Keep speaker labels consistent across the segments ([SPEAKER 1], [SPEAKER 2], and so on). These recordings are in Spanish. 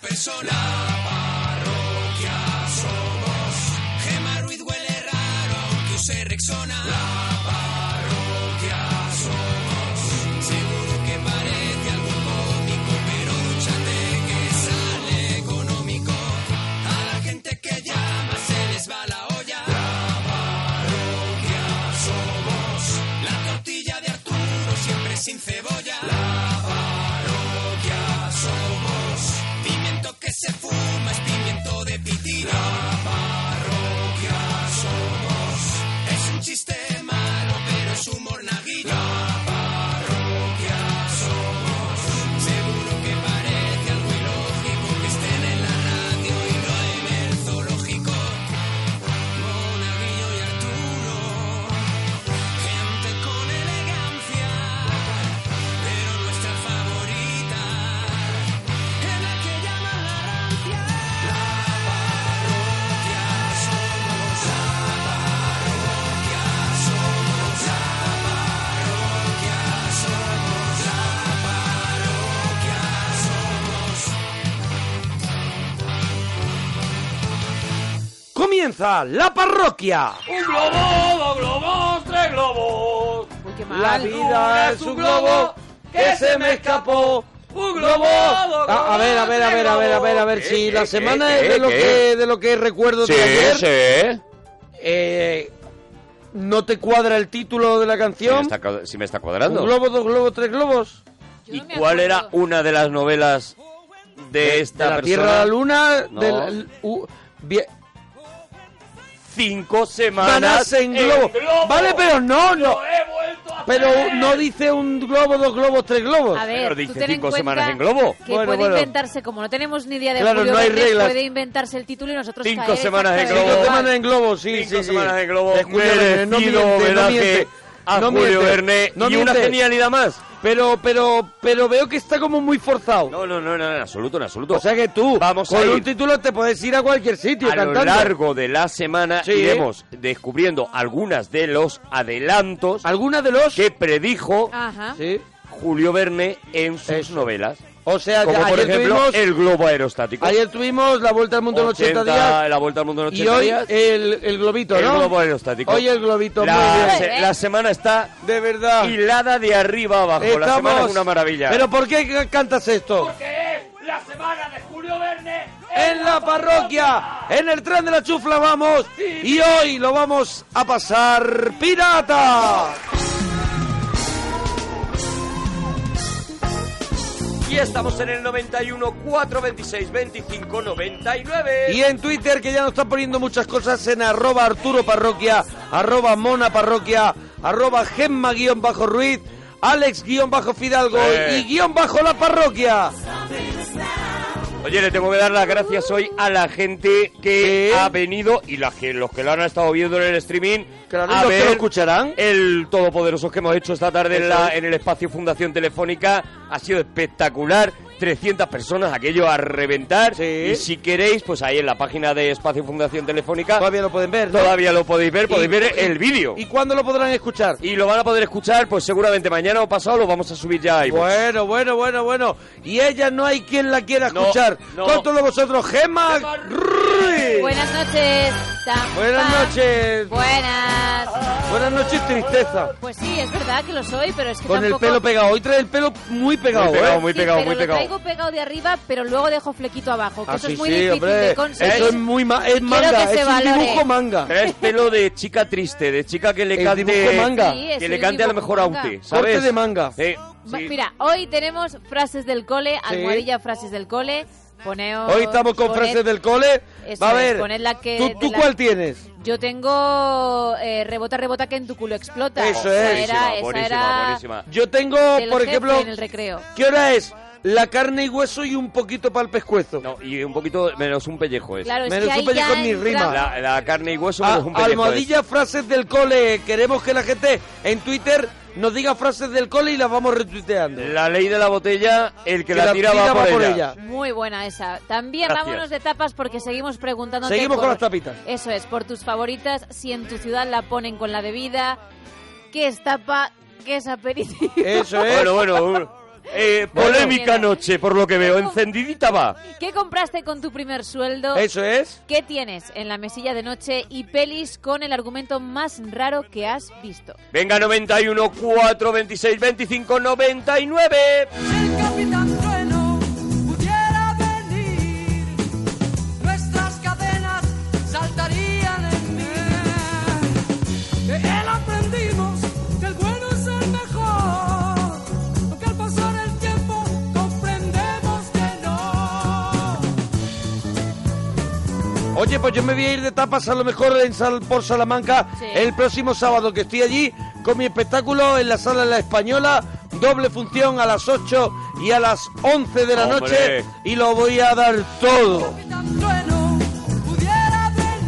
[SPEAKER 1] persona. La parroquia somos. Gema Ruiz huele raro, que use Rexona. La parroquia somos. Seguro que parece algo cómico, pero dúchate que sale económico. A la gente que llama se les va la olla. La parroquia somos. La tortilla de Arturo siempre sin cebolla. La parroquia somos. Pimiento que se fuma es pimiento de pitina. La parroquia somos. Es un chiste malo, pero es humor naguillo. La parroquia somos. Seguro que parece algo ilógico que estén en la radio y no en el zoológico. Monaguillo y Arturo, gente con elegancia, pero nuestra favorita es la que llaman la rancia. La parroquia somos, la parroquia somos, la parroquia somos, la parroquia somos.
[SPEAKER 2] Comienza la parroquia.
[SPEAKER 3] Un globo, dos globos, tres globos.
[SPEAKER 2] La vida es un globo que se me escapó.
[SPEAKER 3] Un globo,
[SPEAKER 2] Globo.
[SPEAKER 3] dos
[SPEAKER 2] A, a ver, a ver, a ver, a ver, a ver, a ver.
[SPEAKER 4] Eh,
[SPEAKER 2] Si la semana
[SPEAKER 4] qué,
[SPEAKER 2] es de lo
[SPEAKER 4] qué?
[SPEAKER 2] que de lo que recuerdo
[SPEAKER 4] eh. Sí,
[SPEAKER 2] de ayer,
[SPEAKER 4] sí.
[SPEAKER 2] eh, no te cuadra el título de la
[SPEAKER 4] Sí me
[SPEAKER 2] canción.
[SPEAKER 4] está cau- sí me está
[SPEAKER 2] Un
[SPEAKER 4] cuadrando.
[SPEAKER 2] globo, dos globos, tres globos.
[SPEAKER 5] Yo
[SPEAKER 4] ¿Y
[SPEAKER 5] no me
[SPEAKER 4] cuál era
[SPEAKER 5] acuerdo.
[SPEAKER 4] una de las novelas de esta
[SPEAKER 2] de la
[SPEAKER 4] persona?
[SPEAKER 2] Tierra a la Luna.
[SPEAKER 4] No.
[SPEAKER 2] de la- u- vie-
[SPEAKER 4] Cinco semanas
[SPEAKER 2] Manas en globo.
[SPEAKER 3] globo.
[SPEAKER 2] Vale, pero no, no.
[SPEAKER 3] Lo he vuelto a
[SPEAKER 2] Pero
[SPEAKER 3] hacer.
[SPEAKER 2] no dice un globo, dos globos, tres globos.
[SPEAKER 5] A ver,
[SPEAKER 4] Pero
[SPEAKER 5] tú
[SPEAKER 4] dice
[SPEAKER 5] ten en
[SPEAKER 4] cinco
[SPEAKER 5] cuenta
[SPEAKER 4] semanas en globo.
[SPEAKER 5] Que
[SPEAKER 2] Bueno,
[SPEAKER 5] puede
[SPEAKER 2] bueno.
[SPEAKER 5] inventarse, como no tenemos ni idea de
[SPEAKER 2] Claro,
[SPEAKER 5] Julio
[SPEAKER 2] no hay
[SPEAKER 5] Verne,
[SPEAKER 2] reglas.
[SPEAKER 5] puede inventarse el título y nosotros
[SPEAKER 4] Cinco
[SPEAKER 5] caer
[SPEAKER 4] semanas en
[SPEAKER 5] exactamente
[SPEAKER 2] Cinco
[SPEAKER 4] globo.
[SPEAKER 5] igual.
[SPEAKER 2] semanas en globo, sí,
[SPEAKER 4] Cinco
[SPEAKER 2] sí, sí.
[SPEAKER 4] semanas en globo,
[SPEAKER 2] De Julio Verne, no
[SPEAKER 4] merecido
[SPEAKER 2] miente, no
[SPEAKER 4] homenaje
[SPEAKER 2] miente.
[SPEAKER 4] a
[SPEAKER 2] No
[SPEAKER 4] Julio
[SPEAKER 2] miente,
[SPEAKER 4] Verne.
[SPEAKER 2] no
[SPEAKER 4] y una
[SPEAKER 2] miente.
[SPEAKER 4] genialidad más.
[SPEAKER 2] Pero, pero, pero veo que está como muy forzado.
[SPEAKER 4] No, no, no, no, en absoluto, en absoluto.
[SPEAKER 2] o sea que tú,
[SPEAKER 4] Vamos a
[SPEAKER 2] con
[SPEAKER 4] ir.
[SPEAKER 2] un título te puedes ir a cualquier sitio
[SPEAKER 4] a
[SPEAKER 2] cantando.
[SPEAKER 4] lo largo de la semana
[SPEAKER 2] Sí.
[SPEAKER 4] iremos descubriendo algunas de los adelantos
[SPEAKER 2] Alguna de los...
[SPEAKER 4] que predijo
[SPEAKER 5] Ajá.
[SPEAKER 2] Sí.
[SPEAKER 4] Julio Verne en sus
[SPEAKER 2] Eso.
[SPEAKER 4] novelas.
[SPEAKER 2] O sea,
[SPEAKER 4] Como
[SPEAKER 2] ya-
[SPEAKER 4] por
[SPEAKER 2] ayer,
[SPEAKER 4] ejemplo
[SPEAKER 2] tuvimos,
[SPEAKER 4] el globo aerostático.
[SPEAKER 2] ayer tuvimos la Vuelta al Mundo en 80 días
[SPEAKER 4] La vuelta al mundo en 80
[SPEAKER 2] y hoy
[SPEAKER 4] días.
[SPEAKER 2] el, el globito,
[SPEAKER 4] el
[SPEAKER 2] ¿no?
[SPEAKER 4] globo aerostático.
[SPEAKER 2] Hoy el globito, muy
[SPEAKER 4] la,
[SPEAKER 2] bien.
[SPEAKER 4] se- la semana está
[SPEAKER 2] De verdad.
[SPEAKER 4] hilada de arriba abajo. La semana es una maravilla.
[SPEAKER 2] Pero ¿por qué ca- cantas esto?
[SPEAKER 3] Que es la semana de Julio Verne.
[SPEAKER 2] En la parroquia, en el tren de la chufla vamos y hoy lo vamos a pasar pirata.
[SPEAKER 4] Y estamos en el 91 426 25 99.
[SPEAKER 2] Y en Twitter, que ya nos están poniendo muchas cosas, en arroba Arturo Parroquia, arroba Mona Parroquia, arroba Gemma guión bajo Ruiz, Alex guión bajo Fidalgo
[SPEAKER 4] Sí.
[SPEAKER 2] y guión bajo la parroquia.
[SPEAKER 4] Oye, le tengo que dar las gracias hoy a la gente que
[SPEAKER 2] Sí.
[SPEAKER 4] ha venido y las que, los que lo han estado viendo en el streaming.
[SPEAKER 2] Claro, y
[SPEAKER 4] a
[SPEAKER 2] los que
[SPEAKER 4] ver
[SPEAKER 2] lo escucharán.
[SPEAKER 4] El Todopoderosos que hemos hecho esta tarde en,
[SPEAKER 2] Eso
[SPEAKER 4] la-
[SPEAKER 2] es.
[SPEAKER 4] en el espacio Fundación Telefónica ha sido espectacular. 300 personas, aquello a reventar.
[SPEAKER 2] Sí.
[SPEAKER 4] Y si queréis, pues ahí en la página de Espacio Fundación Telefónica
[SPEAKER 2] Todavía lo pueden ver. ¿no?
[SPEAKER 4] todavía lo podéis ver, podéis
[SPEAKER 2] Y-
[SPEAKER 4] ver
[SPEAKER 2] y-
[SPEAKER 4] el vídeo.
[SPEAKER 2] ¿Y cuándo lo podrán escuchar?
[SPEAKER 4] Y lo van a poder escuchar, pues seguramente mañana o pasado lo vamos a subir ya a iVoox.
[SPEAKER 2] Bueno, bueno, bueno, bueno. Y ella no hay quien la quiera
[SPEAKER 4] No,
[SPEAKER 2] escuchar.
[SPEAKER 4] no.
[SPEAKER 2] Con todos vosotros, Gemma Ruiz.
[SPEAKER 5] Buenas noches. Tam,
[SPEAKER 2] Buenas
[SPEAKER 5] pam.
[SPEAKER 2] noches.
[SPEAKER 5] Buenas.
[SPEAKER 2] Buenas noches, tristeza.
[SPEAKER 5] Pues sí, es verdad que lo soy, pero es que
[SPEAKER 2] Con el
[SPEAKER 5] tampoco...
[SPEAKER 2] pelo pegado. Hoy trae el pelo muy pegado.
[SPEAKER 4] Muy pegado,
[SPEAKER 2] ¿eh?
[SPEAKER 4] muy
[SPEAKER 5] Sí,
[SPEAKER 4] pegado,
[SPEAKER 5] pero
[SPEAKER 4] muy
[SPEAKER 5] lo
[SPEAKER 4] pegado.
[SPEAKER 5] traigo pegado de arriba, pero luego dejo flequito abajo, que
[SPEAKER 2] Ah,
[SPEAKER 5] eso
[SPEAKER 2] sí,
[SPEAKER 5] es muy
[SPEAKER 2] sí,
[SPEAKER 5] difícil
[SPEAKER 2] hombre.
[SPEAKER 5] de conseguir.
[SPEAKER 2] Eso es muy ma- es
[SPEAKER 5] Quiero que
[SPEAKER 2] manga,
[SPEAKER 5] se
[SPEAKER 2] es un
[SPEAKER 5] valore.
[SPEAKER 2] dibujo manga.
[SPEAKER 4] Traes pelo de chica triste, de chica que le
[SPEAKER 2] El
[SPEAKER 4] cante.
[SPEAKER 2] dibujo manga.
[SPEAKER 5] Sí, es
[SPEAKER 4] Que le
[SPEAKER 5] el
[SPEAKER 4] cante a lo
[SPEAKER 5] dibujo
[SPEAKER 4] mejor a
[SPEAKER 5] manga.
[SPEAKER 4] Unti, ¿sabes?
[SPEAKER 2] Corte de manga.
[SPEAKER 4] Sí,
[SPEAKER 5] Ma-
[SPEAKER 4] sí.
[SPEAKER 5] Mira, hoy tenemos frases del cole, almohadilla frases del cole. Poneos,
[SPEAKER 2] Hoy estamos con
[SPEAKER 5] poned-
[SPEAKER 2] frases del cole.
[SPEAKER 5] Eso
[SPEAKER 2] Va a
[SPEAKER 5] es,
[SPEAKER 2] ver.
[SPEAKER 5] poned la que-
[SPEAKER 2] ¿Tú,
[SPEAKER 5] de
[SPEAKER 2] tú
[SPEAKER 5] la-
[SPEAKER 2] cuál tienes?
[SPEAKER 5] Yo tengo eh, rebota, rebota que en tu culo explota.
[SPEAKER 2] Eso
[SPEAKER 5] Esa
[SPEAKER 2] es.
[SPEAKER 5] era- esa
[SPEAKER 4] buenísima,
[SPEAKER 5] era
[SPEAKER 4] buenísima.
[SPEAKER 2] Yo tengo,
[SPEAKER 5] del
[SPEAKER 2] por
[SPEAKER 5] jefe
[SPEAKER 2] ejemplo,
[SPEAKER 5] en el recreo.
[SPEAKER 2] ¿qué hora es? La carne y hueso y un poquito para el pescuezo.
[SPEAKER 4] No, y un poquito menos un pellejo es.
[SPEAKER 5] Claro, es
[SPEAKER 2] Menos
[SPEAKER 5] que ahí
[SPEAKER 2] un pellejo
[SPEAKER 5] ya
[SPEAKER 2] ni
[SPEAKER 5] entra-
[SPEAKER 2] rima.
[SPEAKER 4] La, la carne y hueso
[SPEAKER 2] Ah,
[SPEAKER 4] menos un pellejo
[SPEAKER 2] almohadilla frases del cole. Queremos que la gente en Twitter nos diga frases del cole y las vamos retuiteando.
[SPEAKER 4] es. La ley de la botella, el que
[SPEAKER 2] Que
[SPEAKER 4] la tira va por, ella.
[SPEAKER 5] Muy buena esa. También
[SPEAKER 4] Gracias.
[SPEAKER 5] vámonos de tapas porque seguimos preguntando.
[SPEAKER 2] Seguimos con las tapitas.
[SPEAKER 5] Eso es, por tus favoritas, si en tu ciudad la ponen con la bebida, qué es tapa, qué es aperitivo.
[SPEAKER 2] Eso es.
[SPEAKER 4] Bueno, bueno, un- Eh, polémica noche, por lo que veo. Encendidita va.
[SPEAKER 5] ¿Qué compraste con tu primer sueldo?
[SPEAKER 4] Eso es.
[SPEAKER 5] ¿Qué tienes en la mesilla de noche y pelis con el argumento más raro que has visto?
[SPEAKER 4] Venga, 91, 4, 26, 25, 99.
[SPEAKER 1] pudiera venir, nuestras cadenas saltarían en mí. De él aprendimos que el bueno es el mejor, aunque al pasar el tiempo comprendemos que no.
[SPEAKER 2] Oye, pues yo me voy a ir de tapas a lo mejor en Sal- por Salamanca
[SPEAKER 1] Sí.
[SPEAKER 2] el próximo sábado, que estoy allí con mi espectáculo en la sala de la Española, doble función a las 8 y a las 11 de la
[SPEAKER 1] Hombre.
[SPEAKER 2] noche, y lo voy a dar todo.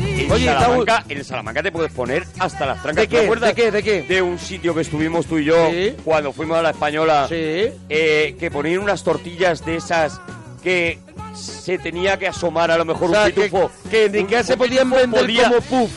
[SPEAKER 4] En
[SPEAKER 2] Oye, está bu-
[SPEAKER 4] Salamanca, en Salamanca te puedes poner hasta las trancas. ¿Te
[SPEAKER 2] ¿De qué?
[SPEAKER 4] acuerdas
[SPEAKER 2] ¿De qué? ¿De
[SPEAKER 4] un sitio que estuvimos tú y yo cuando fuimos a la española. eh, que ponían unas tortillas de esas que se tenía que asomar a lo mejor
[SPEAKER 2] O sea,
[SPEAKER 4] un pitufo.
[SPEAKER 2] que- que ni
[SPEAKER 4] Un-
[SPEAKER 2] que
[SPEAKER 4] un
[SPEAKER 2] se podían
[SPEAKER 4] pitufo
[SPEAKER 2] vender como puff.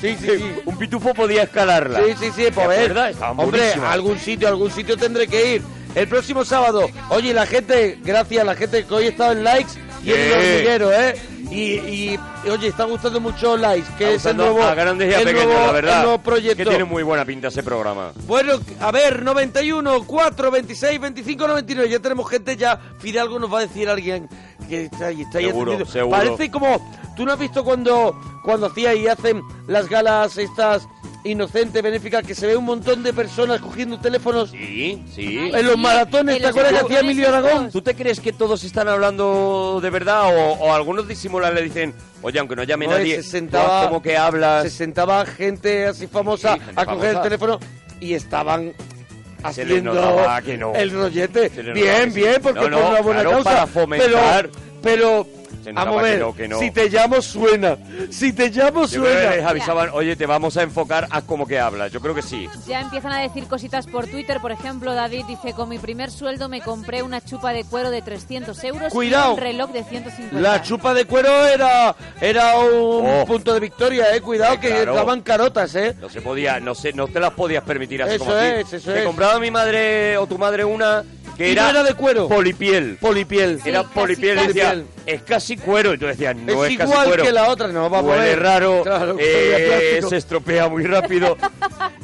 [SPEAKER 2] Sí, sí, sí.
[SPEAKER 4] Un pitufo podía escalarla.
[SPEAKER 2] Sí, sí, sí,
[SPEAKER 4] ¿Te
[SPEAKER 2] pues ver.
[SPEAKER 4] acuerdas? Estaban
[SPEAKER 2] Hombre,
[SPEAKER 4] buenísimas.
[SPEAKER 2] a algún sitio, a algún sitio tendré que ir. El próximo sábado. Oye, la gente, gracias a la gente que hoy he estado en likes y en el
[SPEAKER 4] Sí.
[SPEAKER 2] hormiguero, ¿eh? Y, y, y, oye, está gustando mucho likes, que es el
[SPEAKER 4] Usando
[SPEAKER 2] nuevo,
[SPEAKER 4] a grandes y a
[SPEAKER 2] el
[SPEAKER 4] pequeños,
[SPEAKER 2] nuevo-
[SPEAKER 4] la verdad.
[SPEAKER 2] el nuevo proyecto.
[SPEAKER 4] Que tiene muy buena pinta ese programa.
[SPEAKER 2] Bueno, a ver, 91, 4, 26, 25, 99. Ya tenemos gente ya. Fidalgo nos va a decir alguien que está ahí. Está ahí
[SPEAKER 4] Seguro,
[SPEAKER 2] encendido.
[SPEAKER 4] seguro.
[SPEAKER 2] Parece como... ¿Tú no has visto cuando, cuando hacía y hacen las galas estas inocentes, benéficas, que se ve un montón de personas cogiendo teléfonos?
[SPEAKER 4] Sí, sí.
[SPEAKER 2] En los maratones, ¿te acuerdas que hacía Emilio Aragón?
[SPEAKER 4] ¿Tú te crees que todos están hablando de verdad o, o algunos disimulan le dicen, oye, aunque no llame
[SPEAKER 2] No,
[SPEAKER 4] nadie,
[SPEAKER 2] se sentaba-
[SPEAKER 4] como que hablas?
[SPEAKER 2] Se sentaba gente así famosa a coger
[SPEAKER 4] famosa.
[SPEAKER 2] el teléfono y estaban
[SPEAKER 4] Se les
[SPEAKER 2] haciendo
[SPEAKER 4] notaba que no.
[SPEAKER 2] el rollete.
[SPEAKER 4] Se les notaba que
[SPEAKER 2] Bien,
[SPEAKER 4] sí.
[SPEAKER 2] bien, porque
[SPEAKER 4] No, no,
[SPEAKER 2] por una buena
[SPEAKER 4] claro,
[SPEAKER 2] causa.
[SPEAKER 4] para fomentar.
[SPEAKER 2] Pero,
[SPEAKER 4] Se
[SPEAKER 2] pero
[SPEAKER 4] notaba
[SPEAKER 2] vamos a
[SPEAKER 4] que
[SPEAKER 2] ver,
[SPEAKER 4] no, que no.
[SPEAKER 2] si te llamo suena, si te llamo
[SPEAKER 4] Yo creo que
[SPEAKER 2] suena.
[SPEAKER 4] les avisaban, oye, te vamos a enfocar, haz como que hablas. Yo creo que sí.
[SPEAKER 5] Ya empiezan a decir cositas por Twitter. Por ejemplo, David dice, con mi primer sueldo me compré una chupa de cuero de 300 euros y
[SPEAKER 2] Cuidado.
[SPEAKER 5] un reloj de 150.
[SPEAKER 2] La chupa de cuero era, era un punto de victoria, eh. Cuidado que
[SPEAKER 4] Oh. claro.
[SPEAKER 2] daban carotas, eh.
[SPEAKER 4] No se podía, no se, no te las podías permitir así
[SPEAKER 2] Eso
[SPEAKER 4] como aquí.
[SPEAKER 2] es, eso
[SPEAKER 4] Te
[SPEAKER 2] es.
[SPEAKER 4] compraba mi madre o tu madre una que
[SPEAKER 2] Y no
[SPEAKER 4] era,
[SPEAKER 2] era de cuero.
[SPEAKER 4] Polipiel.
[SPEAKER 2] Polipiel.
[SPEAKER 4] Era
[SPEAKER 2] Sí, casi,
[SPEAKER 4] polipiel,
[SPEAKER 2] casi.
[SPEAKER 4] decía, es casi cuero. Y tú decías, no es,
[SPEAKER 2] es
[SPEAKER 4] casi
[SPEAKER 2] igual
[SPEAKER 4] cuero.
[SPEAKER 2] que la otra, no, vamos a
[SPEAKER 4] Huele
[SPEAKER 2] ver.
[SPEAKER 4] raro,
[SPEAKER 2] Claro,
[SPEAKER 4] eh,
[SPEAKER 2] huele a plástico.
[SPEAKER 4] se estropea muy rápido.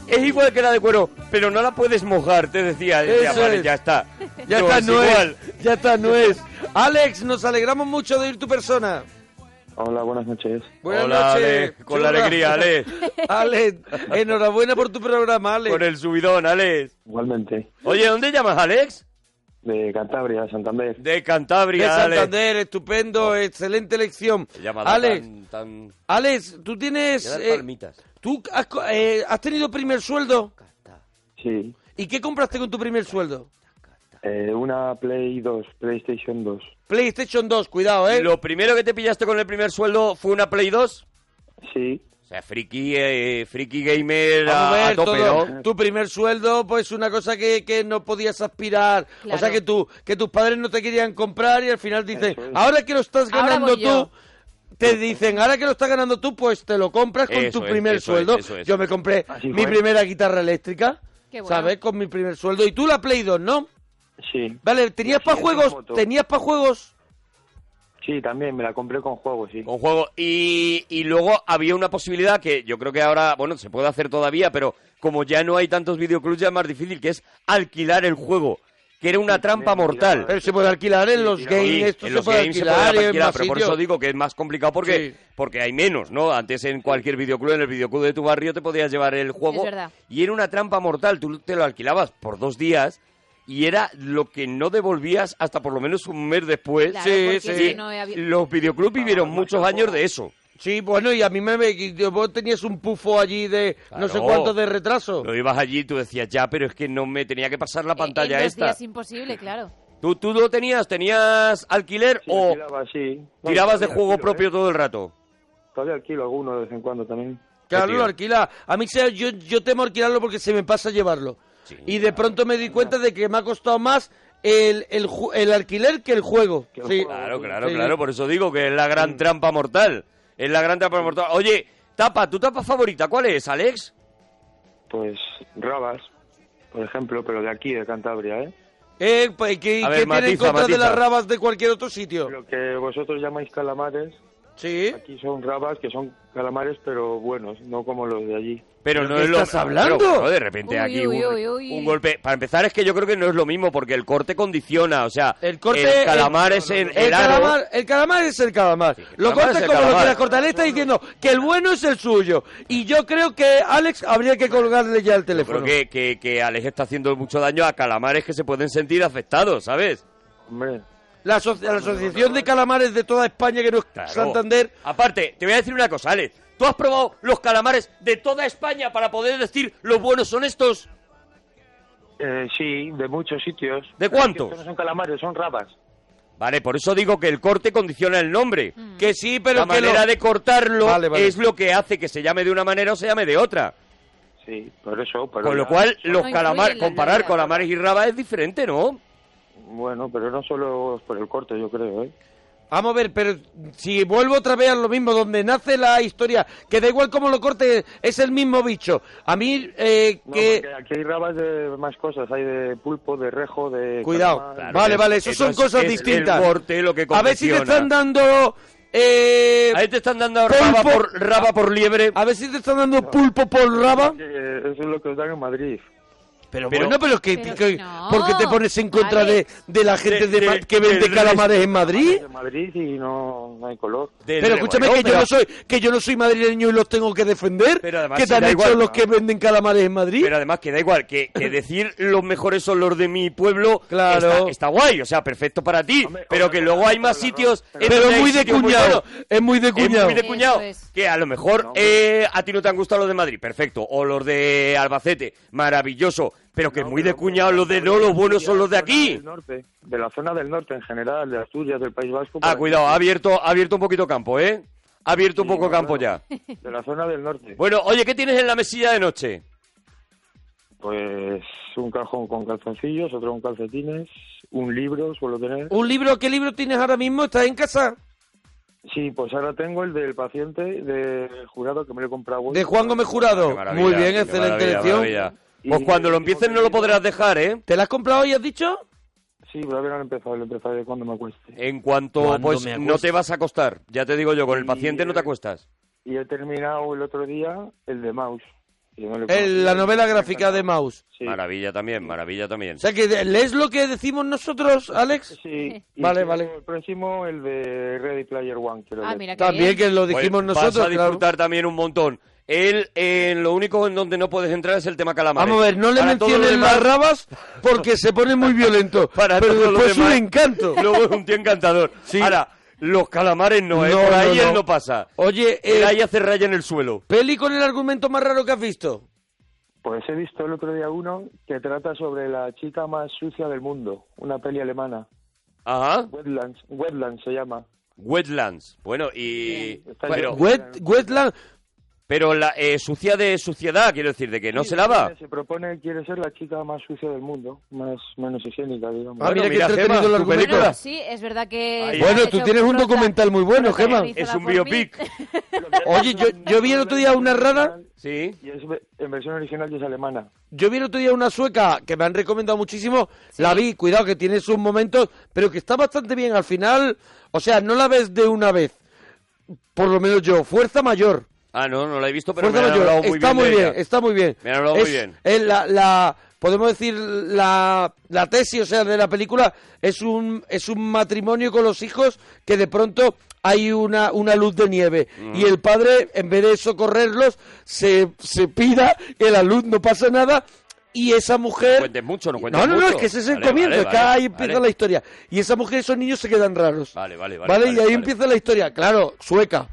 [SPEAKER 4] es igual que la de cuero, pero no la puedes mojar, te decía. Decía,
[SPEAKER 2] Eso
[SPEAKER 4] "Vale,
[SPEAKER 2] es.
[SPEAKER 4] ya está.
[SPEAKER 2] Ya
[SPEAKER 4] No,
[SPEAKER 2] está,
[SPEAKER 4] es
[SPEAKER 2] no
[SPEAKER 4] igual.
[SPEAKER 2] es. Ya está, no es. Alex, nos alegramos mucho de oír tu persona.
[SPEAKER 6] Hola, buenas noches.
[SPEAKER 2] Buenas noches,
[SPEAKER 4] Ale, con la
[SPEAKER 2] churra.
[SPEAKER 4] alegría, Ale.
[SPEAKER 2] Ale, enhorabuena por tu programa, Ale.
[SPEAKER 4] Por el subidón, Alex.
[SPEAKER 6] Igualmente.
[SPEAKER 4] Oye, ¿dónde llamas, Alex?
[SPEAKER 6] De Cantabria, Santander.
[SPEAKER 4] De Cantabria,
[SPEAKER 2] De
[SPEAKER 4] Ale. Oh.
[SPEAKER 2] Santander, estupendo, excelente elección.
[SPEAKER 4] Llamada
[SPEAKER 2] Alex,
[SPEAKER 4] tan- tan-
[SPEAKER 2] Alex, tú tienes...
[SPEAKER 4] Quedar
[SPEAKER 2] eh,
[SPEAKER 4] palmitas.
[SPEAKER 2] ¿Tú has, co- eh, has tenido primer sueldo?
[SPEAKER 6] Sí.
[SPEAKER 2] ¿Y qué compraste con tu primer sueldo?
[SPEAKER 6] Eh, una Play 2, PlayStation 2.
[SPEAKER 2] PlayStation 2, cuidado, ¿eh?
[SPEAKER 4] ¿Lo primero que te pillaste con el primer sueldo fue una Play 2?
[SPEAKER 6] Sí.
[SPEAKER 4] O sea, friki, eh, friki gamer a,
[SPEAKER 2] Vamos a ver,
[SPEAKER 4] a tope,
[SPEAKER 2] todo.
[SPEAKER 4] ¿no?
[SPEAKER 2] Tu primer sueldo, pues una cosa que, que no podías aspirar. O sea,
[SPEAKER 5] Claro.
[SPEAKER 2] que, tú, que tus padres no te querían comprar y al final dicen, ahora que lo estás
[SPEAKER 5] Ahora
[SPEAKER 2] ganando
[SPEAKER 5] voy yo.
[SPEAKER 2] tú, te dicen, ahora que lo estás ganando tú, pues te lo compras con
[SPEAKER 4] Eso
[SPEAKER 2] tu
[SPEAKER 4] es,
[SPEAKER 2] primer
[SPEAKER 4] eso
[SPEAKER 2] sueldo.
[SPEAKER 4] es, eso es.
[SPEAKER 2] Yo me compré
[SPEAKER 4] Así
[SPEAKER 2] mi
[SPEAKER 4] fue.
[SPEAKER 2] primera guitarra eléctrica,
[SPEAKER 5] Qué bueno.
[SPEAKER 2] ¿sabes? Con mi primer sueldo. Y tú la Play 2, ¿no?
[SPEAKER 6] Sí.
[SPEAKER 2] Vale, ¿tenías
[SPEAKER 6] Sí,
[SPEAKER 2] para
[SPEAKER 6] sí,
[SPEAKER 2] juegos?
[SPEAKER 6] moto.
[SPEAKER 2] ¿Tenías para juegos?
[SPEAKER 6] Sí, también me la compré con juegos, sí.
[SPEAKER 4] Con juego. Y, y luego había una posibilidad que yo creo que ahora, bueno, se puede hacer todavía, pero como ya no hay tantos videoclubs, ya es más difícil, que es alquilar el juego. Que era una trampa mortal.
[SPEAKER 2] Pero se puede alquilar en los games,
[SPEAKER 4] Sí,
[SPEAKER 2] esto
[SPEAKER 4] en
[SPEAKER 2] se
[SPEAKER 4] los
[SPEAKER 2] puede
[SPEAKER 4] games se
[SPEAKER 2] alquilar,
[SPEAKER 4] podían
[SPEAKER 2] en
[SPEAKER 4] alquilar,
[SPEAKER 2] más
[SPEAKER 4] pero por
[SPEAKER 2] sitios.
[SPEAKER 4] eso digo que es más complicado porque, porque hay menos, ¿no? Antes en cualquier videoclub, en el videoclub de tu barrio, te podías llevar el juego.
[SPEAKER 5] Es verdad.
[SPEAKER 4] y era una trampa mortal. Tú te lo alquilabas por dos días y era lo que no devolvías hasta por lo menos un mes después.
[SPEAKER 5] Claro, Sí, porque sí. si no había-
[SPEAKER 4] Los videoclubs vivieron muchos años de eso.
[SPEAKER 2] Sí, bueno, y a mí me... me- y Vos tenías un pufo allí de no sé
[SPEAKER 4] Claro.
[SPEAKER 2] cuánto de retraso.
[SPEAKER 4] Lo ibas allí y tú decías, ya, pero es que no me tenía que pasar
[SPEAKER 5] Eh,
[SPEAKER 4] la
[SPEAKER 5] en
[SPEAKER 4] pantalla
[SPEAKER 5] dos
[SPEAKER 4] esta.
[SPEAKER 5] días imposible, claro.
[SPEAKER 4] ¿Tú, ¿Tú lo tenías? ¿Tenías alquiler o
[SPEAKER 6] alquilaba, sí. No,
[SPEAKER 4] tirabas de
[SPEAKER 6] todavía
[SPEAKER 4] juego
[SPEAKER 6] alquilo,
[SPEAKER 4] propio
[SPEAKER 6] ¿eh?
[SPEAKER 4] todo el rato?
[SPEAKER 6] Todavía alquilo alguno de vez en cuando también.
[SPEAKER 2] Claro,
[SPEAKER 6] tío.
[SPEAKER 2] lo alquila. A mí se- yo, yo temo alquilarlo porque se me pasa llevarlo. y de pronto me di cuenta de que me ha costado más el, el, ju- el alquiler que el juego. Sí.
[SPEAKER 4] Claro, claro,
[SPEAKER 2] Sí.
[SPEAKER 4] claro. Por eso digo que es la gran trampa mortal. Es la gran trampa mortal. Oye, tapa, ¿tu tapa favorita cuál es, Alex?
[SPEAKER 6] Pues Rabas, por ejemplo, pero de aquí, de Cantabria, ¿eh?
[SPEAKER 2] Eh, pues, ¿Qué,
[SPEAKER 4] A ver,
[SPEAKER 2] qué tiene en
[SPEAKER 4] matiza,
[SPEAKER 2] contra de
[SPEAKER 4] matiza.
[SPEAKER 2] las rabas de cualquier otro sitio?
[SPEAKER 6] Lo que vosotros llamáis calamares,
[SPEAKER 2] Sí.
[SPEAKER 6] aquí son rabas que son calamares, pero buenos, no como los de allí.
[SPEAKER 4] Pero
[SPEAKER 2] ¿Pero
[SPEAKER 4] no
[SPEAKER 2] qué
[SPEAKER 4] es lo
[SPEAKER 2] estás hablando?
[SPEAKER 4] Pero, claro, de repente
[SPEAKER 5] Uy,
[SPEAKER 4] aquí
[SPEAKER 5] uy,
[SPEAKER 4] un,
[SPEAKER 5] uy, uy.
[SPEAKER 4] un golpe. Para empezar es que yo creo que no es lo mismo porque el corte condiciona, o sea,
[SPEAKER 2] El corte-
[SPEAKER 4] el calamar es en
[SPEAKER 2] El
[SPEAKER 4] aro.
[SPEAKER 2] calamar, el calamar es el calamar.
[SPEAKER 4] el
[SPEAKER 2] lo
[SPEAKER 4] calamar
[SPEAKER 2] cortes
[SPEAKER 4] es el
[SPEAKER 2] como lo
[SPEAKER 4] calamar.
[SPEAKER 2] quieras cortar. Él está diciendo que el bueno es el suyo. Y yo creo que Alex habría que colgarle ya el
[SPEAKER 4] Yo
[SPEAKER 2] teléfono.
[SPEAKER 4] creo que, que, que Alex está haciendo mucho daño a calamares que se pueden sentir afectados, ¿sabes?
[SPEAKER 6] Hombre,
[SPEAKER 2] La, aso- la Asociación de Calamares de toda España, que no es
[SPEAKER 4] Claro.
[SPEAKER 2] Santander,
[SPEAKER 4] Aparte, te voy a decir una cosa, Alex. ¿Tú has probado los calamares de toda España para poder decir los buenos son estos?
[SPEAKER 6] eh, sí, de muchos sitios.
[SPEAKER 4] ¿De
[SPEAKER 6] Es que
[SPEAKER 4] cuántos?
[SPEAKER 6] estos No son calamares, son rabas.
[SPEAKER 4] Vale, por eso digo que el corte condiciona el nombre.
[SPEAKER 5] Mm.
[SPEAKER 2] que sí, pero
[SPEAKER 4] la
[SPEAKER 2] que lo-
[SPEAKER 4] manera de cortarlo
[SPEAKER 2] Vale, vale.
[SPEAKER 4] es lo que hace que se llame de una manera o se llame de otra.
[SPEAKER 6] Sí, por eso. pero
[SPEAKER 4] Con lo
[SPEAKER 6] ya-
[SPEAKER 4] cual, los
[SPEAKER 5] No influye
[SPEAKER 4] calamares,
[SPEAKER 5] en la
[SPEAKER 4] comparar
[SPEAKER 5] realidad.
[SPEAKER 4] calamares y rabas es diferente, ¿no?
[SPEAKER 6] Bueno, pero no solo por el corte, yo creo, ¿eh?
[SPEAKER 2] Vamos a ver, pero si vuelvo otra vez a lo mismo, donde nace la historia, que da igual cómo lo corte, es el mismo bicho. A mí, eh,
[SPEAKER 6] No,
[SPEAKER 2] que...
[SPEAKER 6] porque aquí hay rabas de más cosas, hay de pulpo, de rejo, de...
[SPEAKER 2] Cuidado.
[SPEAKER 6] calamar.
[SPEAKER 2] Claro. Vale, vale, eso son
[SPEAKER 4] Entonces,
[SPEAKER 2] cosas
[SPEAKER 4] es
[SPEAKER 2] distintas.
[SPEAKER 4] El corte lo que
[SPEAKER 2] a ver si te
[SPEAKER 4] condiciona.
[SPEAKER 2] están dando... eh,
[SPEAKER 4] Ahí te están dando
[SPEAKER 2] Pulpo.
[SPEAKER 4] raba por, raba por liebre.
[SPEAKER 2] a ver si te están dando pulpo por raba.
[SPEAKER 6] Eh, Eso es lo que os dan en Madrid.
[SPEAKER 2] Pero,
[SPEAKER 4] Pero-
[SPEAKER 2] bueno, pero que,
[SPEAKER 5] Pero
[SPEAKER 2] que-
[SPEAKER 5] no,
[SPEAKER 2] ¿por qué te pones en contra de,
[SPEAKER 5] Alex.
[SPEAKER 2] de la gente
[SPEAKER 4] De-
[SPEAKER 2] de Ma-
[SPEAKER 4] de-
[SPEAKER 2] que vende
[SPEAKER 4] del
[SPEAKER 2] calamares en Madrid?
[SPEAKER 6] De Madrid y no, no hay color.
[SPEAKER 4] Del-
[SPEAKER 2] Pero escúchame
[SPEAKER 4] bueno,
[SPEAKER 2] que yo
[SPEAKER 4] pero-
[SPEAKER 2] no soy que yo no soy madrileño y los tengo que defender.
[SPEAKER 4] Pero además
[SPEAKER 2] ¿Qué
[SPEAKER 4] sí,
[SPEAKER 2] te han
[SPEAKER 4] da
[SPEAKER 2] hecho
[SPEAKER 4] igual,
[SPEAKER 2] los
[SPEAKER 4] ¿no?
[SPEAKER 2] que venden calamares en Madrid?
[SPEAKER 4] Pero además que da igual, que, que decir los mejores son los de mi pueblo
[SPEAKER 2] Claro.
[SPEAKER 4] está, está guay, o sea, perfecto para ti,
[SPEAKER 6] Hombre,
[SPEAKER 4] pero
[SPEAKER 6] hombre,
[SPEAKER 4] que luego hay más sitios... en
[SPEAKER 2] Pero
[SPEAKER 4] donde
[SPEAKER 2] es
[SPEAKER 4] hay
[SPEAKER 2] muy de
[SPEAKER 4] sitios
[SPEAKER 2] cuñado.
[SPEAKER 4] buenos.
[SPEAKER 2] Es muy de
[SPEAKER 4] Es
[SPEAKER 2] cuñado.
[SPEAKER 4] muy de cuñado.
[SPEAKER 5] Eso es.
[SPEAKER 4] Que a lo mejor eh, a ti no te han gustado los de Madrid, perfecto. O los de Albacete, maravilloso. Pero que es muy de cuñado los de no, los buenos son los de aquí.
[SPEAKER 6] Del norte, de la zona del norte en general, de Asturias, del País Vasco. pues,
[SPEAKER 4] Ah,
[SPEAKER 6] para-
[SPEAKER 4] cuidado, ha abierto, ha abierto un poquito campo, ¿eh? Ha abierto un
[SPEAKER 6] Sí,
[SPEAKER 4] poco
[SPEAKER 6] bueno.
[SPEAKER 4] campo ya.
[SPEAKER 6] De la zona del norte.
[SPEAKER 4] Bueno, oye, ¿qué tienes en la mesilla de noche?
[SPEAKER 6] Pues un cajón con calzoncillos, otro con calcetines, un libro suelo tener.
[SPEAKER 2] ¿Un libro? ¿Qué libro tienes ahora mismo? ¿Estás en casa?
[SPEAKER 6] Sí, pues ahora tengo el del paciente del jurado que me lo he comprado. hoy.
[SPEAKER 2] De Juan Gómez Jurado.
[SPEAKER 4] Qué maravilla,
[SPEAKER 2] Muy bien,
[SPEAKER 4] qué
[SPEAKER 2] excelente
[SPEAKER 4] maravilla,
[SPEAKER 2] elección.
[SPEAKER 4] maravilla.
[SPEAKER 6] Y-
[SPEAKER 4] Pues cuando lo empieces no lo podrás dejar, ¿eh?
[SPEAKER 2] ¿Te la has comprado y has dicho?
[SPEAKER 6] Sí, pero ahora no he empezado, lo empezaré cuando me acueste.
[SPEAKER 4] En cuanto
[SPEAKER 2] Cuando
[SPEAKER 4] pues
[SPEAKER 2] me
[SPEAKER 4] no
[SPEAKER 2] acueste.
[SPEAKER 4] te vas a acostar, ya te digo yo, con el
[SPEAKER 6] Y,
[SPEAKER 4] paciente no te
[SPEAKER 6] eh,
[SPEAKER 4] acuestas.
[SPEAKER 6] Y he terminado el otro día el de Maus. que no lo he
[SPEAKER 2] El- la
[SPEAKER 6] conocido.
[SPEAKER 2] novela gráfica de Maus.
[SPEAKER 6] Sí.
[SPEAKER 4] Maravilla también, maravilla también.
[SPEAKER 2] O sea, que de- lees lo que decimos nosotros, Alex.
[SPEAKER 6] Sí. y
[SPEAKER 2] Vale,
[SPEAKER 6] tengo
[SPEAKER 2] vale.
[SPEAKER 6] El próximo, el de Ready Player One. quiero
[SPEAKER 5] Ah,
[SPEAKER 6] ver.
[SPEAKER 5] mira, qué
[SPEAKER 2] También
[SPEAKER 5] bien.
[SPEAKER 2] que lo dijimos
[SPEAKER 4] Oye,
[SPEAKER 2] nosotros.
[SPEAKER 4] Pues, Vas a
[SPEAKER 2] claro.
[SPEAKER 4] disfrutar también un montón. Él, eh, lo único en donde no puedes entrar es el tema calamares.
[SPEAKER 2] Vamos a ver, no le
[SPEAKER 4] Para todo lo
[SPEAKER 2] menciones
[SPEAKER 4] demás-
[SPEAKER 2] las rabas porque se pone muy violento.
[SPEAKER 4] Para
[SPEAKER 2] pero
[SPEAKER 4] todo lo
[SPEAKER 2] después un
[SPEAKER 4] demás,
[SPEAKER 2] encanto.
[SPEAKER 4] Luego es un tío encantador.
[SPEAKER 2] Sí.
[SPEAKER 4] Ahora, los calamares no, ¿eh?
[SPEAKER 2] No,
[SPEAKER 4] Por
[SPEAKER 2] no,
[SPEAKER 4] ahí
[SPEAKER 2] no.
[SPEAKER 4] él no pasa.
[SPEAKER 2] Oye,
[SPEAKER 4] Él
[SPEAKER 2] eh,
[SPEAKER 4] ahí hace raya en el suelo.
[SPEAKER 2] peli con el argumento más raro que has visto.
[SPEAKER 6] Pues he visto el otro día uno que trata sobre la chica más sucia del mundo, una peli alemana.
[SPEAKER 4] Ajá.
[SPEAKER 6] Wetlands, Wetlands se llama.
[SPEAKER 4] Wetlands. Bueno, y...
[SPEAKER 6] Está
[SPEAKER 4] Pero,
[SPEAKER 6] lleno.
[SPEAKER 2] Wet, Wetland.
[SPEAKER 4] pero la, eh, sucia de suciedad, quiero decir, de que no
[SPEAKER 6] Sí,
[SPEAKER 4] se lava.
[SPEAKER 6] Se propone, quiere ser la chica más sucia del mundo, más menos higiénica, digamos.
[SPEAKER 2] Ah, mira,
[SPEAKER 4] Bueno,
[SPEAKER 2] qué
[SPEAKER 4] mira,
[SPEAKER 2] entretenido
[SPEAKER 4] Gemma,
[SPEAKER 2] el
[SPEAKER 4] tu
[SPEAKER 2] argumento.
[SPEAKER 4] película.
[SPEAKER 5] Bueno, sí, es verdad que...
[SPEAKER 4] Ahí.
[SPEAKER 2] Bueno,
[SPEAKER 5] has
[SPEAKER 2] tú
[SPEAKER 5] hecho
[SPEAKER 2] tienes un
[SPEAKER 5] prota-
[SPEAKER 2] documental muy bueno, Gemma.
[SPEAKER 5] protagonizada
[SPEAKER 4] Es un
[SPEAKER 5] por mí.
[SPEAKER 4] biopic.
[SPEAKER 2] Oye, yo, yo vi el otro día una rara.
[SPEAKER 4] Sí.
[SPEAKER 6] Y es ve- en versión original y es alemana.
[SPEAKER 2] Yo vi el otro día una sueca que me han recomendado muchísimo. La vi, cuidado, que tiene sus momentos, pero que está bastante bien. Al final, o sea, no la ves de una vez. Por lo menos yo. Fuerza mayor.
[SPEAKER 4] Ah, no, no la he visto, pero
[SPEAKER 2] Fuerza
[SPEAKER 4] me han
[SPEAKER 2] Mayor.
[SPEAKER 4] hablado muy
[SPEAKER 2] está
[SPEAKER 4] bien
[SPEAKER 2] muy
[SPEAKER 4] de
[SPEAKER 2] bien,
[SPEAKER 4] ella.
[SPEAKER 2] está muy bien.
[SPEAKER 4] Me han hablado
[SPEAKER 2] Es-
[SPEAKER 4] muy bien.
[SPEAKER 2] es la, la- podemos decir, la, la tesis, o sea, de la película es un, es un matrimonio con los hijos que de pronto hay una, una luz de nieve
[SPEAKER 4] Mm.
[SPEAKER 2] y el padre, en vez de socorrerlos, se, se pida que la luz no pasa nada y esa mujer...
[SPEAKER 4] No cuentes mucho, no cuentes
[SPEAKER 2] No, no, no,
[SPEAKER 4] mucho.
[SPEAKER 2] es que ese es el
[SPEAKER 4] Vale,
[SPEAKER 2] comienzo,
[SPEAKER 4] vale,
[SPEAKER 2] es que
[SPEAKER 4] vale,
[SPEAKER 2] ahí empieza
[SPEAKER 4] vale.
[SPEAKER 2] la historia. Y esa mujer y esos niños se quedan raros.
[SPEAKER 4] Vale, vale, vale,
[SPEAKER 2] Vale, y
[SPEAKER 4] vale,
[SPEAKER 2] ahí
[SPEAKER 4] vale.
[SPEAKER 2] empieza la historia, claro, sueca.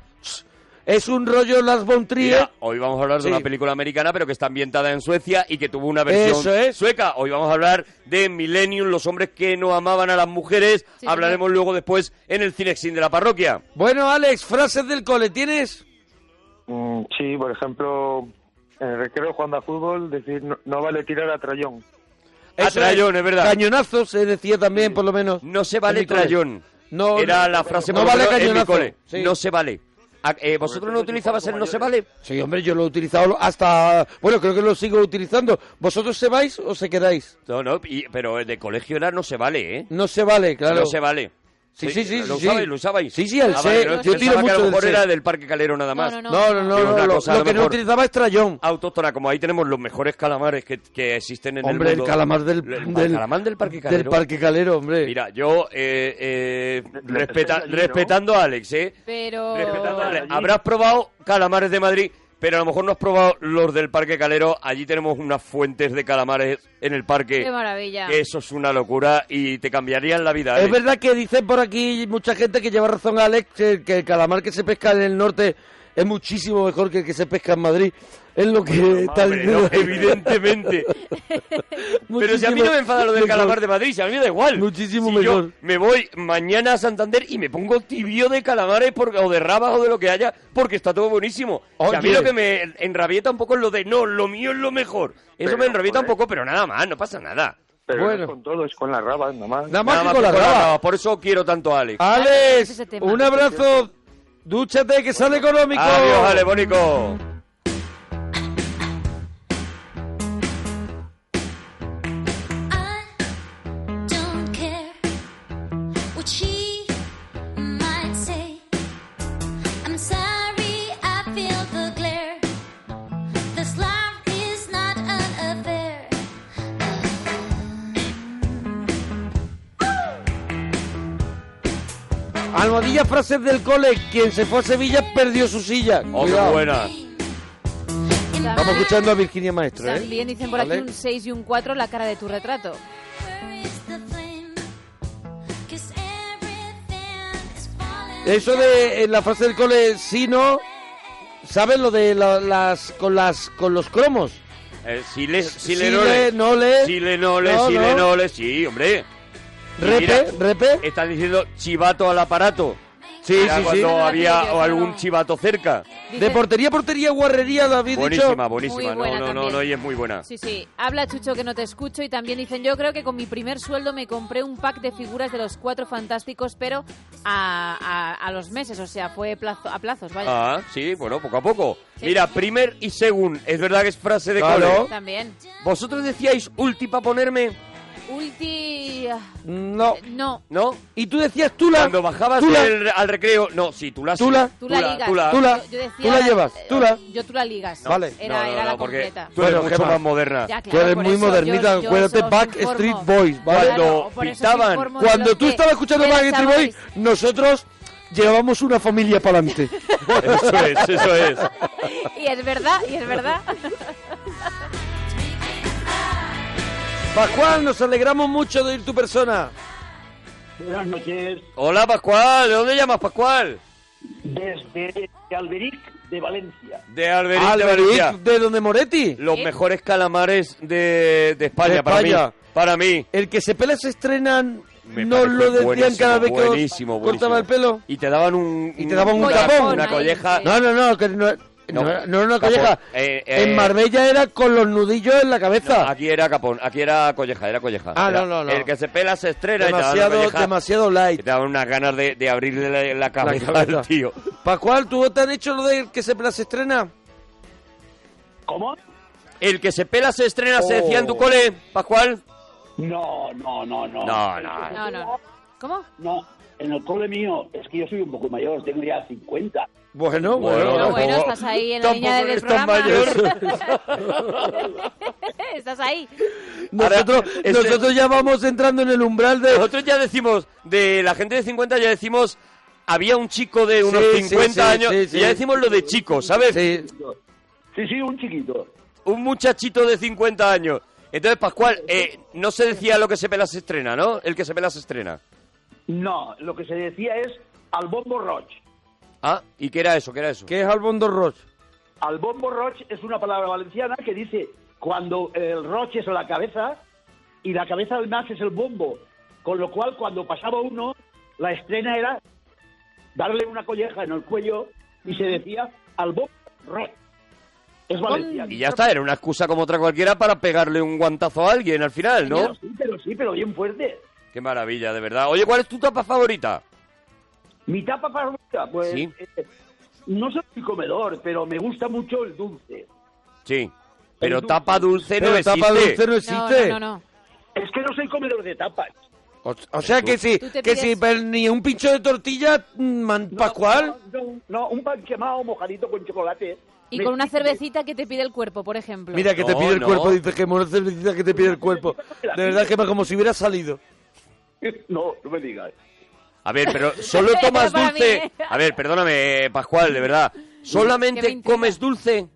[SPEAKER 2] Es un rollo Lars von Trier.
[SPEAKER 4] Mira, hoy vamos a hablar de
[SPEAKER 2] ¿Eh? Sí.
[SPEAKER 4] una película americana, pero que está ambientada en Suecia y que tuvo una versión
[SPEAKER 2] Eso es.
[SPEAKER 4] sueca. Hoy vamos a hablar de Millennium, los hombres que no amaban a las mujeres.
[SPEAKER 5] Sí,
[SPEAKER 4] Hablaremos luego después en el Cinexin de la parroquia.
[SPEAKER 2] Bueno, Alex, frases del cole, ¿tienes?
[SPEAKER 6] Mm, sí, por ejemplo, en el recreo jugando a fútbol, decir no, no vale tirar a trayón.
[SPEAKER 4] Ah,
[SPEAKER 2] Eso
[SPEAKER 4] trayón, es verdad.
[SPEAKER 2] Cañonazo se decía también, por lo menos.
[SPEAKER 4] No se
[SPEAKER 2] en
[SPEAKER 4] vale
[SPEAKER 2] mi cole.
[SPEAKER 4] trayón.
[SPEAKER 2] No,
[SPEAKER 4] Era
[SPEAKER 2] no,
[SPEAKER 4] la frase
[SPEAKER 2] no
[SPEAKER 4] por lo
[SPEAKER 2] vale
[SPEAKER 4] menos en mi
[SPEAKER 2] cañonazo.
[SPEAKER 4] cole.
[SPEAKER 2] Sí.
[SPEAKER 4] No se vale. Ah, eh, ¿Vosotros no utilizabas el no se vale?
[SPEAKER 2] Sí, hombre, yo lo he utilizado hasta... Bueno, creo que lo sigo utilizando. ¿Vosotros se vais o se quedáis?
[SPEAKER 4] No, no, y- pero el de colegio era no se vale, ¿eh?
[SPEAKER 2] No se vale, claro.
[SPEAKER 4] No se vale.
[SPEAKER 2] Sí, sí, sí,
[SPEAKER 4] Lo
[SPEAKER 2] sí,
[SPEAKER 4] usabais,
[SPEAKER 2] sí.
[SPEAKER 4] lo usabais.
[SPEAKER 2] Sí, sí, el
[SPEAKER 4] Ah, vale,
[SPEAKER 2] sé.
[SPEAKER 4] pero
[SPEAKER 2] Yo
[SPEAKER 4] pensaba
[SPEAKER 2] tiro
[SPEAKER 4] que a
[SPEAKER 2] mucho
[SPEAKER 4] lo
[SPEAKER 2] del
[SPEAKER 4] mejor
[SPEAKER 2] sé.
[SPEAKER 4] era del Parque Calero nada más.
[SPEAKER 5] no,
[SPEAKER 2] No, no, no,
[SPEAKER 4] Tiene
[SPEAKER 2] no,
[SPEAKER 4] una
[SPEAKER 2] lo,
[SPEAKER 4] cosa, a
[SPEAKER 2] lo
[SPEAKER 4] lo
[SPEAKER 2] que no
[SPEAKER 4] mejor-
[SPEAKER 2] utilizaba es trayón.
[SPEAKER 4] autóctona, como ahí tenemos los mejores calamares que, que existen en
[SPEAKER 2] Hombre,
[SPEAKER 4] el
[SPEAKER 2] el
[SPEAKER 4] mundo.
[SPEAKER 2] calamar del...
[SPEAKER 4] El
[SPEAKER 2] del-
[SPEAKER 4] calamar del Parque Calero.
[SPEAKER 2] Del Parque Calero, hombre.
[SPEAKER 4] Mira, yo, eh, eh,
[SPEAKER 6] Le-
[SPEAKER 4] respeta-
[SPEAKER 6] le- le-
[SPEAKER 4] respetando a Alex, ¿eh?
[SPEAKER 5] Pero...
[SPEAKER 4] Respetando a Alex.
[SPEAKER 6] allí.
[SPEAKER 4] Habrás probado calamares de Madrid, pero a lo mejor no has probado los del Parque Calero. Allí tenemos unas fuentes de calamares en el parque.
[SPEAKER 5] Qué maravilla.
[SPEAKER 4] que Eso es una locura y te cambiarían la vida.
[SPEAKER 2] Es
[SPEAKER 4] Alex.
[SPEAKER 2] verdad que dicen por aquí mucha gente que lleva razón a Alex que, que el calamar que se pesca en el norte es muchísimo mejor que el que se pesca en Madrid. Es lo que está
[SPEAKER 4] Hombre, no,
[SPEAKER 2] diciendo.
[SPEAKER 4] evidentemente. Pero si a mí no me enfada lo del
[SPEAKER 2] Muchísimo
[SPEAKER 4] calamar de Madrid, si a mí me da igual.
[SPEAKER 2] Muchísimo
[SPEAKER 4] Si
[SPEAKER 2] mejor.
[SPEAKER 4] Yo me voy mañana a Santander y me pongo tibio de calamares por- o de rabas o de lo que haya porque está todo buenísimo. Si a mí
[SPEAKER 2] Oye.
[SPEAKER 4] lo que me enrabieta un poco es lo de no, lo mío es lo mejor. Eso
[SPEAKER 6] Pero,
[SPEAKER 4] me enrabieta un
[SPEAKER 6] joder.
[SPEAKER 4] poco, pero nada más, no pasa nada.
[SPEAKER 6] Pero
[SPEAKER 2] Bueno.
[SPEAKER 6] no es con todo, es con la raba, nada más.
[SPEAKER 2] Nada más
[SPEAKER 4] Nada
[SPEAKER 2] que con la
[SPEAKER 4] con la
[SPEAKER 2] raba.
[SPEAKER 4] raba, Por eso quiero tanto a Alex.
[SPEAKER 5] pues Ese es
[SPEAKER 2] Alex,
[SPEAKER 5] el tema.
[SPEAKER 2] un abrazo. Dúchate que sale económico.
[SPEAKER 4] Adiós, Alex, Bónico.
[SPEAKER 7] I don't care what she might say. I'm sorry I feel the glare. This love is not an affair.
[SPEAKER 2] Almohadilla frases del cole. Quien se fue a Sevilla perdió su silla.
[SPEAKER 4] Oh, qué
[SPEAKER 2] Cuidado.
[SPEAKER 4] buena.
[SPEAKER 2] Estamos escuchando a Virginia Maestro, ¿eh?
[SPEAKER 5] También dicen por aquí
[SPEAKER 2] ¿Vale?
[SPEAKER 5] un 6 y un 4 la cara de tu retrato.
[SPEAKER 7] Where is the flame? 'Cause everything is falling.
[SPEAKER 2] Eso de en la frase del cole, sí, no. ¿Saben lo de la- las con las con los cromos?
[SPEAKER 4] Eh, Sile,
[SPEAKER 2] Sile,
[SPEAKER 4] silenole.
[SPEAKER 2] nole.
[SPEAKER 4] Silenole,
[SPEAKER 2] No, no.
[SPEAKER 4] silenole, sí, hombre. Y mira,
[SPEAKER 2] Repe, repe.
[SPEAKER 4] Están diciendo chivato al aparato.
[SPEAKER 2] Sí,
[SPEAKER 4] Era
[SPEAKER 2] sí, sí.
[SPEAKER 4] cuando había o
[SPEAKER 5] Yo
[SPEAKER 4] algún
[SPEAKER 5] no.
[SPEAKER 4] chivato cerca.
[SPEAKER 5] Dice-
[SPEAKER 2] De portería a portería, guarrería, lo habéis
[SPEAKER 4] Buenísima,
[SPEAKER 2] dicho.
[SPEAKER 4] buenísima.
[SPEAKER 5] Muy
[SPEAKER 4] No,
[SPEAKER 5] buena
[SPEAKER 4] no, no,
[SPEAKER 5] también.
[SPEAKER 4] no, y es muy buena.
[SPEAKER 5] Sí, sí. Habla Chucho que no te escucho y también dicen, yo creo que con mi primer sueldo me compré un pack de figuras de los cuatro fantásticos, pero a, a- a los meses, o sea, fue plazo, a plazos, vaya.
[SPEAKER 4] Ah, sí, bueno, poco a poco.
[SPEAKER 5] Sí.
[SPEAKER 4] Mira, primer y según. Es verdad que es frase de
[SPEAKER 2] Claro.
[SPEAKER 4] cole.
[SPEAKER 5] También.
[SPEAKER 4] ¿Vosotros decíais ulti para ponerme?
[SPEAKER 5] Ulti... ah,
[SPEAKER 2] No.
[SPEAKER 5] No.
[SPEAKER 4] ¿No?
[SPEAKER 2] Y tú decías tú la.
[SPEAKER 4] Cuando bajabas
[SPEAKER 2] tú la-
[SPEAKER 4] del- al recreo. No, sí, tú la. sí.
[SPEAKER 2] Tula.
[SPEAKER 5] Tú la ligas.
[SPEAKER 4] Tú la.
[SPEAKER 2] Tú la-
[SPEAKER 5] Yo- yo decía eh,
[SPEAKER 2] tú la llevas, tú la.
[SPEAKER 5] Yo tú la ligas.
[SPEAKER 2] No, Vale.
[SPEAKER 5] Era,
[SPEAKER 4] No, no,
[SPEAKER 5] era
[SPEAKER 4] no,
[SPEAKER 5] la
[SPEAKER 4] porque
[SPEAKER 5] completa.
[SPEAKER 4] Tú eres
[SPEAKER 2] Bueno,
[SPEAKER 4] mucho
[SPEAKER 2] Gemma.
[SPEAKER 4] más moderna.
[SPEAKER 5] Ya,
[SPEAKER 2] Tú eres
[SPEAKER 5] por
[SPEAKER 2] muy
[SPEAKER 5] eso
[SPEAKER 2] modernita,
[SPEAKER 5] yo- yo
[SPEAKER 2] acuérdate,
[SPEAKER 5] os
[SPEAKER 2] Back
[SPEAKER 5] informo.
[SPEAKER 2] Street Boys, ¿vale?
[SPEAKER 4] Cuando
[SPEAKER 5] por eso os
[SPEAKER 4] pintaban,
[SPEAKER 5] informo de
[SPEAKER 2] Cuando
[SPEAKER 5] los
[SPEAKER 2] tú
[SPEAKER 5] que-
[SPEAKER 2] estabas escuchando
[SPEAKER 5] de los
[SPEAKER 2] Back Street Boys,
[SPEAKER 5] chavales.
[SPEAKER 2] nosotros llevábamos una familia para adelante.
[SPEAKER 4] Eso es, eso es.
[SPEAKER 5] Y es verdad, y es verdad.
[SPEAKER 2] Pascual, nos alegramos mucho de ir tu persona.
[SPEAKER 8] Buenas noches
[SPEAKER 4] Hola, Pascual. ¿De dónde llamas, Pascual?
[SPEAKER 8] desde Alberic de Valencia.
[SPEAKER 4] De Alberic, de Valencia.
[SPEAKER 2] Alberic, de donde Moretti.
[SPEAKER 4] Los
[SPEAKER 5] ¿Sí?
[SPEAKER 4] mejores calamares de, de España,
[SPEAKER 2] De
[SPEAKER 4] para mí.
[SPEAKER 2] España.
[SPEAKER 4] Para mí.
[SPEAKER 2] El que se pela se estrenan,
[SPEAKER 4] Me
[SPEAKER 2] no
[SPEAKER 4] parece
[SPEAKER 2] lo decían
[SPEAKER 4] buenísimo,
[SPEAKER 2] cada vez que os
[SPEAKER 4] buenísimo, buenísimo.
[SPEAKER 2] cortaba el pelo.
[SPEAKER 4] Y te daban un...
[SPEAKER 2] Y te daban un
[SPEAKER 4] una-
[SPEAKER 2] tapón.
[SPEAKER 4] Una
[SPEAKER 5] Ahí,
[SPEAKER 4] colleja.
[SPEAKER 5] sí.
[SPEAKER 2] No, no, no, que no,
[SPEAKER 4] No,
[SPEAKER 2] no, era- no era una
[SPEAKER 4] tapón.
[SPEAKER 2] colleja.
[SPEAKER 4] Eh, eh,
[SPEAKER 2] en Marbella era con los nudillos en la cabeza.
[SPEAKER 4] Aquí era capón, aquí era colleja, era colleja.
[SPEAKER 2] Ah,
[SPEAKER 4] Era
[SPEAKER 2] no, no, no.
[SPEAKER 4] El que se pela se estrena y te daban una
[SPEAKER 2] demasiado,
[SPEAKER 4] colleja.
[SPEAKER 2] demasiado
[SPEAKER 4] Y
[SPEAKER 2] light.
[SPEAKER 4] te daban unas ganas de, de abrirle la, la
[SPEAKER 2] la
[SPEAKER 4] cabeza
[SPEAKER 2] cabeza.
[SPEAKER 4] al tío.
[SPEAKER 2] Pascual, ¿tú te han hecho lo del que se pela se estrena?
[SPEAKER 8] ¿Cómo?
[SPEAKER 4] El que se pela se estrena, se decía en tu
[SPEAKER 8] Oh.
[SPEAKER 4] cole, Pascual.
[SPEAKER 8] No, no, no, no.
[SPEAKER 4] No, no.
[SPEAKER 5] No, no. no. ¿Cómo?
[SPEAKER 8] Ah, No, en el cole mío, es que yo soy un poco mayor, tengo ya 50.
[SPEAKER 2] Bueno,
[SPEAKER 4] Bueno,
[SPEAKER 2] bueno.
[SPEAKER 5] No,
[SPEAKER 4] tampoco-
[SPEAKER 5] bueno, estás ahí en la
[SPEAKER 4] tampoco
[SPEAKER 5] línea del
[SPEAKER 4] eres
[SPEAKER 5] programa.
[SPEAKER 4] tan mayor.
[SPEAKER 5] estás ahí.
[SPEAKER 2] Nosotros,
[SPEAKER 4] Ahora, este-
[SPEAKER 2] nosotros ya vamos entrando en el umbral de...
[SPEAKER 4] Nosotros ya decimos, de la gente de 50 ya decimos, había un chico de unos
[SPEAKER 2] Sí, sí,
[SPEAKER 4] 50
[SPEAKER 2] sí,
[SPEAKER 4] años,
[SPEAKER 2] sí, sí.
[SPEAKER 4] y ya decimos lo de chico, ¿sabes?
[SPEAKER 2] Sí.
[SPEAKER 8] Sí, sí, un chiquito.
[SPEAKER 4] Un muchachito de 50 años. Entonces, Pascual, eh, no se decía lo que se pela se estrena, ¿no? El que se pela se estrena.
[SPEAKER 8] No, lo que se decía es al bombo roche.
[SPEAKER 4] Ah, ¿y qué era eso? ¿Qué era eso?
[SPEAKER 2] ¿Qué es Albondo Roche?
[SPEAKER 8] Al bombo roche es una palabra valenciana que dice cuando el roche es la cabeza y la cabeza del más es el bombo. Con lo cual, cuando pasaba uno, la estrena era darle una colleja en el cuello y se decía al bombo roche. Es valenciano.
[SPEAKER 4] Y ya está, era una excusa como otra cualquiera para pegarle un guantazo a alguien al final, ¿no?
[SPEAKER 8] Pero sí, pero sí, pero bien fuerte.
[SPEAKER 4] Qué maravilla, de verdad. Oye, ¿cuál es tu tapa favorita?
[SPEAKER 8] Mi tapa favorita, pues
[SPEAKER 4] Sí.
[SPEAKER 8] eh, no soy muy comedor, pero me gusta mucho el dulce.
[SPEAKER 4] Sí. Pero tapa dulce no
[SPEAKER 2] Pero
[SPEAKER 4] existe.
[SPEAKER 2] tapa dulce no existe.
[SPEAKER 5] No, no, no.
[SPEAKER 8] Es que no soy comedor de tapas.
[SPEAKER 2] O, o sea que si,
[SPEAKER 5] Tú te
[SPEAKER 2] que
[SPEAKER 5] pides-
[SPEAKER 2] si pero ni un pincho de tortilla, mm, man, ¿pascual?
[SPEAKER 8] No, no, no, un pan quemado mojadito con chocolate.
[SPEAKER 5] Y
[SPEAKER 8] Me-
[SPEAKER 5] con una cervecita que te pide el cuerpo, por ejemplo.
[SPEAKER 2] Mira que te
[SPEAKER 4] No,
[SPEAKER 2] pide el
[SPEAKER 4] no.
[SPEAKER 2] cuerpo, dices que mono cervecita que te pide el cuerpo. De verdad que como si hubiera salido.
[SPEAKER 8] No, no me digas.
[SPEAKER 4] A ver, pero solo tomas
[SPEAKER 5] Para mí,
[SPEAKER 4] dulce.
[SPEAKER 5] ¿eh?
[SPEAKER 4] A ver, perdóname, eh, Pascual, de verdad.
[SPEAKER 5] Que me
[SPEAKER 4] ¿Solamente
[SPEAKER 5] intriga.
[SPEAKER 4] comes dulce?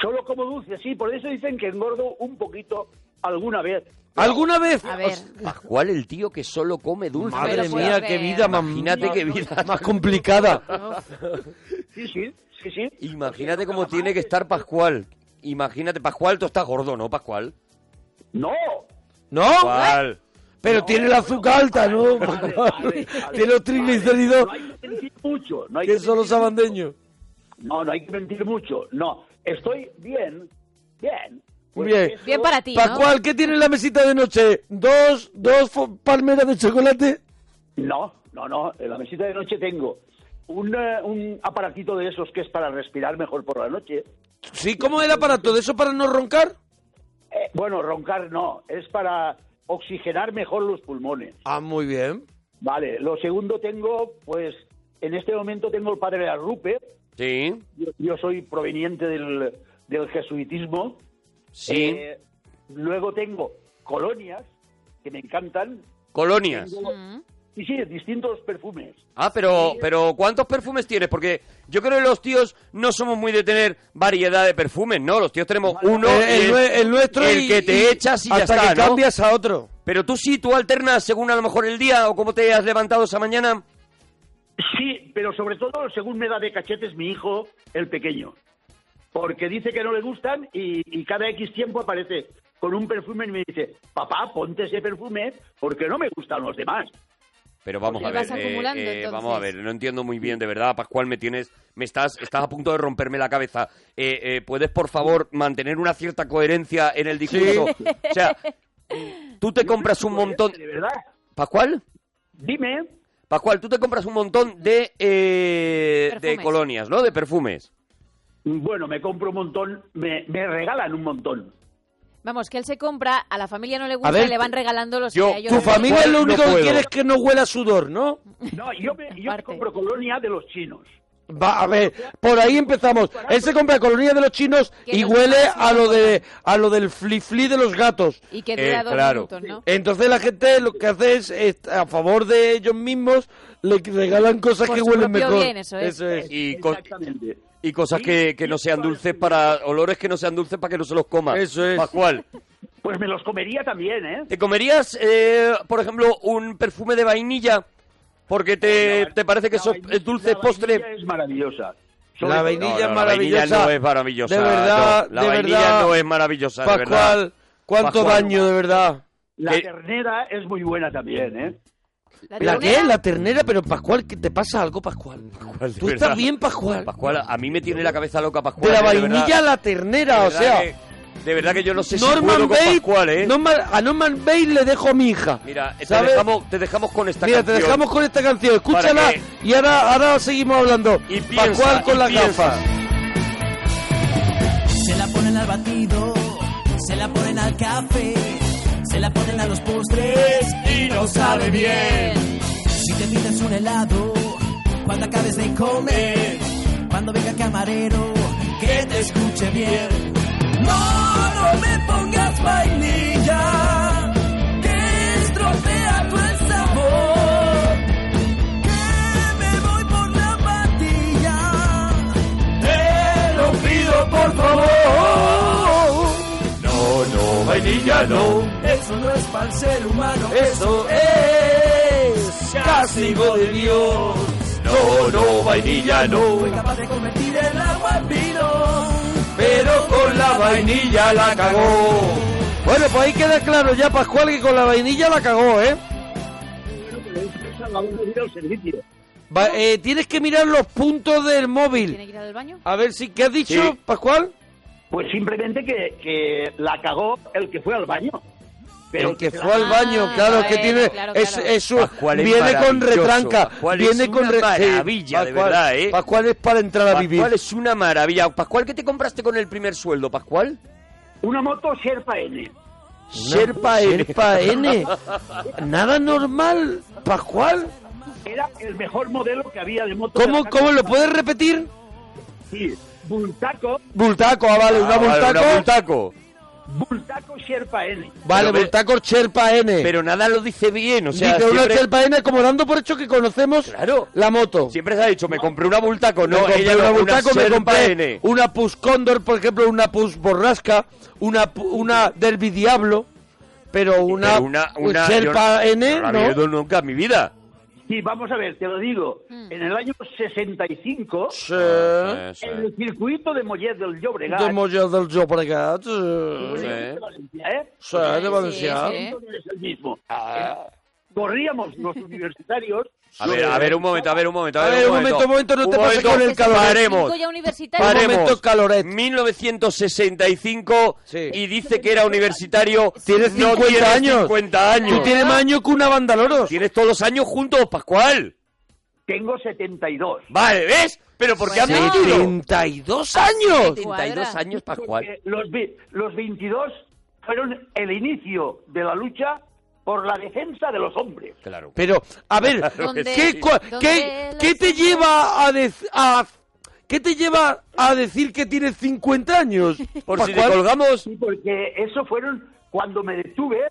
[SPEAKER 8] Solo como dulce, sí, por eso dicen que engordo un poquito alguna vez.
[SPEAKER 2] ¿Alguna vez?
[SPEAKER 5] A ver.
[SPEAKER 4] Pascual, el tío que solo come dulce.
[SPEAKER 5] Me
[SPEAKER 2] Madre
[SPEAKER 5] lo puedo
[SPEAKER 2] mía,
[SPEAKER 5] creer.
[SPEAKER 2] qué vida, más-
[SPEAKER 4] Imagínate qué vida.
[SPEAKER 2] más complicada.
[SPEAKER 8] Sí, sí, sí, sí.
[SPEAKER 4] Imagínate cómo tiene que estar Pascual. Imagínate, Pascual, tú estás gordo, ¿no, Pascual?
[SPEAKER 8] No,
[SPEAKER 2] ¿No? Pero tiene el azúcar alta, ¿no?
[SPEAKER 8] vale, vale,
[SPEAKER 2] tiene los triglicéridos
[SPEAKER 8] no hay que mentir mucho. No hay
[SPEAKER 2] que
[SPEAKER 8] que
[SPEAKER 2] son los
[SPEAKER 8] mentir-
[SPEAKER 2] sabandeños.
[SPEAKER 8] No, no hay que mentir mucho. No, estoy pues, bien, bien.
[SPEAKER 2] Bien.
[SPEAKER 8] eso-
[SPEAKER 5] Bien para ti, ¿no?
[SPEAKER 2] Pascual, ¿qué tiene en la mesita de noche? ¿Dos, dos fo- palmeras de chocolate?
[SPEAKER 8] No, no, no. En la mesita de noche tengo un, eh, un aparatito de esos que es para respirar mejor por la noche.
[SPEAKER 2] Sí, ¿cómo es el aparato? ¿De eso para no roncar?
[SPEAKER 8] Eh, bueno, roncar no, es para oxigenar mejor los pulmones.
[SPEAKER 2] Ah, muy bien.
[SPEAKER 8] Vale, lo segundo tengo, pues, en este momento tengo el padre Arrupe.
[SPEAKER 4] Sí,
[SPEAKER 8] Yo, yo soy proveniente del, del jesuitismo.
[SPEAKER 4] sí.
[SPEAKER 8] Eh, luego tengo colonias, que me encantan.
[SPEAKER 4] Colonias.
[SPEAKER 8] Y sí, distintos perfumes.
[SPEAKER 4] Ah, pero, pero ¿cuántos perfumes tienes? Porque yo creo que los tíos no somos muy de tener variedad de perfumes, ¿no? Los tíos tenemos uno, y
[SPEAKER 2] el, Eh, el
[SPEAKER 4] es
[SPEAKER 2] nue- el nuestro
[SPEAKER 4] el
[SPEAKER 2] y-
[SPEAKER 4] que te echas y ya
[SPEAKER 2] hasta
[SPEAKER 4] está,
[SPEAKER 2] que
[SPEAKER 4] ¿no?
[SPEAKER 2] cambias a otro.
[SPEAKER 4] Pero tú sí, tú alternas según a lo mejor el día o cómo te has levantado esa mañana.
[SPEAKER 8] Sí, pero sobre todo según me da de cachetes mi hijo, el pequeño. Porque dice que no le gustan y, y cada X tiempo aparece con un perfume y me dice, papá, ponte ese perfume porque no me gustan los demás.
[SPEAKER 4] Pero vamos
[SPEAKER 2] Pues
[SPEAKER 5] Y
[SPEAKER 4] a ver, eh,
[SPEAKER 5] vas acumulando, entonces.
[SPEAKER 4] vamos a ver, no entiendo muy bien, de verdad, Pascual, me tienes, me estás, estás a punto de romperme la cabeza. Eh, eh, ¿Puedes, por favor, mantener una cierta coherencia en el discurso? O sea, tú te compras un montón...
[SPEAKER 8] De verdad.
[SPEAKER 4] ¿Pascual?
[SPEAKER 8] Dime,
[SPEAKER 4] Pascual, tú te compras un montón de, eh, de
[SPEAKER 5] Perfumes.
[SPEAKER 4] colonias, ¿no? De perfumes.
[SPEAKER 8] bueno, me compro un montón, me, me regalan un montón.
[SPEAKER 5] Vamos, que él se compra, a la familia no le gusta
[SPEAKER 2] ver,
[SPEAKER 5] y le van regalando los
[SPEAKER 4] yo-
[SPEAKER 5] que a ellos
[SPEAKER 2] Tu
[SPEAKER 5] les
[SPEAKER 2] familia
[SPEAKER 5] gustan.
[SPEAKER 2] lo
[SPEAKER 4] no
[SPEAKER 2] único que
[SPEAKER 4] puedo.
[SPEAKER 2] quiere es que no huela a sudor, ¿no?
[SPEAKER 8] No, yo me, yo me
[SPEAKER 5] Aparte.
[SPEAKER 8] compro colonia de los chinos.
[SPEAKER 2] Va, a ver, por ahí empezamos. Él se compra colonia de los chinos
[SPEAKER 5] Que
[SPEAKER 2] y
[SPEAKER 5] los
[SPEAKER 2] huele
[SPEAKER 5] chinos
[SPEAKER 2] a lo de a lo del fli-fli de los gatos.
[SPEAKER 5] Y que
[SPEAKER 4] Eh,
[SPEAKER 5] dura dos
[SPEAKER 4] claro.
[SPEAKER 5] minutos, ¿no?
[SPEAKER 2] Entonces la gente lo que hace es, es, a favor de ellos mismos le regalan cosas
[SPEAKER 5] Por
[SPEAKER 2] que
[SPEAKER 5] su
[SPEAKER 2] huelen
[SPEAKER 5] Pues propio
[SPEAKER 2] mejor.
[SPEAKER 5] bien, eso es.
[SPEAKER 4] Y, co-
[SPEAKER 8] Exactamente.
[SPEAKER 4] y cosas que, que no sean dulces para... Olores que no sean dulces para que no se los comas.
[SPEAKER 2] Eso es.
[SPEAKER 4] Pascual,
[SPEAKER 8] Pues me los comería también, ¿eh?
[SPEAKER 4] ¿te comerías, eh, por ejemplo, un perfume de vainilla? Porque te, te parece que
[SPEAKER 8] La
[SPEAKER 4] eso
[SPEAKER 8] vainilla-
[SPEAKER 4] es dulce
[SPEAKER 8] la
[SPEAKER 4] postre.
[SPEAKER 8] vainilla Es maravillosa. Sobre
[SPEAKER 2] La
[SPEAKER 8] todo-
[SPEAKER 2] vainilla
[SPEAKER 4] No,
[SPEAKER 2] es
[SPEAKER 4] no, la vainilla
[SPEAKER 2] maravillosa.
[SPEAKER 4] no es maravillosa,
[SPEAKER 2] De verdad,
[SPEAKER 4] no. La
[SPEAKER 2] de
[SPEAKER 4] vainilla
[SPEAKER 2] verdad.
[SPEAKER 4] no es maravillosa, de
[SPEAKER 2] Pascual,
[SPEAKER 4] verdad.
[SPEAKER 2] cuánto
[SPEAKER 4] Pascual.
[SPEAKER 2] daño, de verdad.
[SPEAKER 8] La
[SPEAKER 4] Que-
[SPEAKER 2] Eh,
[SPEAKER 8] ternera es muy buena también, ¿eh?
[SPEAKER 2] ¿La
[SPEAKER 5] ternera-
[SPEAKER 2] qué? La ternera, pero Pascual, ¿qué te pasa algo, Pascual?
[SPEAKER 4] de
[SPEAKER 2] Tú
[SPEAKER 4] verdad.
[SPEAKER 2] estás bien, Pascual.
[SPEAKER 4] Pascual, a mí me tiene la cabeza loca Pascual.
[SPEAKER 2] De la
[SPEAKER 4] eh,
[SPEAKER 2] vainilla a
[SPEAKER 4] verdad.
[SPEAKER 2] la ternera,
[SPEAKER 4] De
[SPEAKER 2] o
[SPEAKER 4] verdad
[SPEAKER 2] sea.
[SPEAKER 4] que- de verdad que yo no sé si
[SPEAKER 2] Norman
[SPEAKER 4] puedo con
[SPEAKER 2] Bates,
[SPEAKER 4] Pascual, ¿eh?
[SPEAKER 2] Norman- a Norman Bates le dejo a mi hija.
[SPEAKER 4] Mira, eh, te
[SPEAKER 2] ¿sabes?
[SPEAKER 4] dejamos, te dejamos con esta
[SPEAKER 2] Mira, te
[SPEAKER 4] canción.
[SPEAKER 2] dejamos con esta canción, escúchala
[SPEAKER 4] que-
[SPEAKER 2] y ahora, ahora seguimos hablando.
[SPEAKER 4] Y piensa,
[SPEAKER 2] Pascual con
[SPEAKER 4] y
[SPEAKER 2] las
[SPEAKER 4] piensa.
[SPEAKER 2] gafas.
[SPEAKER 1] Se la ponen al batido, se la ponen al café, se la ponen a los postres y no sabe bien. Si te pides un helado, cuando acabes de comer, cuando venga el camarero, que te escuche bien. No, no me pongas vainilla, que estropea tu el sabor. Que me voy por la patilla. Te lo pido por favor. No, no, vainilla no. Eso no es para el ser humano. Eso es castigo de Dios. No, no, vainilla no. Fue capaz de convertir el agua en vino. Pero con la vainilla la cagó.
[SPEAKER 2] Bueno, pues ahí queda claro ya, Pascual, que con la vainilla la cagó, ¿eh? Va- eh, tienes que mirar los puntos
[SPEAKER 5] ¿Tiene
[SPEAKER 2] del móvil.
[SPEAKER 5] que ir al baño?
[SPEAKER 2] A ver si, ¿qué has dicho,
[SPEAKER 4] Sí.
[SPEAKER 2] Pascual?
[SPEAKER 8] Pues simplemente que, que la cagó el que fue al baño. Pero-
[SPEAKER 2] el que fue al baño,
[SPEAKER 5] Ah,
[SPEAKER 2] claro, es que
[SPEAKER 5] bueno,
[SPEAKER 2] tiene.
[SPEAKER 5] claro,
[SPEAKER 2] es,
[SPEAKER 5] claro.
[SPEAKER 2] es su-
[SPEAKER 4] Pascual es
[SPEAKER 2] viene con
[SPEAKER 4] maravilloso,
[SPEAKER 2] retranca.
[SPEAKER 4] Pascual es
[SPEAKER 2] viene con
[SPEAKER 4] una
[SPEAKER 2] re- sí,
[SPEAKER 4] maravilla, de
[SPEAKER 2] Pascual-
[SPEAKER 4] verdad, ¿eh?
[SPEAKER 2] Pascual es para entrar a vivir.
[SPEAKER 4] Pascual es una maravilla. Pascual, ¿qué te compraste con el primer sueldo, Pascual?
[SPEAKER 8] Una moto Sherpa N.
[SPEAKER 2] Sherpa N. Nada normal, Pascual.
[SPEAKER 8] Era el mejor modelo que había de moto.
[SPEAKER 2] ¿Cómo, cómo lo puedes repetir?
[SPEAKER 8] Sí, Bultaco,
[SPEAKER 2] Bultaco, ah, vale, una
[SPEAKER 4] Ah, vale,
[SPEAKER 2] Bultaco.
[SPEAKER 4] una Bultaco.
[SPEAKER 8] Bultaco Sherpa N.
[SPEAKER 2] Vale,
[SPEAKER 4] Pero ve-
[SPEAKER 2] Bultaco Sherpa N.
[SPEAKER 4] Pero nada lo dice bien, o sea,
[SPEAKER 2] Dice una
[SPEAKER 4] siempre,
[SPEAKER 2] Sherpa N como dando por hecho que conocemos
[SPEAKER 4] Claro.
[SPEAKER 2] la moto.
[SPEAKER 4] siempre se ha dicho, me compré una Bultaco,
[SPEAKER 2] Me
[SPEAKER 4] no,
[SPEAKER 2] compré
[SPEAKER 4] ella
[SPEAKER 2] una
[SPEAKER 4] no,
[SPEAKER 2] Bultaco, me
[SPEAKER 4] Sherpa
[SPEAKER 2] compré
[SPEAKER 4] N.
[SPEAKER 2] una Pus Cóndor, por ejemplo, una Pus Borrasca, una, pu- una Derby Diablo, pero una,
[SPEAKER 4] Pero una- yo
[SPEAKER 2] Sherpa
[SPEAKER 4] no-
[SPEAKER 2] N,
[SPEAKER 4] no
[SPEAKER 2] ¿no?
[SPEAKER 4] la había ido nunca en mi vida.
[SPEAKER 8] Sí, vamos a ver, te lo digo.
[SPEAKER 5] Hmm.
[SPEAKER 8] En el año 65,
[SPEAKER 2] Sí.
[SPEAKER 8] en el circuito de Mollet del Llobregat,
[SPEAKER 2] De Mollet del Llobregat. sí.
[SPEAKER 8] de Valencia, ¿eh?
[SPEAKER 2] Sí, de Valencia. Ah.
[SPEAKER 5] sí.
[SPEAKER 8] No es el mismo. Corríamos los universitarios.
[SPEAKER 4] A ver, a ver, un momento, a ver, un momento.
[SPEAKER 2] A ver, un momento, un momento, no te pases con el calor.
[SPEAKER 4] Paremos.
[SPEAKER 5] ya universitario.
[SPEAKER 2] Pare-
[SPEAKER 4] Paremos.
[SPEAKER 2] momento, caloret.
[SPEAKER 4] 1965
[SPEAKER 2] Sí.
[SPEAKER 4] y dice que era universitario.
[SPEAKER 2] Tienes
[SPEAKER 4] No
[SPEAKER 2] 50
[SPEAKER 4] tienes
[SPEAKER 2] años.
[SPEAKER 4] 50 años.
[SPEAKER 2] Tú tienes más años que una banda loros.
[SPEAKER 4] Tienes todos los años juntos, Pascual.
[SPEAKER 8] Tengo 72.
[SPEAKER 4] Vale, ¿ves? Pero porque ha
[SPEAKER 5] Bueno.
[SPEAKER 4] mentido.
[SPEAKER 2] 72 años.
[SPEAKER 4] 72 años, Pascual.
[SPEAKER 8] Porque los, vi- los 22 fueron el inicio de la lucha por la defensa de los hombres.
[SPEAKER 4] Claro.
[SPEAKER 2] Pero, a ver,
[SPEAKER 5] ¿Dónde-
[SPEAKER 2] ¿qué, cua-
[SPEAKER 5] dónde
[SPEAKER 2] qué,
[SPEAKER 5] la
[SPEAKER 2] qué te
[SPEAKER 5] señora?
[SPEAKER 2] lleva a, dec- a- ¿Qué te lleva a decir que tienes 50 años?
[SPEAKER 4] Por si te
[SPEAKER 2] Pascual?
[SPEAKER 4] colgamos.
[SPEAKER 8] Sí, porque eso fueron cuando me detuve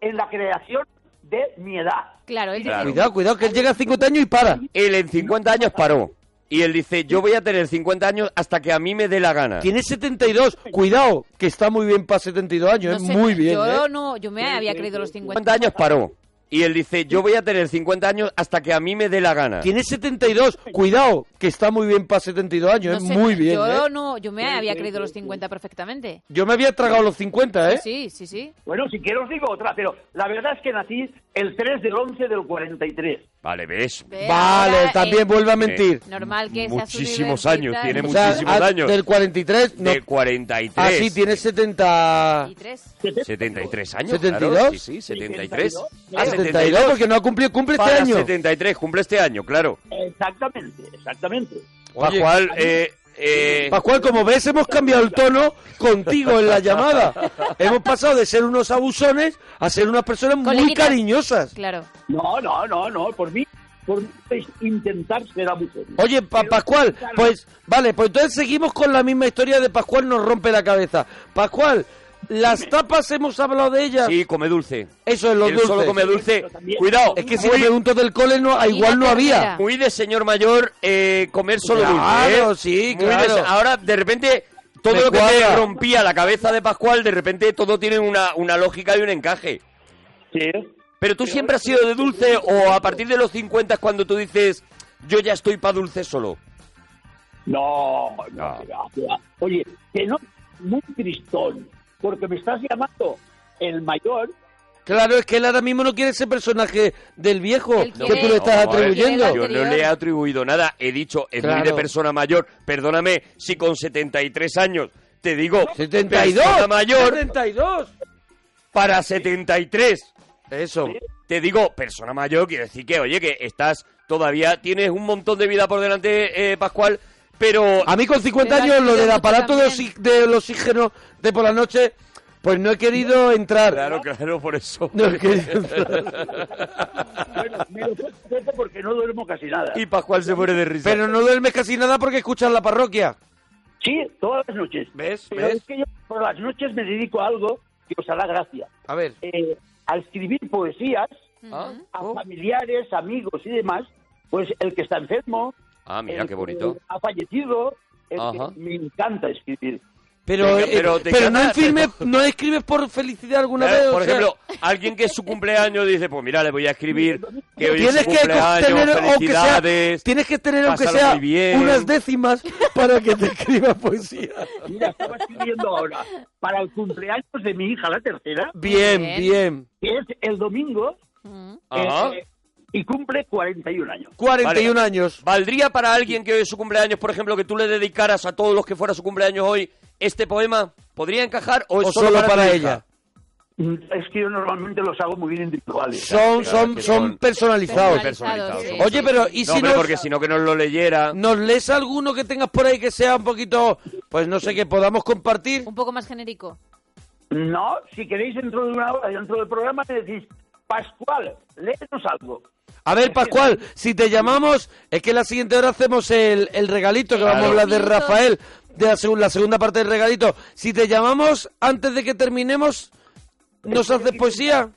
[SPEAKER 8] en la creación de mi edad.
[SPEAKER 5] Claro, él
[SPEAKER 4] Claro.
[SPEAKER 5] dice,
[SPEAKER 2] Cuidado, cuidado, que él llega a 50 años y para.
[SPEAKER 4] Él en 50 años paró. Y él dice, yo voy a tener 50 años hasta que a mí me dé la gana.
[SPEAKER 2] Tiene 72, cuidado, que está muy bien para 72
[SPEAKER 5] no
[SPEAKER 2] años, es
[SPEAKER 5] sé,
[SPEAKER 2] muy bien.
[SPEAKER 5] Yo
[SPEAKER 2] ¿eh?
[SPEAKER 5] no, yo me había creído los
[SPEAKER 4] 50
[SPEAKER 5] 50.
[SPEAKER 4] años paró. Y él dice, yo voy a tener 50 años hasta que a mí me dé la gana.
[SPEAKER 2] Tiene 72, cuidado, que está muy bien para 72 años,
[SPEAKER 5] No
[SPEAKER 2] es
[SPEAKER 5] sé,
[SPEAKER 2] muy bien.
[SPEAKER 5] Yo
[SPEAKER 2] ¿eh?
[SPEAKER 5] no, yo me había creído los 50 perfectamente.
[SPEAKER 2] Yo me había tragado los 50, ¿eh?
[SPEAKER 5] Sí, sí, sí.
[SPEAKER 8] Bueno, si quiero os digo otra, pero la verdad es que nací el 3 del 11 del 43.
[SPEAKER 4] Vale, ¿ves?
[SPEAKER 5] Ve
[SPEAKER 2] Vale,
[SPEAKER 5] ahora,
[SPEAKER 2] también
[SPEAKER 5] eh,
[SPEAKER 2] vuelve a mentir.
[SPEAKER 5] Normal que sea su
[SPEAKER 4] Muchísimos
[SPEAKER 5] universitario.
[SPEAKER 4] años, tiene
[SPEAKER 2] O sea,
[SPEAKER 4] muchísimos
[SPEAKER 2] a-
[SPEAKER 4] años.
[SPEAKER 2] Del 43, no.
[SPEAKER 4] De 43.
[SPEAKER 2] Ah, sí, tiene 70.
[SPEAKER 5] Y tres.
[SPEAKER 4] 73 años.
[SPEAKER 2] 72.
[SPEAKER 4] claro, sí, sí, 73. Ah,
[SPEAKER 2] 72, porque no ha cumplido, cumple este
[SPEAKER 4] Para
[SPEAKER 2] año.
[SPEAKER 4] 73, cumple este año, claro.
[SPEAKER 8] Exactamente, exactamente.
[SPEAKER 2] Oye.
[SPEAKER 4] Pascual, eh, eh,
[SPEAKER 2] Pascual, como ves, hemos cambiado el tono contigo en la llamada. hemos pasado de ser unos abusones a ser unas personas muy
[SPEAKER 5] Coleguitas.
[SPEAKER 2] cariñosas.
[SPEAKER 5] Claro.
[SPEAKER 8] No, no, no, no, por mí, por mí es intentar ser abuso.
[SPEAKER 2] Oye, Pa- Pascual,
[SPEAKER 8] claro.
[SPEAKER 2] pues vale, pues entonces seguimos con la misma historia de Pascual nos rompe la cabeza. Pascual, las tapas hemos hablado de ellas.
[SPEAKER 4] sí, come dulce.
[SPEAKER 2] Eso es lo
[SPEAKER 4] Él
[SPEAKER 2] dulce.
[SPEAKER 4] solo come dulce.
[SPEAKER 8] también-
[SPEAKER 4] Cuidado,
[SPEAKER 2] Es que si le
[SPEAKER 4] muy,
[SPEAKER 2] pregunto del cole, no, a
[SPEAKER 5] Y
[SPEAKER 2] igual
[SPEAKER 5] la
[SPEAKER 2] no había.
[SPEAKER 5] ternera.
[SPEAKER 4] muy de señor mayor eh, comer solo dulce. ¿eh?
[SPEAKER 2] Claro, sí,
[SPEAKER 4] Muy de
[SPEAKER 2] claro.
[SPEAKER 4] se- ahora, de repente, todo
[SPEAKER 2] Me
[SPEAKER 4] lo que
[SPEAKER 2] cuadra.
[SPEAKER 4] te rompía la cabeza de Pascual, de repente todo tiene una, una lógica y un encaje.
[SPEAKER 8] Sí.
[SPEAKER 4] Pero tú siempre has sido de dulce o a partir de los 50 es cuando tú dices, yo ya estoy para dulce solo.
[SPEAKER 8] No,
[SPEAKER 4] No.
[SPEAKER 8] no. que va, que va. Oye, que no, muy tristón, porque me estás llamando el mayor.
[SPEAKER 2] Claro, es que él ahora mismo no quiere ese personaje del viejo
[SPEAKER 5] Él
[SPEAKER 2] que tú
[SPEAKER 5] quiere-
[SPEAKER 2] le estás
[SPEAKER 5] No, a ver,
[SPEAKER 2] atribuyendo.
[SPEAKER 5] quiere
[SPEAKER 4] Yo no le he atribuido nada, he dicho, es muy de
[SPEAKER 2] Claro.
[SPEAKER 4] persona mayor. Perdóname, si con 73 años, te digo,
[SPEAKER 2] 72.
[SPEAKER 4] persona mayor
[SPEAKER 2] 72.
[SPEAKER 4] para 73.
[SPEAKER 2] Eso.
[SPEAKER 4] Te digo, persona mayor, quiere decir que, oye, que estás todavía, tienes un montón de vida por delante, eh, Pascual, pero...
[SPEAKER 2] A mí con 50
[SPEAKER 5] Pero
[SPEAKER 2] años
[SPEAKER 5] has
[SPEAKER 2] lo del
[SPEAKER 5] vivido
[SPEAKER 2] aparato de,
[SPEAKER 5] mucho
[SPEAKER 2] oxi- del oxígeno de por la noche, pues no he querido entrar.
[SPEAKER 4] Claro, claro, por eso.
[SPEAKER 2] No he querido entrar.
[SPEAKER 8] Bueno, me lo puedo porque no duermo casi nada.
[SPEAKER 4] Y Pascual se muere de risa.
[SPEAKER 2] Pero no duermes casi nada porque escuchas la parroquia.
[SPEAKER 8] Sí, todas las noches.
[SPEAKER 4] ¿Ves?
[SPEAKER 8] Pero
[SPEAKER 4] ¿Ves?
[SPEAKER 8] es que yo por las noches me dedico a algo que os hará gracia.
[SPEAKER 2] A ver.
[SPEAKER 8] Eh, a escribir poesías
[SPEAKER 4] Ah,
[SPEAKER 8] a
[SPEAKER 4] oh.
[SPEAKER 8] familiares, amigos y demás. Pues el que está enfermo,
[SPEAKER 4] Ah, mira
[SPEAKER 8] el
[SPEAKER 4] qué
[SPEAKER 8] que
[SPEAKER 4] bonito.
[SPEAKER 8] ha fallecido. el que-
[SPEAKER 4] Ajá.
[SPEAKER 8] me encanta escribir.
[SPEAKER 2] Pero,
[SPEAKER 4] Venga,
[SPEAKER 2] eh,
[SPEAKER 4] pero
[SPEAKER 2] pero,
[SPEAKER 4] te
[SPEAKER 2] no,
[SPEAKER 4] encanta,
[SPEAKER 2] infirme-
[SPEAKER 4] pero-
[SPEAKER 2] no escribes por felicidad alguna
[SPEAKER 4] Claro,
[SPEAKER 2] vez. o
[SPEAKER 4] por
[SPEAKER 2] sea,
[SPEAKER 4] ejemplo, alguien que es su cumpleaños dice, pues mira, le voy a escribir que hoy es su
[SPEAKER 2] tienes que
[SPEAKER 4] cumpleaños,
[SPEAKER 2] tener, aunque sea,
[SPEAKER 4] felicidades.
[SPEAKER 2] tienes que tener aunque
[SPEAKER 4] pásalo
[SPEAKER 2] sea
[SPEAKER 4] muy bien.
[SPEAKER 2] unas décimas para que te escriba poesía.
[SPEAKER 8] Mira, estaba escribiendo ahora para el cumpleaños de mi hija, la tercera,
[SPEAKER 2] Bien,
[SPEAKER 5] Bien.
[SPEAKER 2] bien.
[SPEAKER 8] que es el domingo
[SPEAKER 5] Mm.
[SPEAKER 4] Ajá.
[SPEAKER 8] eh, y cumple 41 años.
[SPEAKER 2] 41 años.
[SPEAKER 4] ¿Valdría para alguien que hoy es su cumpleaños, por ejemplo, que tú le dedicaras a todos los que fuera su cumpleaños hoy este poema? ¿Podría encajar o es
[SPEAKER 2] O solo para
[SPEAKER 4] tu hija?
[SPEAKER 2] ella.
[SPEAKER 8] Mm, Es que yo normalmente los hago muy bien individuales. ¿eh?
[SPEAKER 2] Son,
[SPEAKER 4] claro,
[SPEAKER 2] son,
[SPEAKER 4] que
[SPEAKER 2] son
[SPEAKER 4] son
[SPEAKER 2] personalizados.
[SPEAKER 5] Personalizados,
[SPEAKER 4] Personalizados.
[SPEAKER 5] sí.
[SPEAKER 2] Oye, pero ¿y
[SPEAKER 4] no,
[SPEAKER 2] si
[SPEAKER 4] hombre,
[SPEAKER 2] nos,
[SPEAKER 4] porque si no que nos lo leyera.
[SPEAKER 2] nos lees alguno que tengas por ahí que sea un poquito, pues no sé, que podamos compartir?
[SPEAKER 5] Un poco más genérico.
[SPEAKER 8] No, si queréis dentro de una hora, dentro del programa, le decís, Pascual, léenos algo.
[SPEAKER 2] A ver, Pascual, si te llamamos, es que la siguiente hora hacemos el, el regalito, que vamos a hablar de
[SPEAKER 5] Minutos.
[SPEAKER 2] Rafael, de la, segun- la segunda parte del regalito. Si te llamamos antes de que terminemos, ¿nos haces poesía?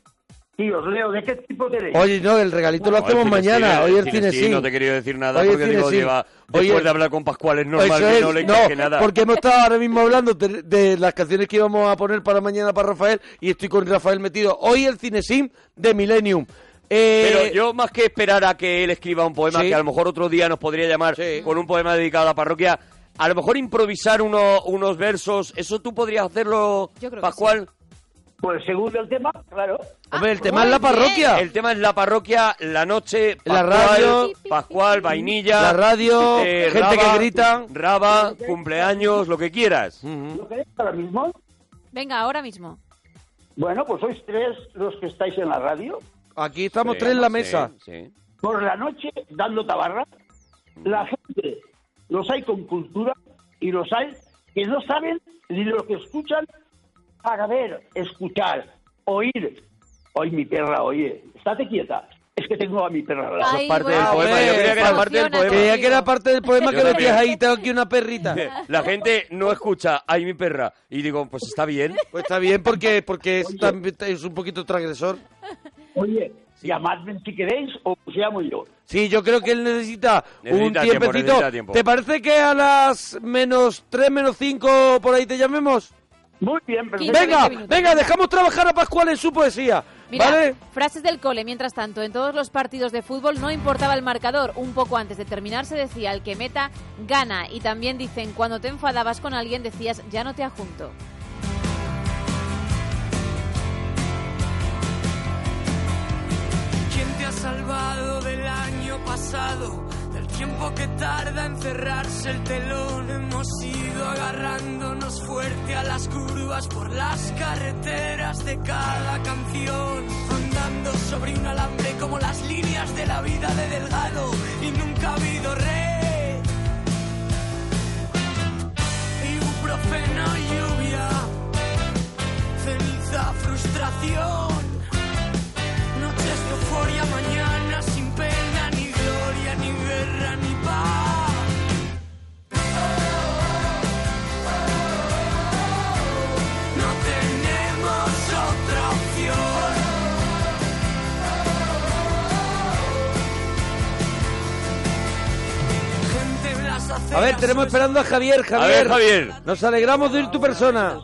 [SPEAKER 8] Y os leo, ¿de qué tipo queréis?
[SPEAKER 2] Oye, no, el regalito
[SPEAKER 4] No,
[SPEAKER 2] lo
[SPEAKER 4] el
[SPEAKER 2] hacemos
[SPEAKER 4] cine
[SPEAKER 2] mañana,
[SPEAKER 4] sí,
[SPEAKER 2] hoy el
[SPEAKER 4] cine
[SPEAKER 2] cine sí.
[SPEAKER 4] No te he querido decir nada
[SPEAKER 2] Hoy el
[SPEAKER 4] porque
[SPEAKER 2] cine
[SPEAKER 4] digo,
[SPEAKER 2] sí.
[SPEAKER 4] lleva.
[SPEAKER 2] Hoy
[SPEAKER 4] Después
[SPEAKER 2] el-
[SPEAKER 4] de hablar con Pascual es normal
[SPEAKER 2] Eso
[SPEAKER 4] que
[SPEAKER 2] es,
[SPEAKER 4] no le
[SPEAKER 2] no,
[SPEAKER 4] que nada.
[SPEAKER 2] porque hemos estado ahora mismo hablando de, de las canciones que íbamos a poner para mañana para Rafael y estoy con Rafael metido. Hoy el Cinesim de Millennium. Eh,
[SPEAKER 4] Pero yo más que esperar a que él escriba un poema,
[SPEAKER 2] Sí.
[SPEAKER 4] que a lo mejor otro día nos podría llamar
[SPEAKER 2] Sí.
[SPEAKER 4] con un poema dedicado a la parroquia, a lo mejor improvisar uno- unos versos, ¿eso tú podrías hacerlo,
[SPEAKER 5] Yo creo que
[SPEAKER 4] Pascual?
[SPEAKER 8] Pues según el tema, claro.
[SPEAKER 2] Hombre, el
[SPEAKER 5] Ah,
[SPEAKER 2] tema es
[SPEAKER 5] muy
[SPEAKER 2] la parroquia.
[SPEAKER 4] El tema es la parroquia, la noche,
[SPEAKER 2] La
[SPEAKER 4] Pascual,
[SPEAKER 2] radio.
[SPEAKER 4] Pascual, vainilla, eh,
[SPEAKER 2] La radio, gente que grita.
[SPEAKER 4] raba, cumpleaños, lo que quieras.
[SPEAKER 8] ¿Lo queréis ¿eh? ahora mismo?
[SPEAKER 5] Venga, ahora mismo.
[SPEAKER 8] Bueno, pues sois tres los que estáis en la radio.
[SPEAKER 2] Aquí estamos tres en la
[SPEAKER 4] Sí,
[SPEAKER 2] mesa.
[SPEAKER 4] sí.
[SPEAKER 8] Por la noche, dando tabarra.
[SPEAKER 4] Mm.
[SPEAKER 8] La gente, los hay con cultura y los hay que no saben ni lo que escuchan para ver, escuchar, oír. Hoy mi perra, oye, estate quieta. Es que tengo a mi perra. al lado.
[SPEAKER 5] Ay,
[SPEAKER 4] parte
[SPEAKER 5] bueno, pues
[SPEAKER 4] del poema,
[SPEAKER 2] yo creía que era
[SPEAKER 4] parte del
[SPEAKER 5] emociona,
[SPEAKER 4] poema.
[SPEAKER 2] Creía
[SPEAKER 5] tío.
[SPEAKER 2] que era parte del poema
[SPEAKER 4] Yo
[SPEAKER 2] que
[SPEAKER 4] también.
[SPEAKER 2] metías ahí, tengo aquí una perrita.
[SPEAKER 4] La gente no escucha, ay mi perra, y digo, pues está bien.
[SPEAKER 2] Pues está bien porque, porque es, también- es un poquito transgresor.
[SPEAKER 8] Oye, llamadme si queréis o os llamo yo.
[SPEAKER 2] Sí, yo creo que él necesita,
[SPEAKER 4] Necesita
[SPEAKER 2] un
[SPEAKER 4] tiempo,
[SPEAKER 2] tiempecito.
[SPEAKER 4] necesita tiempo.
[SPEAKER 2] ¿Te parece que a las menos 3, menos 5 por ahí te llamemos?
[SPEAKER 8] Muy bien, perfecto.
[SPEAKER 5] Quince,
[SPEAKER 2] Venga,
[SPEAKER 5] veinte minutos.
[SPEAKER 2] venga, dejamos trabajar a Pascual en su poesía.
[SPEAKER 5] Mira,
[SPEAKER 2] ¿Vale?
[SPEAKER 5] frases del cole. Mientras tanto, en todos los partidos de fútbol no importaba el marcador. Un poco antes de terminar se decía el que meta gana. Y también dicen cuando te enfadabas con alguien decías ya no te ajunto.
[SPEAKER 1] ¿Quién te ha salvado del año pasado? Del tiempo que tarda en cerrarse el telón. Hemos ido agarrándonos fuerte a las curvas por las carreteras de cada canción. Andando sobre un alambre como las líneas de la vida de Delgado. Y nunca ha habido rey. Ibuprofeno y lluvia. Ceniza, frustración. Noches de euforia, mañana sin pena, ni gloria, ni guerra, ni paz. No tenemos otra opción. Gente en las
[SPEAKER 2] A ver, tenemos esperando a Javier, Javier.
[SPEAKER 4] ver, Javier.
[SPEAKER 2] Nos alegramos de ir tu persona.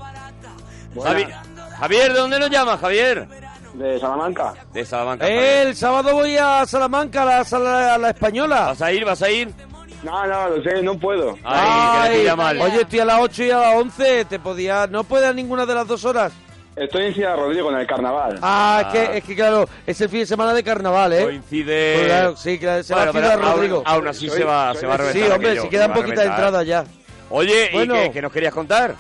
[SPEAKER 4] Javi- Javier, ¿de dónde nos llamas, Javier?
[SPEAKER 6] De Salamanca.
[SPEAKER 4] De Salamanca.
[SPEAKER 2] Eh, el sábado voy a Salamanca, a la, sala- a la española.
[SPEAKER 4] ¿Vas a ir? ¿Vas a ir?
[SPEAKER 6] No, no, lo sé, no puedo.
[SPEAKER 4] Ay, que le pilla mal.
[SPEAKER 2] Oye, estoy a las 8 y a las 11. Te podía. No puede a ninguna de las dos horas.
[SPEAKER 6] Estoy en Ciudad Rodrigo con el carnaval.
[SPEAKER 2] Ah,
[SPEAKER 4] Ah.
[SPEAKER 2] Es, que, es que claro, es el fin de semana de carnaval, ¿eh?
[SPEAKER 4] Coincide.
[SPEAKER 2] Pues claro, sí, claro, se
[SPEAKER 4] Bueno,
[SPEAKER 2] va a
[SPEAKER 4] pero
[SPEAKER 2] Ciudad Rodrigo.
[SPEAKER 4] Aún, aún así se va, se va a
[SPEAKER 2] sí,
[SPEAKER 4] reventar.
[SPEAKER 2] hombre,
[SPEAKER 4] aquello,
[SPEAKER 2] si
[SPEAKER 4] se
[SPEAKER 2] quedan
[SPEAKER 4] va a
[SPEAKER 2] poquitas
[SPEAKER 4] reventar.
[SPEAKER 2] entradas ya.
[SPEAKER 4] Oye,
[SPEAKER 2] Bueno.
[SPEAKER 4] ¿y qué, qué nos querías contar?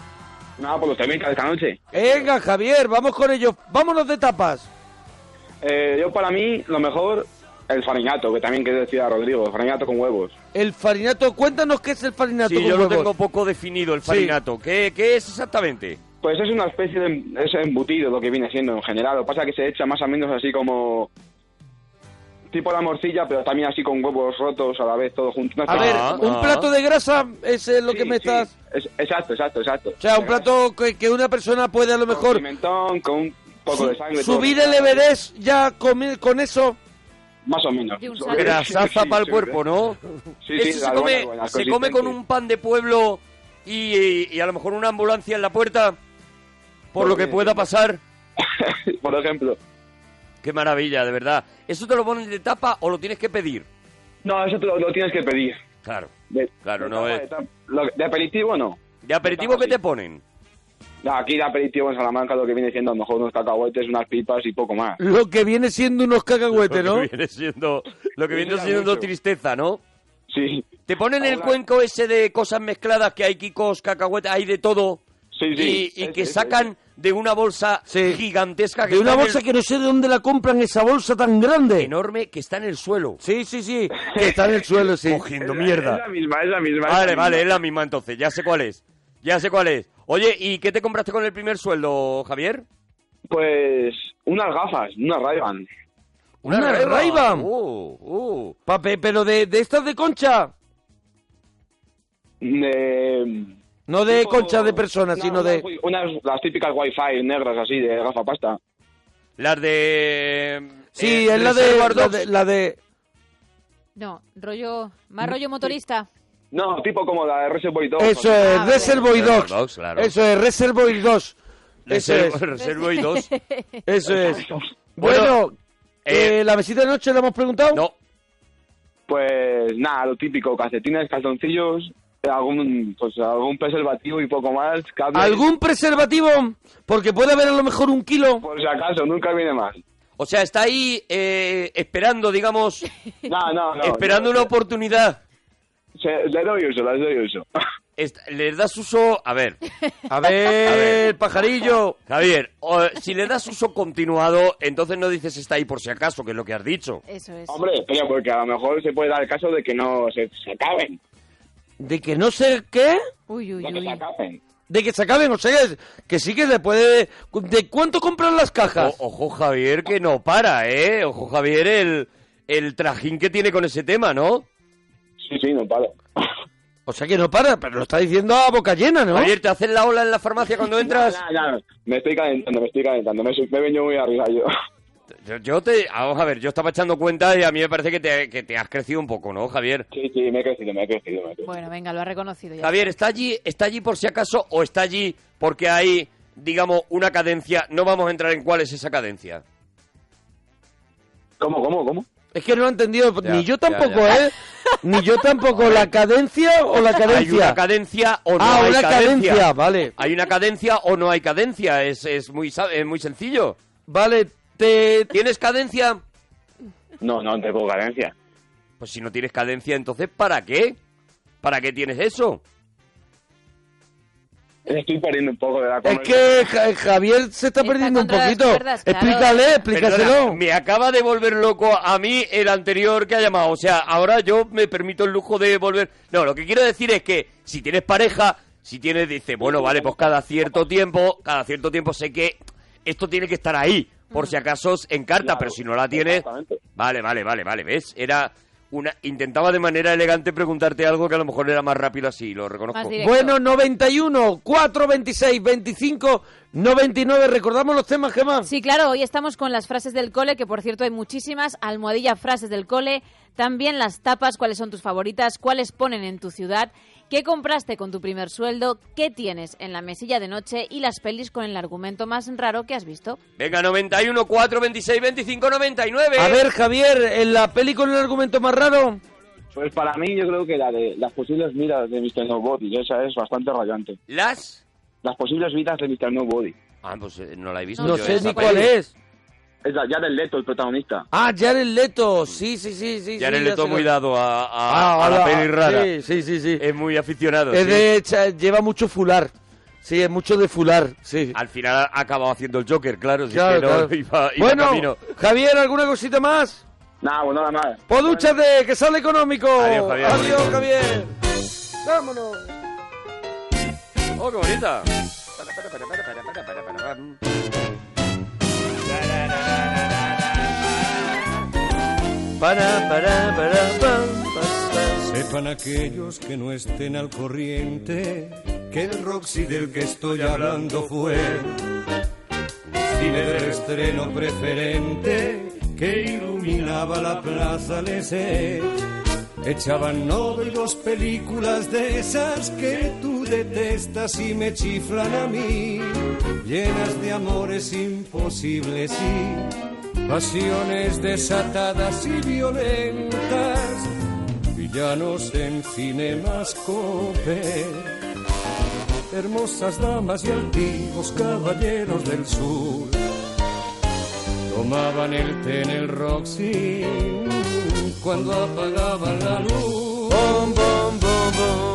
[SPEAKER 6] Nada, por los temitas de esta noche.
[SPEAKER 2] Venga, Javier, vamos con ellos. Vámonos de tapas.
[SPEAKER 6] Eh, yo para mí, lo mejor, el farinato, que también que es de Ciudad Rodrigo, farinato con huevos.
[SPEAKER 2] El farinato, cuéntanos qué es el farinato
[SPEAKER 4] Sí,
[SPEAKER 2] con
[SPEAKER 4] yo lo
[SPEAKER 2] huevos.
[SPEAKER 4] tengo poco definido, el
[SPEAKER 2] Sí.
[SPEAKER 4] farinato. ¿Qué, ¿Qué es exactamente?
[SPEAKER 6] Pues es una especie de es embutido lo que viene siendo en general. Lo que pasa es que se echa más o menos así como... Tipo la morcilla, pero también así con huevos rotos a la vez, todo junto. Una
[SPEAKER 2] A
[SPEAKER 6] especie-
[SPEAKER 2] ver,
[SPEAKER 4] Ah,
[SPEAKER 2] un
[SPEAKER 4] ah.
[SPEAKER 2] plato de grasa es eh, lo
[SPEAKER 6] Sí,
[SPEAKER 2] que me
[SPEAKER 6] sí,
[SPEAKER 2] estás...
[SPEAKER 6] es- exacto, exacto, exacto.
[SPEAKER 2] O sea, un plato que, que una persona puede a lo
[SPEAKER 6] Con
[SPEAKER 2] mejor
[SPEAKER 6] pimentón, con un poco
[SPEAKER 2] su-
[SPEAKER 6] de sangre. todo.
[SPEAKER 2] subir el Everest ya comer con eso.
[SPEAKER 6] Más o menos.
[SPEAKER 5] De un
[SPEAKER 6] Lo
[SPEAKER 5] salto.
[SPEAKER 6] que-
[SPEAKER 4] Grasaza
[SPEAKER 6] sí,
[SPEAKER 4] para el
[SPEAKER 6] sí,
[SPEAKER 4] cuerpo, ¿no?
[SPEAKER 6] Sí, sí,
[SPEAKER 4] Ese
[SPEAKER 6] las
[SPEAKER 4] se come,
[SPEAKER 6] buenas, buenas,
[SPEAKER 4] se come con
[SPEAKER 6] consistentes.
[SPEAKER 4] un pan de pueblo y, y a lo mejor una ambulancia en la puerta, por lo que pueda pasar.
[SPEAKER 6] Por ejemplo.
[SPEAKER 4] Qué maravilla, de verdad. ¿Eso te lo ponen de tapa o lo tienes que pedir?
[SPEAKER 6] No, eso te lo, lo tienes que pedir.
[SPEAKER 4] Claro.
[SPEAKER 6] De,
[SPEAKER 4] Claro,
[SPEAKER 6] de
[SPEAKER 4] no
[SPEAKER 6] tapa,
[SPEAKER 4] es-
[SPEAKER 6] De, tapa. Lo- de aperitivo no.
[SPEAKER 4] ¿De aperitivo
[SPEAKER 6] tapa,
[SPEAKER 4] qué
[SPEAKER 6] sí.
[SPEAKER 4] te ponen?
[SPEAKER 6] No, Aquí de aperitivo en Salamanca lo que viene siendo a lo mejor unos cacahuetes, unas pipas y poco más.
[SPEAKER 2] Lo que viene siendo unos cacahuetes,
[SPEAKER 4] Lo
[SPEAKER 2] ¿no?
[SPEAKER 4] que viene siendo, lo que viene
[SPEAKER 6] Mira
[SPEAKER 4] siendo
[SPEAKER 6] mucho.
[SPEAKER 4] tristeza, ¿no?
[SPEAKER 6] Sí,
[SPEAKER 4] Te ponen el
[SPEAKER 6] Ahora-
[SPEAKER 4] cuenco ese de cosas mezcladas que hay kikos, cacahuetes, hay de todo.
[SPEAKER 6] sí, sí.
[SPEAKER 4] y y
[SPEAKER 6] Ese,
[SPEAKER 4] que
[SPEAKER 6] ese,
[SPEAKER 4] sacan de una bolsa
[SPEAKER 2] Sí.
[SPEAKER 4] gigantesca. Que
[SPEAKER 2] De una
[SPEAKER 4] está en
[SPEAKER 2] bolsa
[SPEAKER 4] el-
[SPEAKER 2] que no sé de dónde la compran esa bolsa tan grande.
[SPEAKER 4] enorme que está en el suelo.
[SPEAKER 2] Sí, sí, sí. Que está en el suelo, sí.
[SPEAKER 4] Cogiendo
[SPEAKER 9] Es la-
[SPEAKER 4] mierda.
[SPEAKER 9] Es la misma, es la misma. es la
[SPEAKER 4] Vale, vale, es
[SPEAKER 9] misma.
[SPEAKER 4] la misma entonces. Ya sé cuál es. Ya sé cuál es. Oye, ¿y qué te compraste con el primer sueldo, Javier?
[SPEAKER 9] Pues unas gafas, unas Ray-Ban.
[SPEAKER 2] Una,
[SPEAKER 4] Ray-Ban.
[SPEAKER 2] Ray-Ban.
[SPEAKER 4] Uh, uh.
[SPEAKER 2] Pape, pero de, de estas de concha.
[SPEAKER 9] De-
[SPEAKER 2] No de
[SPEAKER 9] tipo-
[SPEAKER 2] concha de persona,
[SPEAKER 9] no,
[SPEAKER 2] sino
[SPEAKER 9] unas
[SPEAKER 2] de...
[SPEAKER 9] wi- Unas, las típicas wifi negras así, de gafapasta.
[SPEAKER 4] Las de...
[SPEAKER 2] Sí,
[SPEAKER 4] eh,
[SPEAKER 2] es la de,
[SPEAKER 4] Reservoir
[SPEAKER 2] la
[SPEAKER 4] Dogs.
[SPEAKER 2] de... la de-
[SPEAKER 5] No, rollo. Más
[SPEAKER 4] Mm,
[SPEAKER 5] rollo motorista.
[SPEAKER 9] No, tipo como la de Reservoir Dogs.
[SPEAKER 4] Ah,
[SPEAKER 2] Eso
[SPEAKER 9] así.
[SPEAKER 2] es,
[SPEAKER 5] vale.
[SPEAKER 2] Reservoir
[SPEAKER 4] Reservoir
[SPEAKER 2] Dogs.
[SPEAKER 4] Dogs, claro.
[SPEAKER 2] Eso es, Reservoir 2. Eso es,
[SPEAKER 4] Reservo, reservo y dos.
[SPEAKER 2] eso es.
[SPEAKER 4] Bueno,
[SPEAKER 2] Bueno, eh, ¿la mesita de noche la hemos preguntado?
[SPEAKER 4] No,
[SPEAKER 9] Pues nada, lo típico, calcetines, calzoncillos, algún, pues, algún preservativo y poco más. cable.
[SPEAKER 2] ¿Algún preservativo? Porque puede haber a lo mejor un kilo.
[SPEAKER 9] Por si acaso, nunca viene más.
[SPEAKER 4] o sea, está ahí eh, esperando, digamos,
[SPEAKER 9] No, no, no.
[SPEAKER 4] esperando
[SPEAKER 9] yo-
[SPEAKER 4] una oportunidad.
[SPEAKER 9] se- le doy uso, le doy uso.
[SPEAKER 4] Est- ¿Les das uso? A ver,
[SPEAKER 2] A ver,
[SPEAKER 4] A ver.
[SPEAKER 2] pajarillo.
[SPEAKER 4] Javier, o- si le das uso continuado, entonces no dices está ahí por si acaso, que es lo que has dicho.
[SPEAKER 5] Eso es.
[SPEAKER 9] Hombre, pero porque a lo mejor se puede dar el caso de que no se, se acaben.
[SPEAKER 2] ¿De que no sé qué?
[SPEAKER 5] Uy, uy,
[SPEAKER 9] De que se
[SPEAKER 5] uy.
[SPEAKER 9] acaben.
[SPEAKER 2] De que se acaben, o sea, es- que sí que se puede... ¿De cuánto compran las cajas?
[SPEAKER 4] O- ojo Javier que no para, ¿eh? Ojo Javier el, el trajín que tiene con ese tema, ¿no?
[SPEAKER 9] Sí, sí, no paro.
[SPEAKER 2] O sea que no para, pero lo está diciendo a boca llena, ¿no?
[SPEAKER 4] Javier, ¿te hacen la ola en la farmacia cuando entras?
[SPEAKER 9] Ya, ya, me estoy calentando, me estoy calentando. Me, me he venido muy arriba yo.
[SPEAKER 4] Yo, yo te... ah, Vamos a ver, yo estaba echando cuenta y a mí me parece que te, que te has crecido un poco, ¿no, Javier?
[SPEAKER 9] Sí, sí, me he crecido, me he crecido. Me he crecido.
[SPEAKER 5] Bueno, venga, lo ha reconocido ya.
[SPEAKER 4] Javier, ¿está allí, ¿está allí por si acaso o está allí porque hay, digamos, una cadencia? No vamos a entrar en cuál es esa cadencia.
[SPEAKER 9] ¿Cómo, cómo, cómo?
[SPEAKER 2] Es que no ha entendido,
[SPEAKER 4] Ya,
[SPEAKER 2] ni yo
[SPEAKER 4] ya,
[SPEAKER 2] tampoco,
[SPEAKER 4] ya.
[SPEAKER 2] ¿eh? Ni yo tampoco, la cadencia o la cadencia.
[SPEAKER 4] ¿Hay una cadencia o no
[SPEAKER 2] ah,
[SPEAKER 4] hay
[SPEAKER 2] una
[SPEAKER 4] cadencia?
[SPEAKER 2] cadencia, vale.
[SPEAKER 4] ¿Hay una cadencia o no hay cadencia? Es, es, muy, sa- es muy sencillo.
[SPEAKER 2] Vale, te...
[SPEAKER 4] ¿Tienes cadencia?
[SPEAKER 9] No, no, tengo carencia.
[SPEAKER 4] Pues si no tienes cadencia, entonces ¿para qué? ¿Para qué tienes eso?
[SPEAKER 9] Estoy perdiendo un poco de la
[SPEAKER 2] Es
[SPEAKER 9] conversación.
[SPEAKER 2] que Ja- Javier se está,
[SPEAKER 5] Está
[SPEAKER 2] perdiendo un
[SPEAKER 5] contra las
[SPEAKER 2] poquito.
[SPEAKER 5] cuerdas, claro.
[SPEAKER 2] Explícale, explícaselo.
[SPEAKER 4] Perdona, me acaba de volver loco a mí el anterior que ha llamado. O sea, ahora yo me permito el lujo de volver. No, lo que quiero decir es que si tienes pareja, si tienes, dice, bueno, vale, pues cada cierto tiempo, cada cierto tiempo sé que esto tiene que estar ahí, por si acaso en carta,
[SPEAKER 9] Claro,
[SPEAKER 4] pero si no la tienes.
[SPEAKER 9] exactamente.
[SPEAKER 4] Vale, vale, vale, vale, ¿ves? Era una. Intentaba de manera elegante preguntarte algo que a lo mejor era más rápido así, lo reconozco.
[SPEAKER 5] Más directo.
[SPEAKER 2] Bueno, 91, 4, 26, 25, 99. ¿Recordamos los temas, Gemma?
[SPEAKER 5] Sí, claro, hoy estamos con las frases del cole, que por cierto hay muchísimas, almohadilla frases del cole, también las tapas, cuáles son tus favoritas, cuáles ponen en tu ciudad, qué compraste con tu primer sueldo, qué tienes en la mesilla de noche y las pelis con el argumento más raro que has visto.
[SPEAKER 4] Venga, 91, 4, 26, 25, 99.
[SPEAKER 2] A ver, Javier, en la película el argumento más raro.
[SPEAKER 9] Pues para mí yo creo que la de las posibles vidas de Mr. Nobody, esa es bastante rayante.
[SPEAKER 4] Las.
[SPEAKER 9] Las posibles vidas de Mr. Nobody.
[SPEAKER 4] Ah, pues eh, no la he visto.
[SPEAKER 2] No,
[SPEAKER 4] yo
[SPEAKER 2] sé
[SPEAKER 4] esa
[SPEAKER 2] ni
[SPEAKER 4] peli.
[SPEAKER 2] cuál es.
[SPEAKER 9] Es la Jared Leto, el protagonista.
[SPEAKER 2] Ah, Jared Leto. Sí, sí, sí, sí.
[SPEAKER 4] Ya
[SPEAKER 2] sí,
[SPEAKER 4] le
[SPEAKER 2] ya
[SPEAKER 4] tomo
[SPEAKER 2] sé
[SPEAKER 4] muy
[SPEAKER 2] cuál.
[SPEAKER 4] dado a, a-
[SPEAKER 2] Ah,
[SPEAKER 4] a la
[SPEAKER 2] hola.
[SPEAKER 4] peli rara.
[SPEAKER 2] Sí, sí, sí. sí.
[SPEAKER 4] Es muy aficionado.
[SPEAKER 2] Es
[SPEAKER 4] sí.
[SPEAKER 2] de, cha- lleva mucho fular. Sí, es mucho de fular. Sí.
[SPEAKER 4] Al final ha acabado haciendo el Joker, claro. si es
[SPEAKER 2] Claro,
[SPEAKER 4] que no,
[SPEAKER 2] claro.
[SPEAKER 4] iba- iba
[SPEAKER 2] bueno,
[SPEAKER 4] camino.
[SPEAKER 2] Javier, ¿alguna cosita más?
[SPEAKER 9] Nada, bueno, nada más.
[SPEAKER 2] Podúchate, que sale económico.
[SPEAKER 4] Adiós, Javier.
[SPEAKER 2] Adiós, Javier. Vámonos.
[SPEAKER 4] ¡Oh, qué bonita!
[SPEAKER 2] Para, para, para, pam, pam, pam.
[SPEAKER 10] Sepan aquellos que no estén al corriente que el Roxy del que estoy hablando fue cine del estreno preferente que iluminaba la plaza Lesé. Echaban no y dos películas de esas que tú detestas y me chiflan a mí, llenas de amores imposibles y pasiones desatadas y violentas villanos en Cinemascope. Hermosas damas y altivos caballeros del sur tomaban el té en el Roxy cuando apagaban la luz.
[SPEAKER 2] Bom, bom, bom, bom.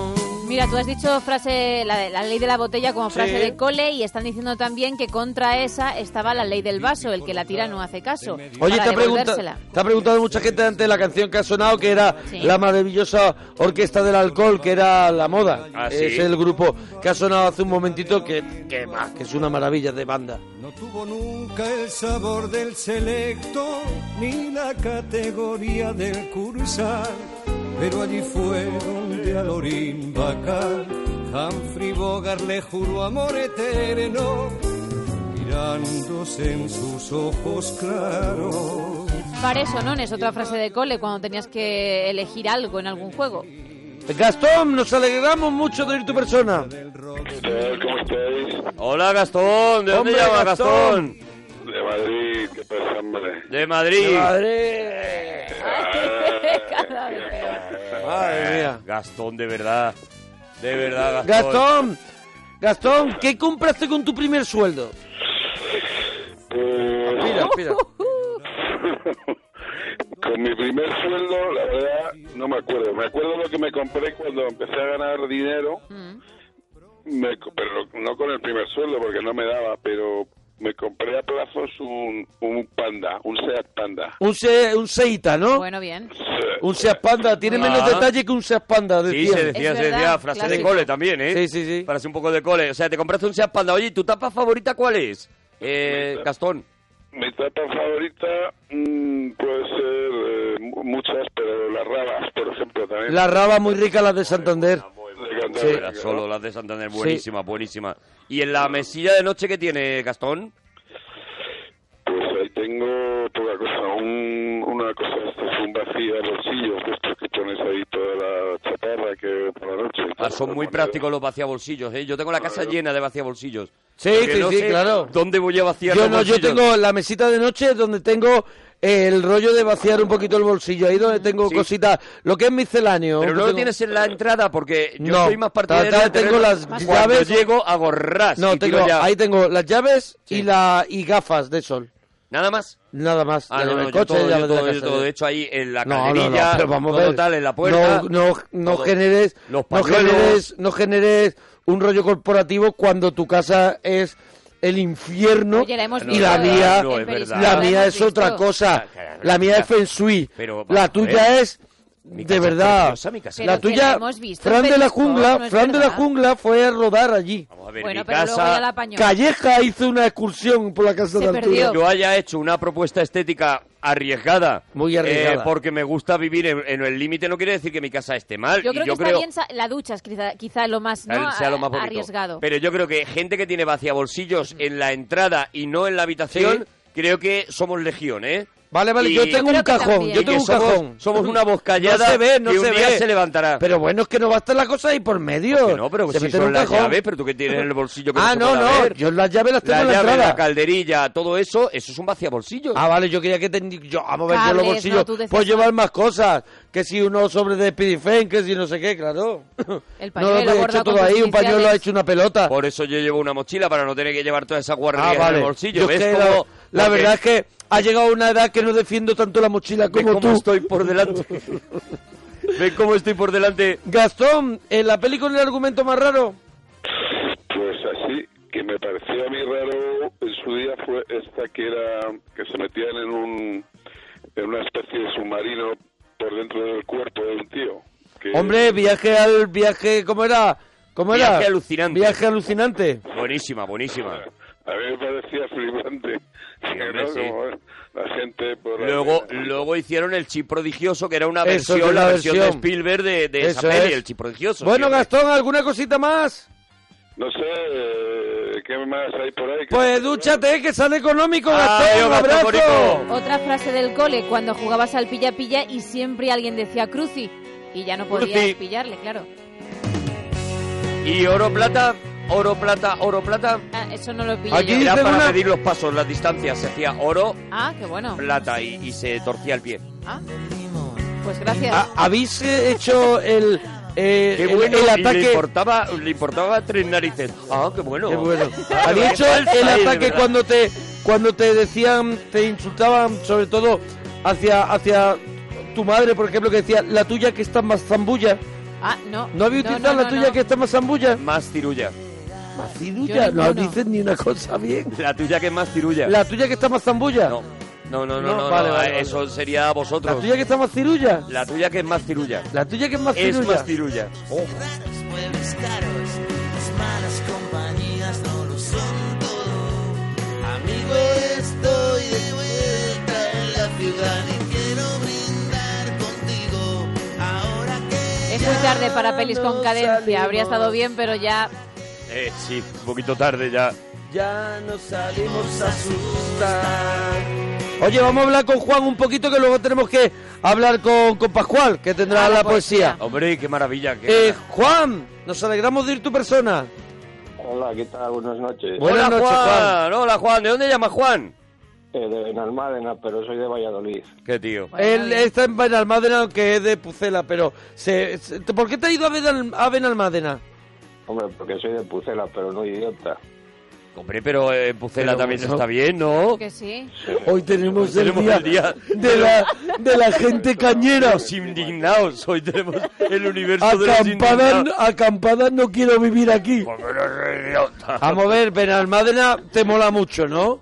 [SPEAKER 5] Mira, tú has dicho frase, la, de- la ley de la botella como frase de cole y están diciendo también que contra esa estaba la ley del vaso, el que la tira no hace caso.
[SPEAKER 2] Oye,
[SPEAKER 5] para
[SPEAKER 2] te ha, pregunta-
[SPEAKER 5] devolvérsela.
[SPEAKER 2] te ha preguntado mucha gente antes la canción que ha sonado, que era
[SPEAKER 5] Sí.
[SPEAKER 2] la maravillosa Orquesta del Alcohol, que era La Moda.
[SPEAKER 4] Ah, sí.
[SPEAKER 2] Es el grupo que ha sonado hace un momentito, que, que, bah, que es una maravilla de banda.
[SPEAKER 1] No tuvo nunca el sabor del selecto ni la categoría del cursal, pero allí fue donde a Lorín Bacal Humphrey Bogart le juró amor eterno, mirándose en sus ojos claros.
[SPEAKER 5] Pares o nones, otra frase de cole cuando tenías que elegir algo en algún juego.
[SPEAKER 2] Gastón, nos alegramos mucho de oír tu persona.
[SPEAKER 11] ¿Cómo estáis?
[SPEAKER 4] Hola, Gastón. ¿De dónde
[SPEAKER 2] Hombre,
[SPEAKER 4] llamas,
[SPEAKER 2] Gastón.
[SPEAKER 4] Gastón?
[SPEAKER 11] De Madrid, ¿qué pasa, hombre?
[SPEAKER 4] De Madrid.
[SPEAKER 2] Madre,
[SPEAKER 5] Cada vez peor.
[SPEAKER 2] madre mía.
[SPEAKER 4] Gastón, de verdad. De verdad, Gastón.
[SPEAKER 2] Gastón, Gastón, ¿qué compraste con tu primer sueldo?
[SPEAKER 11] Pues,
[SPEAKER 2] Mira, mira.
[SPEAKER 11] con mi primer sueldo, la verdad, no me acuerdo. Me acuerdo lo que me compré cuando empecé a ganar dinero, me co- pero no con el primer sueldo porque no me daba, pero me compré a plazos un, un panda, un Seat Panda.
[SPEAKER 2] Un, se, un Seita, ¿no?
[SPEAKER 5] Bueno, bien.
[SPEAKER 2] Un Seat Panda, tiene
[SPEAKER 4] Ah.
[SPEAKER 2] menos detalle que un Seat Panda,
[SPEAKER 4] Sí,
[SPEAKER 2] decían.
[SPEAKER 4] se decía,
[SPEAKER 5] Es
[SPEAKER 4] se
[SPEAKER 5] verdad,
[SPEAKER 4] decía. Frase de
[SPEAKER 5] clásico.
[SPEAKER 4] cole también, ¿eh?
[SPEAKER 2] Sí, sí, sí.
[SPEAKER 4] Frase un poco de cole. O sea, te compraste un Seat Panda. Oye, ¿y ¿tu tapa favorita cuál es? Eh, Gastón.
[SPEAKER 11] Mi tapa favorita mm, puede ser eh, mu- muchas, pero las rabas, por ejemplo, también.
[SPEAKER 2] La raba muy rica, la de Santander.
[SPEAKER 11] De Cantabria,
[SPEAKER 2] Sí.
[SPEAKER 11] ¿no?
[SPEAKER 4] Era solo las de Santander. Buenísima, buenísima. ¿Y en la mesilla de noche qué tiene, Gastón?
[SPEAKER 11] Pues ahí tengo poca cosa, un, una cosa, esto es un vacío de bolsillos, de estos que pones ahí toda la chatarra que por la noche.
[SPEAKER 4] Ah, son muy prácticos los vaciabolsillos, ¿eh? Yo tengo la casa llena de vaciabolsillos.
[SPEAKER 2] Sí,
[SPEAKER 4] Porque
[SPEAKER 2] sí, sí,
[SPEAKER 4] sé
[SPEAKER 2] claro.
[SPEAKER 4] ¿Dónde voy a vaciar
[SPEAKER 2] Yo
[SPEAKER 4] los
[SPEAKER 2] no, yo
[SPEAKER 4] bolsillos.
[SPEAKER 2] tengo la mesita de noche donde tengo el rollo de vaciar un poquito el bolsillo, ahí donde tengo
[SPEAKER 4] Sí.
[SPEAKER 2] cositas, lo que es misceláneo.
[SPEAKER 4] Pero
[SPEAKER 2] que
[SPEAKER 4] no lo
[SPEAKER 2] tengo-
[SPEAKER 4] tienes en la entrada porque yo
[SPEAKER 2] No.
[SPEAKER 4] soy más partidario
[SPEAKER 2] Ta- ta-
[SPEAKER 4] de tener-
[SPEAKER 2] tengo las
[SPEAKER 4] Cuando
[SPEAKER 2] llaves-
[SPEAKER 4] llego hago ras
[SPEAKER 2] No,
[SPEAKER 4] y tiro
[SPEAKER 2] tengo,
[SPEAKER 4] ya.
[SPEAKER 2] ahí tengo las llaves
[SPEAKER 4] Sí.
[SPEAKER 2] y la y gafas de sol.
[SPEAKER 4] Nada más.
[SPEAKER 2] Nada más.
[SPEAKER 4] Ah,
[SPEAKER 2] La
[SPEAKER 4] no,
[SPEAKER 2] llave
[SPEAKER 4] no,
[SPEAKER 2] del
[SPEAKER 4] yo
[SPEAKER 2] coche,
[SPEAKER 4] todo,
[SPEAKER 2] la
[SPEAKER 4] yo
[SPEAKER 2] llave de la
[SPEAKER 4] todo, yo
[SPEAKER 2] casa.
[SPEAKER 4] todo. De hecho, ahí en la
[SPEAKER 2] No, no, no,
[SPEAKER 4] cadenilla,
[SPEAKER 2] pero vamos a
[SPEAKER 4] todo
[SPEAKER 2] ver.
[SPEAKER 4] tal, en la puerta.
[SPEAKER 2] No, no, no
[SPEAKER 4] todo.
[SPEAKER 2] generes,
[SPEAKER 4] Los
[SPEAKER 2] no
[SPEAKER 4] pañuelos.
[SPEAKER 2] generes, no generes un rollo corporativo cuando tu casa es el infierno
[SPEAKER 5] Oye, la hemos
[SPEAKER 2] y
[SPEAKER 5] visto.
[SPEAKER 2] la
[SPEAKER 4] no,
[SPEAKER 2] mía,
[SPEAKER 4] no, es
[SPEAKER 5] en Periscope,
[SPEAKER 4] verdad.
[SPEAKER 2] la mía
[SPEAKER 5] hemos
[SPEAKER 2] es otra
[SPEAKER 5] visto.
[SPEAKER 2] cosa.
[SPEAKER 4] Claro,
[SPEAKER 2] La mía es
[SPEAKER 4] claro.
[SPEAKER 2] Feng Shui.
[SPEAKER 4] Pero,
[SPEAKER 2] la
[SPEAKER 4] vamos, a
[SPEAKER 2] tuya
[SPEAKER 4] ver.
[SPEAKER 2] es
[SPEAKER 4] Mi
[SPEAKER 2] de
[SPEAKER 4] casa es
[SPEAKER 2] verdad.
[SPEAKER 4] preciosa, mi casa es
[SPEAKER 2] la
[SPEAKER 5] Pero que
[SPEAKER 2] tuya,
[SPEAKER 5] la hemos visto en
[SPEAKER 2] Fran de la
[SPEAKER 5] Periscope,
[SPEAKER 2] jungla,
[SPEAKER 5] no es
[SPEAKER 2] Fran de la
[SPEAKER 5] verdad.
[SPEAKER 2] jungla fue a rodar allí.
[SPEAKER 4] Vamos a ver,
[SPEAKER 5] Bueno,
[SPEAKER 4] mi
[SPEAKER 5] pero luego
[SPEAKER 4] casa-
[SPEAKER 5] ya la pañó.
[SPEAKER 2] Calleja hizo una excursión por la
[SPEAKER 5] Se
[SPEAKER 2] casa de altura.
[SPEAKER 5] perdió.
[SPEAKER 4] yo haya hecho una propuesta estética arriesgada.
[SPEAKER 2] Muy arriesgada.
[SPEAKER 4] eh, porque me gusta vivir en, en el límite, no quiere decir que mi casa esté mal.
[SPEAKER 5] Yo
[SPEAKER 4] y
[SPEAKER 5] creo que está bien, sa- la ducha es quizá, quizá lo más, ¿no?
[SPEAKER 4] tal, sea lo más bonito.
[SPEAKER 5] arriesgado. Mm.
[SPEAKER 4] Pero yo creo que gente que tiene vaciabolsillos en la entrada y no en la habitación, creo que somos legión, ¿eh?
[SPEAKER 2] Vale, vale,
[SPEAKER 4] Y-
[SPEAKER 2] yo tengo
[SPEAKER 5] Creo
[SPEAKER 2] un
[SPEAKER 5] que
[SPEAKER 2] cajón,
[SPEAKER 5] también.
[SPEAKER 2] yo
[SPEAKER 4] y que
[SPEAKER 2] tengo un
[SPEAKER 4] somos,
[SPEAKER 2] cajón.
[SPEAKER 4] Somos una voz callada
[SPEAKER 2] No se ve, no
[SPEAKER 4] que
[SPEAKER 2] se
[SPEAKER 4] un día
[SPEAKER 2] ve.
[SPEAKER 4] se levantará. Pues
[SPEAKER 2] Pero bueno, es que no basta la cosa ahí por medio.
[SPEAKER 4] Que no, pero
[SPEAKER 2] se
[SPEAKER 4] si
[SPEAKER 2] mete en
[SPEAKER 4] son
[SPEAKER 2] un
[SPEAKER 4] las
[SPEAKER 2] cajón.
[SPEAKER 4] llaves, pero tú que tienes en el bolsillo que
[SPEAKER 2] Ah,
[SPEAKER 4] se
[SPEAKER 2] no,
[SPEAKER 4] pueda
[SPEAKER 2] no,
[SPEAKER 4] ver.
[SPEAKER 2] yo las llaves las tengo
[SPEAKER 4] la
[SPEAKER 2] en la
[SPEAKER 4] llave, la
[SPEAKER 2] entrada.
[SPEAKER 4] calderilla, todo eso, eso es un vaciabolsillo.
[SPEAKER 2] Ah, vale, yo quería que ten... yo, vamos a ver, yo los
[SPEAKER 5] Cables, no,
[SPEAKER 2] bolsillos
[SPEAKER 5] tú decías
[SPEAKER 4] Pues
[SPEAKER 2] puedo
[SPEAKER 5] no.
[SPEAKER 2] llevar más cosas, que si uno sobre de Spidifen, que si no sé qué, claro.
[SPEAKER 5] El
[SPEAKER 2] no
[SPEAKER 5] pañuelo
[SPEAKER 2] lo he hecho
[SPEAKER 5] bordado
[SPEAKER 2] todo
[SPEAKER 5] con tus
[SPEAKER 2] ahí, un pañuelo lo ha
[SPEAKER 5] iniciales.
[SPEAKER 2] hecho una pelota.
[SPEAKER 4] Por eso yo llevo una mochila para no tener que llevar toda esa guardería
[SPEAKER 2] Ah,
[SPEAKER 4] en
[SPEAKER 2] vale.
[SPEAKER 4] el bolsillo.
[SPEAKER 2] Yo
[SPEAKER 4] ¿Ves
[SPEAKER 2] es que la-
[SPEAKER 4] cómo-
[SPEAKER 2] la,
[SPEAKER 4] porque-
[SPEAKER 2] verdad es que ha llegado una edad que no defiendo tanto la mochila
[SPEAKER 4] ¿Ves cómo
[SPEAKER 2] como tú.
[SPEAKER 4] estoy por delante? ¿Ves cómo estoy por delante?
[SPEAKER 2] Gastón, en la peli con el argumento más raro.
[SPEAKER 11] Pues así, que me pareció a mí raro en su día fue esta que era que se metían en un en una especie de submarino por dentro del cuerpo de un tío. que-
[SPEAKER 2] Hombre, viaje al viaje, ¿cómo era? ¿Cómo era?
[SPEAKER 4] Viaje alucinante.
[SPEAKER 2] Viaje alucinante.
[SPEAKER 4] Buenísima, buenísima.
[SPEAKER 11] A mí me parecía flipante.
[SPEAKER 4] hombre,
[SPEAKER 11] ¿no?
[SPEAKER 4] sí.
[SPEAKER 11] Como la gente por la-
[SPEAKER 4] Luego, luego hicieron el chip prodigioso, que era una
[SPEAKER 2] Eso
[SPEAKER 4] versión,
[SPEAKER 2] es una
[SPEAKER 4] la versión,
[SPEAKER 2] versión.
[SPEAKER 4] de Spielberg de, de esa
[SPEAKER 2] Eso
[SPEAKER 4] peli,
[SPEAKER 2] es.
[SPEAKER 4] el chip prodigioso.
[SPEAKER 2] Bueno,
[SPEAKER 4] sí, hombre.
[SPEAKER 2] Gastón, ¿alguna cosita más?
[SPEAKER 11] No sé, eh, ¿qué más hay por ahí?
[SPEAKER 2] Pues dúchate, que sale económico, Gastón.
[SPEAKER 4] Adiós,
[SPEAKER 2] Un
[SPEAKER 4] Ah, Gastón
[SPEAKER 2] abrazo.
[SPEAKER 4] Borico.
[SPEAKER 5] Otra frase del cole, cuando jugabas al pilla-pilla y siempre alguien decía cruci. Y ya no podías
[SPEAKER 4] Cruci.
[SPEAKER 5] pillarle, claro.
[SPEAKER 4] Y oro plata, oro plata, oro plata.
[SPEAKER 5] Ah, eso no lo pillé
[SPEAKER 2] Aquí-
[SPEAKER 5] yo.
[SPEAKER 4] Era
[SPEAKER 2] dicen
[SPEAKER 4] para
[SPEAKER 2] una-
[SPEAKER 4] medir los pasos, las distancias. Se hacía oro,
[SPEAKER 5] Ah, qué bueno.
[SPEAKER 4] plata y, y se torcía el pie.
[SPEAKER 5] Ah, pues gracias.
[SPEAKER 2] Ah, ¿Habéis eh, hecho el, eh,
[SPEAKER 4] Qué
[SPEAKER 2] el-
[SPEAKER 4] bueno,
[SPEAKER 2] el
[SPEAKER 4] y le
[SPEAKER 2] ataque?
[SPEAKER 4] importaba, le importaba tres narices. Ah, qué bueno.
[SPEAKER 2] Qué bueno.
[SPEAKER 4] Ah,
[SPEAKER 2] ¿Habéis
[SPEAKER 4] qué
[SPEAKER 2] hecho
[SPEAKER 4] falsa
[SPEAKER 2] el
[SPEAKER 4] es, de
[SPEAKER 2] ataque
[SPEAKER 4] verdad.
[SPEAKER 2] cuando te cuando te decían, te insultaban, sobre todo hacia hacia tu madre, por ejemplo, que decía la tuya que está más zambulla?
[SPEAKER 5] Ah, no.
[SPEAKER 2] ¿No había utilizado
[SPEAKER 5] no,
[SPEAKER 2] la
[SPEAKER 5] no,
[SPEAKER 2] tuya
[SPEAKER 5] no.
[SPEAKER 2] que está más zambulla?
[SPEAKER 4] Más cirulla.
[SPEAKER 2] Más cirulla, no,
[SPEAKER 5] ninguno.
[SPEAKER 2] dices ni una cosa bien.
[SPEAKER 4] La tuya que es más cirulla.
[SPEAKER 2] ¿La tuya que está más zambulla?
[SPEAKER 4] No, no, no, no,
[SPEAKER 2] No,
[SPEAKER 4] no,
[SPEAKER 2] vale,
[SPEAKER 4] no, eh,
[SPEAKER 2] vale, vale.
[SPEAKER 4] eso sería a vosotros.
[SPEAKER 2] ¿La tuya que está más cirulla?
[SPEAKER 4] La tuya que es más cirulla.
[SPEAKER 2] ¿La tuya que es más
[SPEAKER 4] Es
[SPEAKER 2] cirulla? Oh.
[SPEAKER 4] más cirulla.
[SPEAKER 1] Muebles caros, las malas compañías no lo son todo. Amigo, estoy de vuelta en la ciudad y quiero brindar contigo. Ahora que
[SPEAKER 5] Es muy tarde para pelis con cadencia. Habría estado bien, pero ya.
[SPEAKER 4] Eh, sí, un poquito tarde ya.
[SPEAKER 2] Ya nos salimos a asustar. Oye, vamos a hablar con Juan un poquito que luego tenemos que hablar con, con Pascual, que tendrá
[SPEAKER 5] Ah,
[SPEAKER 2] la
[SPEAKER 5] la
[SPEAKER 2] poesía.
[SPEAKER 4] Hombre, qué maravilla. Qué
[SPEAKER 2] Eh, Juan, nos alegramos de ir tu persona.
[SPEAKER 6] Hola, ¿qué tal? Buenas noches.
[SPEAKER 2] Buenas
[SPEAKER 4] Hola,
[SPEAKER 2] noches, Juan.
[SPEAKER 4] Juan. Hola, Juan. ¿De dónde llamas Juan?
[SPEAKER 6] Eh, de Benalmádena, pero soy de Valladolid.
[SPEAKER 4] Qué tío.
[SPEAKER 5] Bueno,
[SPEAKER 2] Él
[SPEAKER 5] bien.
[SPEAKER 2] está en Benalmádena, aunque es de Pucela, pero... Se, se- ¿Por qué te has ido a, Benal- a Benalmádena?
[SPEAKER 6] Hombre, porque soy de Pucela, pero no idiota.
[SPEAKER 4] Hombre, pero eh, en Pucela
[SPEAKER 2] Pero
[SPEAKER 4] también
[SPEAKER 2] bueno.
[SPEAKER 4] está bien, ¿no?
[SPEAKER 5] Que sí.
[SPEAKER 2] Hoy tenemos,
[SPEAKER 4] Hoy tenemos
[SPEAKER 2] el,
[SPEAKER 4] el
[SPEAKER 2] día
[SPEAKER 4] día
[SPEAKER 2] de la, de la gente cañera.
[SPEAKER 4] Los indignados. Hoy tenemos el universo de los
[SPEAKER 2] Acampadas,
[SPEAKER 4] indignados.
[SPEAKER 2] acampadas no quiero vivir aquí.
[SPEAKER 4] Pues, pero eres idiota.
[SPEAKER 2] Vamos a ver, Benalmádena te mola mucho, ¿no?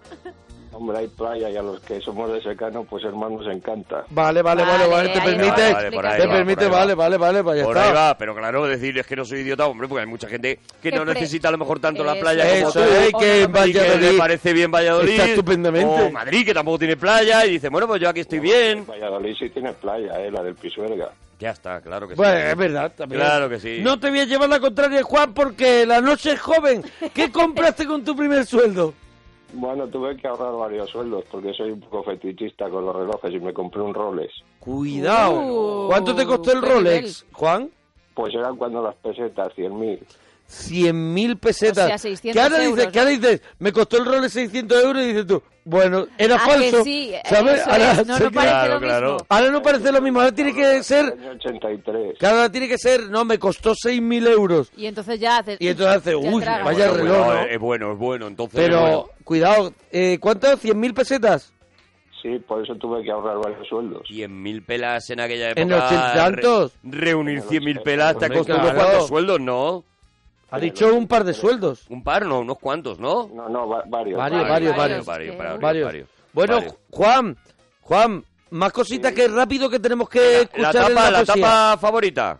[SPEAKER 6] Hombre, hay playa y a los que somos de secano, pues hermano, nos encanta.
[SPEAKER 2] Vale, vale, vale,
[SPEAKER 5] Vale,
[SPEAKER 2] vale,
[SPEAKER 5] ahí
[SPEAKER 2] te
[SPEAKER 5] va,
[SPEAKER 2] permite,
[SPEAKER 5] vale, por ahí
[SPEAKER 2] te
[SPEAKER 5] va, por
[SPEAKER 2] permite,
[SPEAKER 4] ahí va.
[SPEAKER 2] vale, vale, vale, vaya
[SPEAKER 4] Por
[SPEAKER 2] está.
[SPEAKER 4] ahí va, Ah, pero claro, decir es que no soy idiota, hombre, porque hay mucha gente que
[SPEAKER 5] Que
[SPEAKER 4] no
[SPEAKER 5] pre-
[SPEAKER 4] necesita a lo mejor tanto la
[SPEAKER 5] Eso
[SPEAKER 4] playa como
[SPEAKER 2] Eso
[SPEAKER 4] tú.
[SPEAKER 2] es,
[SPEAKER 5] o
[SPEAKER 2] que
[SPEAKER 5] no,
[SPEAKER 2] en
[SPEAKER 5] no,
[SPEAKER 4] Y que le
[SPEAKER 2] Valladolid.
[SPEAKER 4] parece bien Valladolid.
[SPEAKER 2] Está
[SPEAKER 5] Oh,
[SPEAKER 2] estupendamente.
[SPEAKER 4] O Madrid, que tampoco tiene playa, y dice, bueno, pues yo aquí estoy bien.
[SPEAKER 6] Valladolid sí tiene playa, eh, la del Pisuerga.
[SPEAKER 4] Ya está, claro que sí.
[SPEAKER 2] Bueno, es verdad, también.
[SPEAKER 4] Claro que sí.
[SPEAKER 2] No te voy a llevar la contraria, Juan, porque la noche es joven. ¿Qué compraste con tu primer sueldo?
[SPEAKER 6] Bueno, tuve que ahorrar varios sueldos porque soy un poco fetichista con los relojes y me compré un Rolex.
[SPEAKER 2] Cuidado.
[SPEAKER 5] Uh,
[SPEAKER 2] ¿Cuánto te costó el
[SPEAKER 5] qué
[SPEAKER 2] Rolex, Juan?
[SPEAKER 6] Pues eran cuando las pesetas, 100.000.
[SPEAKER 2] 100.000 pesetas.
[SPEAKER 5] O sea, 600
[SPEAKER 2] ¿Qué ahora dices?
[SPEAKER 5] euros.
[SPEAKER 2] ¿Qué ahora dices? Me costó el Rolex 600 euros y dices tú, bueno, era
[SPEAKER 5] Ah, que
[SPEAKER 2] falso.
[SPEAKER 5] sí,
[SPEAKER 2] ¿Sabes?
[SPEAKER 5] eso
[SPEAKER 2] Ahora,
[SPEAKER 5] es, no,
[SPEAKER 2] sé
[SPEAKER 5] no
[SPEAKER 2] que-
[SPEAKER 5] parece
[SPEAKER 4] Claro,
[SPEAKER 5] lo
[SPEAKER 4] claro.
[SPEAKER 5] mismo.
[SPEAKER 2] ahora no parece lo mismo, ahora tiene que ser...
[SPEAKER 6] Año 83.
[SPEAKER 2] Claro, ahora tiene que ser, no, me costó 6.000 euros.
[SPEAKER 5] Y entonces ya haces.
[SPEAKER 2] Y entonces hace,
[SPEAKER 5] ya
[SPEAKER 2] uy,
[SPEAKER 5] tragas.
[SPEAKER 2] vaya
[SPEAKER 4] Bueno,
[SPEAKER 2] reloj,
[SPEAKER 4] bueno,
[SPEAKER 2] ¿no?
[SPEAKER 4] Es bueno, es bueno, entonces.
[SPEAKER 2] Pero,
[SPEAKER 4] es bueno.
[SPEAKER 2] cuidado, eh, ¿cuántas? ¿100.000 pesetas?
[SPEAKER 6] Sí, por eso tuve que ahorrar varios sueldos.
[SPEAKER 4] 100.000 pelas en aquella época.
[SPEAKER 2] En los ochentantos.
[SPEAKER 4] re- reunir 100.000 pelas te ha
[SPEAKER 2] Hombre,
[SPEAKER 4] costado
[SPEAKER 2] Pues claro.
[SPEAKER 4] cuántos sueldos, ¿no?
[SPEAKER 2] Ha dicho un par de sueldos.
[SPEAKER 4] Un par, no, unos cuantos, ¿no?
[SPEAKER 6] No, no, va- varios.
[SPEAKER 2] Varios, varios, varios.
[SPEAKER 4] Varios,
[SPEAKER 5] Varios.
[SPEAKER 2] Varios.
[SPEAKER 4] varios.
[SPEAKER 2] Bueno,
[SPEAKER 4] varios.
[SPEAKER 2] Juan, Juan, más cositas que rápido que tenemos que
[SPEAKER 4] La
[SPEAKER 2] escuchar en
[SPEAKER 4] tapa,
[SPEAKER 2] la
[SPEAKER 4] la
[SPEAKER 2] poesía.
[SPEAKER 4] tapa favorita.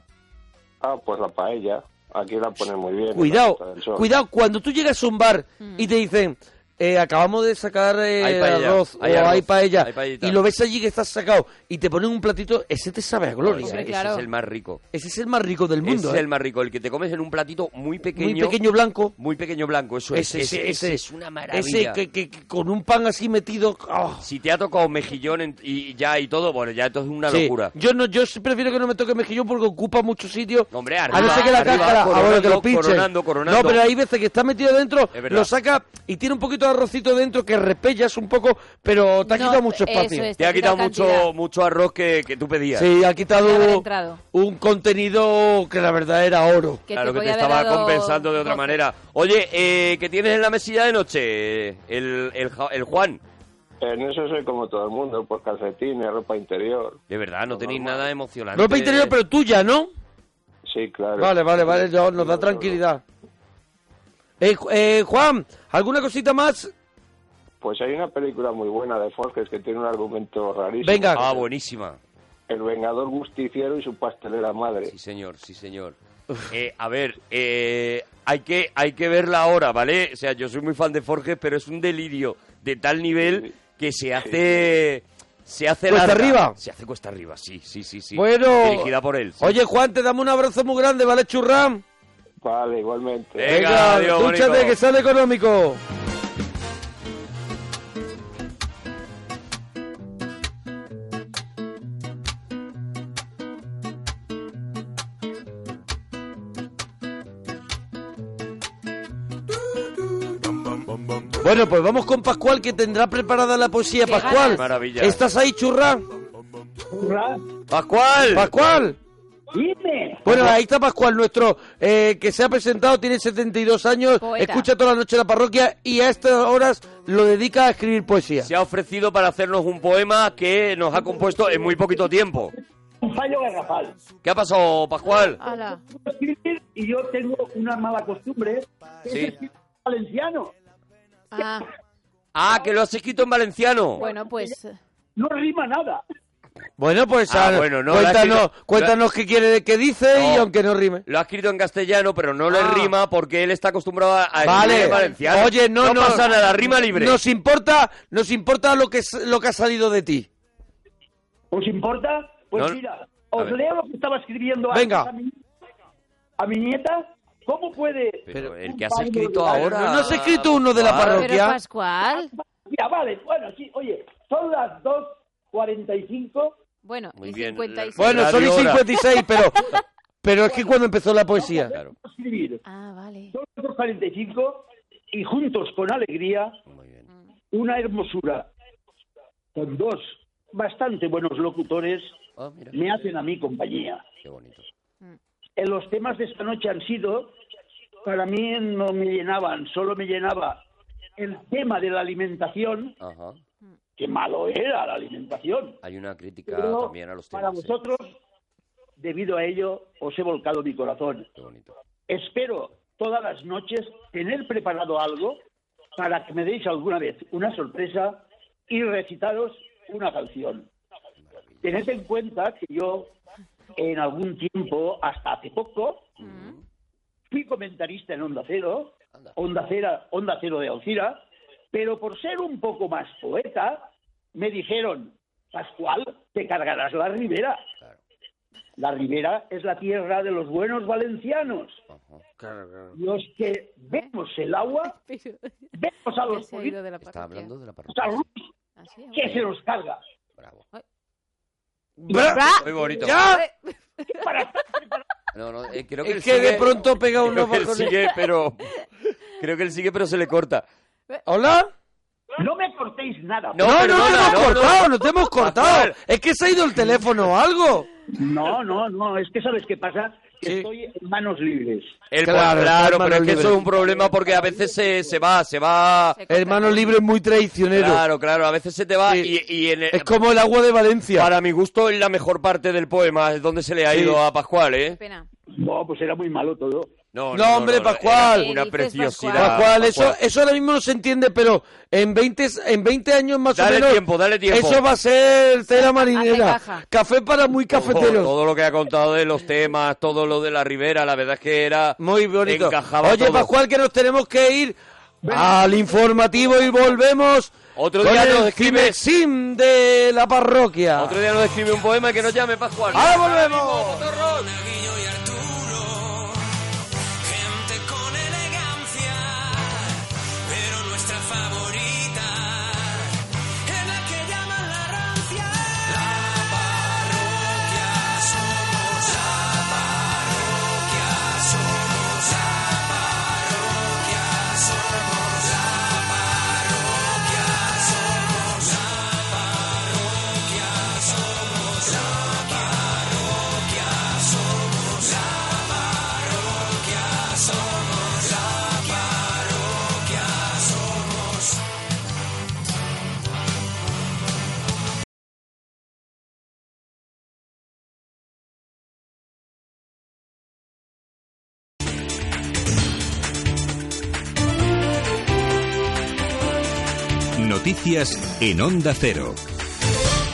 [SPEAKER 6] Ah, pues la paella. Aquí la ponen muy bien. en la
[SPEAKER 2] Cuidado,
[SPEAKER 6] Costa del Sol.
[SPEAKER 2] cuidado, cuando tú llegas a un bar y te dicen, eh, acabamos de sacar eh,
[SPEAKER 4] Hay paella,
[SPEAKER 2] arroz
[SPEAKER 4] hay
[SPEAKER 2] o
[SPEAKER 4] arroz,
[SPEAKER 2] hay paella,
[SPEAKER 4] hay paellita.
[SPEAKER 2] y lo ves allí que estás sacado y te ponen un platito, ese te sabe a gloria.
[SPEAKER 5] Hombre,
[SPEAKER 2] ¿eh?
[SPEAKER 4] ese
[SPEAKER 5] claro.
[SPEAKER 4] es el más rico.
[SPEAKER 2] Ese es el más rico del
[SPEAKER 4] Ese
[SPEAKER 2] mundo. ¿eh?
[SPEAKER 4] es el más rico, el que te comes en un platito muy pequeño.
[SPEAKER 2] Muy pequeño blanco.
[SPEAKER 4] Muy pequeño blanco, eso es.
[SPEAKER 2] Ese, ese, ese.
[SPEAKER 4] es una maravilla.
[SPEAKER 2] Ese que, que- que con un pan así metido. ¡ah!
[SPEAKER 4] Si te ha tocado mejillón en- y ya y todo, bueno, ya entonces es una
[SPEAKER 2] Sí.
[SPEAKER 4] locura.
[SPEAKER 2] Yo no, yo sí prefiero que no me toque mejillón porque ocupa mucho sitio.
[SPEAKER 4] Hombre,
[SPEAKER 2] a no
[SPEAKER 4] arriba,
[SPEAKER 2] ser que la
[SPEAKER 4] arriba,
[SPEAKER 2] cáscara, ah, bueno, que
[SPEAKER 4] coronando,
[SPEAKER 2] lo pinchen.
[SPEAKER 4] coronando, coronando.
[SPEAKER 2] No, pero hay veces que está metido dentro,
[SPEAKER 4] Es verdad.
[SPEAKER 2] lo saca y tiene un poquito de arrocito dentro que repellas un poco, pero te ha
[SPEAKER 5] No,
[SPEAKER 2] quitado mucho
[SPEAKER 5] eso
[SPEAKER 2] espacio.
[SPEAKER 5] es.
[SPEAKER 4] Te ha
[SPEAKER 5] Te quita
[SPEAKER 4] quitado
[SPEAKER 5] cantidad.
[SPEAKER 4] mucho, mucho arroz que, que tú pedías.
[SPEAKER 2] Sí, ha
[SPEAKER 5] Podría haber
[SPEAKER 2] quitado
[SPEAKER 5] entrado.
[SPEAKER 2] un contenido que la verdad era oro.
[SPEAKER 5] Que
[SPEAKER 4] claro
[SPEAKER 5] te
[SPEAKER 4] que te
[SPEAKER 5] podía haber
[SPEAKER 4] estaba
[SPEAKER 5] dado
[SPEAKER 4] compensando de otra
[SPEAKER 5] gozo.
[SPEAKER 4] manera. Oye, eh, ¿qué tienes en la mesilla de noche? El, el, Ja- el Juan.
[SPEAKER 6] En eso soy como todo el mundo, pues calcetines, ropa interior. Pues
[SPEAKER 4] De verdad, no tenéis nada emocionante.
[SPEAKER 2] Ropa interior, pero tuya, ¿no?
[SPEAKER 6] Sí, claro.
[SPEAKER 2] Vale, vale, vale, ya nos da tranquilidad. Eh, Ju- eh, Juan, ¿alguna cosita más?
[SPEAKER 6] Pues hay una película muy buena de Forges que tiene un argumento rarísimo.
[SPEAKER 2] Venga.
[SPEAKER 4] Ah, buenísima.
[SPEAKER 6] El vengador justiciero y su pastelera madre.
[SPEAKER 4] Sí, señor, sí, señor. Eh, a ver, eh, hay, que, hay que verla ahora, ¿vale? O sea, yo soy muy fan de Forges, pero es un delirio de tal nivel que se hace... Se hace
[SPEAKER 2] Cuesta
[SPEAKER 4] larga.
[SPEAKER 2] arriba.
[SPEAKER 4] Se hace cuesta arriba, sí, sí, sí. sí.
[SPEAKER 2] Bueno.
[SPEAKER 4] Dirigida por él. sí.
[SPEAKER 2] Oye, Juan, te damos un abrazo muy grande, ¿vale, churram?
[SPEAKER 6] Vale, igualmente.
[SPEAKER 4] Eh. Venga, adiós,
[SPEAKER 2] dúchate,
[SPEAKER 4] bonito.
[SPEAKER 2] que sale económico. Bueno, pues vamos con Pascual, que tendrá preparada la poesía.
[SPEAKER 5] Qué
[SPEAKER 2] Pascual,
[SPEAKER 5] ganas.
[SPEAKER 4] Maravilla.
[SPEAKER 2] ¿estás ahí, churra?
[SPEAKER 8] Hurra.
[SPEAKER 4] ¡Pascual!
[SPEAKER 2] Pascual.
[SPEAKER 8] Dime.
[SPEAKER 2] Bueno, ahí está Pascual, nuestro eh, que se ha presentado, tiene 72 años,
[SPEAKER 5] Poeta.
[SPEAKER 2] escucha toda la noche la parroquia y a estas horas lo dedica a escribir poesía.
[SPEAKER 4] Se ha ofrecido para hacernos un poema que nos ha compuesto en muy poquito tiempo.
[SPEAKER 8] un fallo garrafal.
[SPEAKER 4] ¿Qué ha pasado, Pascual?
[SPEAKER 5] Ala.
[SPEAKER 8] Y yo tengo una mala costumbre, que
[SPEAKER 4] Sí.
[SPEAKER 8] es escribir en valenciano.
[SPEAKER 5] Ah,
[SPEAKER 4] Ah, que lo has escrito en valenciano.
[SPEAKER 5] bueno, pues
[SPEAKER 8] No rima nada.
[SPEAKER 2] Bueno, pues
[SPEAKER 4] Ah,
[SPEAKER 2] ah,
[SPEAKER 4] bueno, no, la ha
[SPEAKER 2] cuéntanos,
[SPEAKER 4] sido-
[SPEAKER 2] cuéntanos qué quiere, qué dice y
[SPEAKER 4] No.
[SPEAKER 2] aunque no rime.
[SPEAKER 4] Lo ha escrito en castellano, pero no le
[SPEAKER 2] Ah.
[SPEAKER 4] rima porque él está acostumbrado a escribir
[SPEAKER 2] Vale.
[SPEAKER 4] en valenciano.
[SPEAKER 2] Oye, no, no,
[SPEAKER 4] pasa nada, rima libre.
[SPEAKER 2] Nos importa, nos importa lo que es- lo que ha salido de ti.
[SPEAKER 8] ¿Os importa? Pues
[SPEAKER 4] No.
[SPEAKER 8] mira,
[SPEAKER 4] A
[SPEAKER 8] os
[SPEAKER 4] ver.
[SPEAKER 8] leo lo que estaba escribiendo
[SPEAKER 2] Venga.
[SPEAKER 8] antes a mi, a mi nieta. ¿Cómo puede...?
[SPEAKER 4] Pero
[SPEAKER 2] Pero
[SPEAKER 4] el
[SPEAKER 8] un
[SPEAKER 4] que has
[SPEAKER 8] padre
[SPEAKER 4] escrito
[SPEAKER 8] educado-
[SPEAKER 4] ahora...
[SPEAKER 2] No, no has escrito uno de la
[SPEAKER 4] Pascual.
[SPEAKER 2] parroquia.
[SPEAKER 5] pero Pascual,
[SPEAKER 8] Mira, Ah, vale, bueno, sí, oye, son las 2.45.
[SPEAKER 5] bueno,
[SPEAKER 4] Muy
[SPEAKER 5] y
[SPEAKER 4] bien.
[SPEAKER 5] 56.
[SPEAKER 2] Bueno, son y
[SPEAKER 4] Radio Hora.
[SPEAKER 2] 56, pero pero es que cuando empezó la poesía.
[SPEAKER 4] Claro.
[SPEAKER 8] escribir.
[SPEAKER 5] Ah, vale.
[SPEAKER 8] Son las 2.45 y juntos con alegría
[SPEAKER 4] Muy bien.
[SPEAKER 8] una hermosura con dos bastante buenos locutores
[SPEAKER 4] Ah, mira,
[SPEAKER 8] me hacen a mí compañía.
[SPEAKER 4] qué bonito.
[SPEAKER 8] En los temas de esta noche han sido, para mí no me llenaban, solo me llenaba el tema de la alimentación,
[SPEAKER 4] Ajá.
[SPEAKER 8] que malo era la alimentación.
[SPEAKER 4] Hay una crítica
[SPEAKER 8] Pero
[SPEAKER 4] también a los temas.
[SPEAKER 8] para
[SPEAKER 4] ¿eh?
[SPEAKER 8] vosotros, debido a ello, os he volcado mi corazón.
[SPEAKER 4] Qué bonito.
[SPEAKER 8] Espero todas las noches tener preparado algo para que me deis alguna vez una sorpresa y recitaros una canción. Tened en cuenta que yo en algún tiempo, hasta hace poco,
[SPEAKER 2] Mm.
[SPEAKER 8] fui comentarista en Onda Cero,
[SPEAKER 4] Anda.
[SPEAKER 8] Onda Cero, Onda Cero de Alcira, pero por ser un poco más poeta, me dijeron, Pascual, te cargarás la ribera.
[SPEAKER 4] Claro.
[SPEAKER 8] La ribera es la tierra de los buenos valencianos
[SPEAKER 4] Ajá.
[SPEAKER 8] los que vemos el agua,
[SPEAKER 5] Pero-
[SPEAKER 8] vemos
[SPEAKER 5] Ya
[SPEAKER 8] a los
[SPEAKER 5] se ha ido
[SPEAKER 8] políticos,
[SPEAKER 5] de la
[SPEAKER 4] Está
[SPEAKER 5] parroquia.
[SPEAKER 4] hablando de la
[SPEAKER 8] a
[SPEAKER 4] parroquia.
[SPEAKER 8] los
[SPEAKER 5] Ah, sí,
[SPEAKER 8] que se nos carga.
[SPEAKER 4] Bravo.
[SPEAKER 2] Bra-
[SPEAKER 5] Ah.
[SPEAKER 4] Muy bonito.
[SPEAKER 2] ¡Ya!
[SPEAKER 4] No, no, eh, creo que
[SPEAKER 2] Es
[SPEAKER 4] él
[SPEAKER 2] que de
[SPEAKER 4] sigue-
[SPEAKER 2] pronto pega
[SPEAKER 4] creo
[SPEAKER 2] uno
[SPEAKER 4] que él
[SPEAKER 2] bajones.
[SPEAKER 4] sigue, pero creo que él sigue, pero se le corta.
[SPEAKER 2] ¿Hola?
[SPEAKER 8] No me cortéis nada.
[SPEAKER 4] No,
[SPEAKER 2] No, no,
[SPEAKER 4] perdona,
[SPEAKER 2] te hemos
[SPEAKER 4] no, no.
[SPEAKER 2] cortado, no te hemos cortado.
[SPEAKER 4] Pascual.
[SPEAKER 2] Es que se ha ido el teléfono o algo.
[SPEAKER 8] No, no, no, es que sabes qué pasa, que
[SPEAKER 2] Sí.
[SPEAKER 8] estoy en manos libres.
[SPEAKER 4] El- claro,
[SPEAKER 2] Claro, está
[SPEAKER 4] pero
[SPEAKER 2] en
[SPEAKER 4] es
[SPEAKER 2] manos
[SPEAKER 4] que eso
[SPEAKER 2] libres.
[SPEAKER 4] es un problema porque a veces se, se va, se va.
[SPEAKER 5] Se corta.
[SPEAKER 2] Hermano libre muy traicionero.
[SPEAKER 4] Claro, claro, a veces se te va
[SPEAKER 2] Sí.
[SPEAKER 4] y, y en el-
[SPEAKER 2] Es como el agua de Valencia.
[SPEAKER 4] para mi gusto es la mejor parte del poema, es donde se le ha
[SPEAKER 2] Sí.
[SPEAKER 4] ido a Pascual, ¿eh?
[SPEAKER 5] Pena.
[SPEAKER 8] No, pues era muy malo todo.
[SPEAKER 4] No,
[SPEAKER 2] No, hombre, Pascual.
[SPEAKER 4] era
[SPEAKER 5] ¿Qué
[SPEAKER 4] Una
[SPEAKER 5] dices,
[SPEAKER 4] preciosidad.
[SPEAKER 5] Pascual?
[SPEAKER 2] Pascual,
[SPEAKER 4] pues.
[SPEAKER 2] eso, eso ahora mismo no se entiende, pero en 20, en 20 años más o
[SPEAKER 4] Dale
[SPEAKER 2] menos.
[SPEAKER 4] tiempo, dale tiempo.
[SPEAKER 2] Eso va a ser tela
[SPEAKER 5] Hace
[SPEAKER 2] marinera.
[SPEAKER 5] caja.
[SPEAKER 2] Café para muy
[SPEAKER 4] Todo,
[SPEAKER 2] cafeteros.
[SPEAKER 4] todo lo que ha contado de los temas, todo lo de la Ribera, la verdad es que era.
[SPEAKER 2] Muy bonito.
[SPEAKER 4] Encajaba
[SPEAKER 2] Oye,
[SPEAKER 4] todo.
[SPEAKER 2] Pascual, que nos tenemos que ir al informativo y volvemos.
[SPEAKER 4] Otro
[SPEAKER 2] con
[SPEAKER 4] día
[SPEAKER 2] el
[SPEAKER 4] nos escribes.
[SPEAKER 2] Cimexim de la parroquia.
[SPEAKER 4] Otro día nos escribe un poema y que nos llame Pascual.
[SPEAKER 2] Ahora volvemos.
[SPEAKER 1] Monaguillo y Arturo, gente con elegancia, pero nuestra favorita es la que llaman la rancia. La parroquia somos, la parroquia somos, la parroquia somos, la parroquia somos, la parroquia somos, la parroquia somos, la parroquia somos, la parroquia somos.
[SPEAKER 10] Noticias en Onda Cero.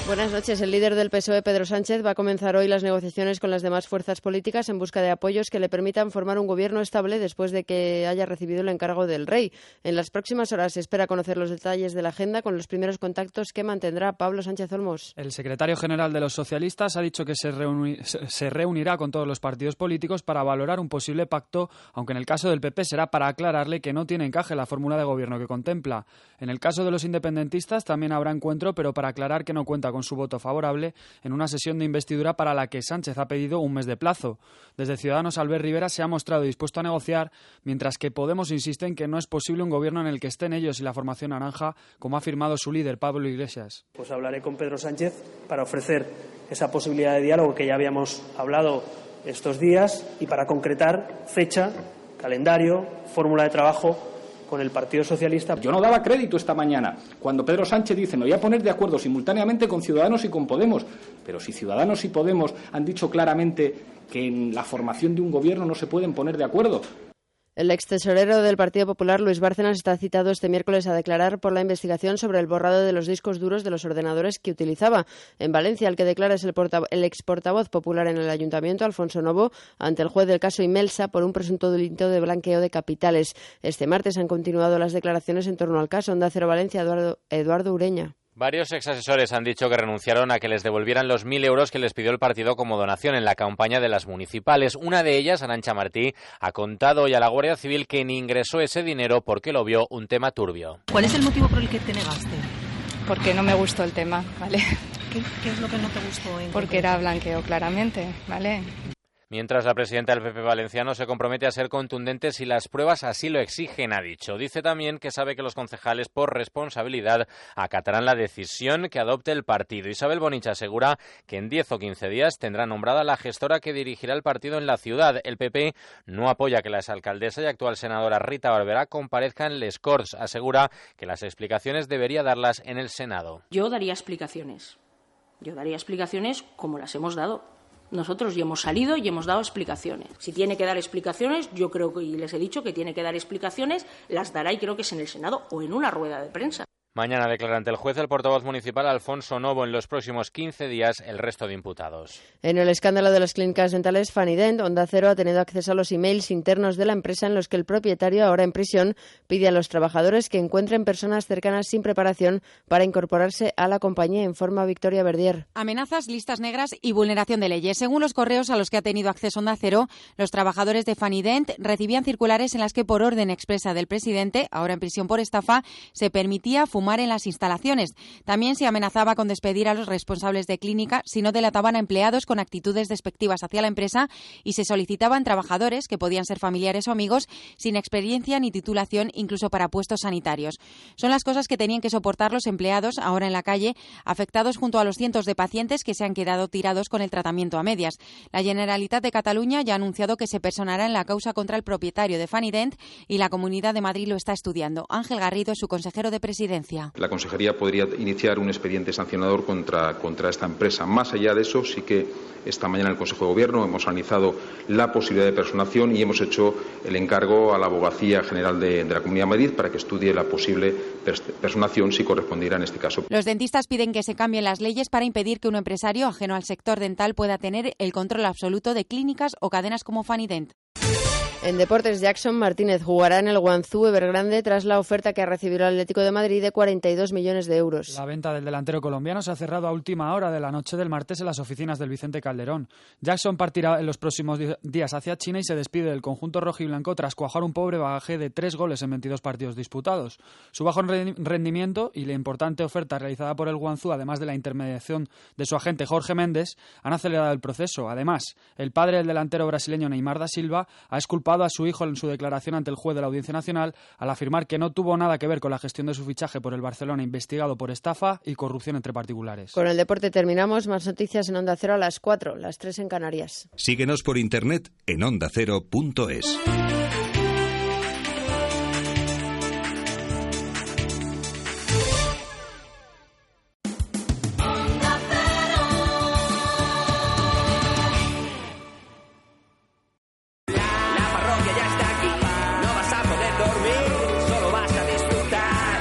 [SPEAKER 12] Buenas noches. El líder del PSOE, E, Pedro Sánchez, va a comenzar hoy las negociaciones con las demás fuerzas políticas en busca de apoyos que le permitan formar un gobierno estable después de que haya recibido el encargo del rey. En las próximas horas se espera conocer los detalles de la agenda con los primeros contactos que mantendrá Pablo Sánchez Olmos.
[SPEAKER 3] El secretario general de los socialistas ha dicho que se, reuni- se- se reunirá con todos los partidos políticos para valorar un posible pacto, aunque en el caso del PP será para aclararle que no tiene encaje la fórmula de gobierno que contempla. En el caso de los independentistas también habrá encuentro, pero para aclarar que no cuenta con su voto favorable en una sesión de investidura para la que Sánchez ha pedido un mes de plazo. Desde Ciudadanos, Albert Rivera se ha mostrado dispuesto a negociar, mientras que Podemos insiste en que no es posible un gobierno en el que estén ellos y la formación naranja, como ha afirmado su líder Pablo Iglesias.
[SPEAKER 13] Pues hablaré con Pedro Sánchez para ofrecer esa posibilidad de diálogo que ya habíamos hablado estos días y para concretar fecha, calendario, fórmula de trabajo con el Partido Socialista.
[SPEAKER 14] Yo no daba crédito esta mañana cuando Pedro Sánchez dice me voy a poner de acuerdo simultáneamente con Ciudadanos y con Podemos. Pero si Ciudadanos y Podemos han dicho claramente que en la formación de un gobierno no se pueden poner de acuerdo.
[SPEAKER 12] El ex tesorero del Partido Popular, Luis Bárcenas, está citado este miércoles a declarar por la investigación sobre el borrado de los discos duros de los ordenadores que utilizaba. En Valencia, el que declara es el, porta- el ex portavoz popular en el ayuntamiento, Alfonso Novo, ante el juez del caso Imelsa por un presunto delito de blanqueo de capitales. Este martes han continuado las declaraciones en torno al caso. Onda Cero Valencia, Eduardo, Eduardo Ureña.
[SPEAKER 15] Varios exasesores han dicho que renunciaron a que les devolvieran los mil euros que les pidió el partido como donación en la campaña de las municipales. Una de ellas, Arancha Martí, ha contado hoy a la Guardia Civil que ni ingresó ese dinero porque lo vio un tema turbio.
[SPEAKER 16] ¿Cuál es el motivo por el que te negaste? Porque no me gustó el tema, ¿vale? ¿Qué, es lo que no te gustó? Porque era blanqueo, claramente, ¿vale?
[SPEAKER 15] Mientras la presidenta del PP valenciano se compromete a ser contundente si las pruebas así lo exigen, ha dicho. Dice también que sabe que los concejales, por responsabilidad, acatarán la decisión que adopte el partido. Isabel Bonich asegura que en 10 o 15 días tendrá nombrada la gestora que dirigirá el partido en la ciudad. El PP no apoya que la exalcaldesa y actual senadora Rita Barberá comparezca en Les Corts. Asegura que las explicaciones debería darlas en el Senado.
[SPEAKER 17] Yo daría explicaciones. Yo daría explicaciones como las hemos dado. Nosotros ya hemos salido y hemos dado explicaciones. Si tiene que dar explicaciones, yo creo que, y les he dicho que tiene que dar explicaciones, las dará y creo que es en el Senado o en una rueda de prensa.
[SPEAKER 15] Mañana declara ante el juez el portavoz municipal Alfonso Novo en los próximos 15 días el resto de imputados.
[SPEAKER 12] En el escándalo de las clínicas dentales, Fanny Dent, Onda Cero ha tenido acceso a los emails internos de la empresa en los que el propietario, ahora en prisión, pide a los trabajadores que encuentren personas cercanas sin preparación para incorporarse a la compañía, informa Victoria Verdier.
[SPEAKER 18] Amenazas, listas negras y vulneración de leyes. Según los correos a los que ha tenido acceso Onda Cero, los trabajadores de Fanident recibían circulares en las que, por orden expresa del presidente, ahora en prisión por estafa, se permitía fumar en las instalaciones. También se amenazaba con despedir a los responsables de clínica si no delataban a empleados con actitudes despectivas hacia la empresa y se solicitaban trabajadores, que podían ser familiares o amigos, sin experiencia ni titulación, incluso para puestos sanitarios. Son las cosas que tenían que soportar los empleados ahora en la calle, afectados junto a los cientos de pacientes que se han quedado tirados con el tratamiento a medias. La Generalitat de Cataluña ya ha anunciado que se personará en la causa contra el propietario de Fanident y la Comunidad de Madrid lo está estudiando. Ángel Garrido es su consejero de presidencia.
[SPEAKER 19] La Consejería podría iniciar un expediente sancionador contra, contra esta empresa. Más allá de eso, sí que esta mañana en el Consejo de Gobierno hemos analizado la posibilidad de personación y hemos hecho el encargo a la Abogacía General de, de la Comunidad de Madrid para que estudie la posible pers- personación si correspondiera en este caso.
[SPEAKER 18] Los dentistas piden que se cambien las leyes para impedir que un empresario ajeno al sector dental pueda tener el control absoluto de clínicas o cadenas como Fanident.
[SPEAKER 12] En deportes, Jackson Martínez jugará en el Guangzhou Evergrande tras la oferta que ha recibido el Atlético de Madrid de 42 millones de euros.
[SPEAKER 3] La venta del delantero colombiano se ha cerrado a última hora de la noche del martes en las oficinas del Vicente Calderón. Jackson partirá en los próximos di- días hacia China y se despide del conjunto rojo y blanco tras cuajar un pobre bagaje de tres goles en 22 partidos disputados. Su bajo re- rendimiento y la importante oferta realizada por el Guangzhou, además de la intermediación de su agente Jorge Méndez, han acelerado el proceso. Además, el padre del delantero brasileño Neymar da Silva ha exculpado a su hijo en su declaración ante el juez de la Audiencia Nacional al afirmar que no tuvo nada que ver con la gestión de su fichaje por el Barcelona investigado por estafa y corrupción entre particulares.
[SPEAKER 12] Con el deporte terminamos. Más noticias en Onda Cero a las 4, las 3 en Canarias.
[SPEAKER 10] Síguenos por internet en ondacero.es.
[SPEAKER 1] parroquia ya está aquí. No vas a poder dormir, solo vas a disfrutar.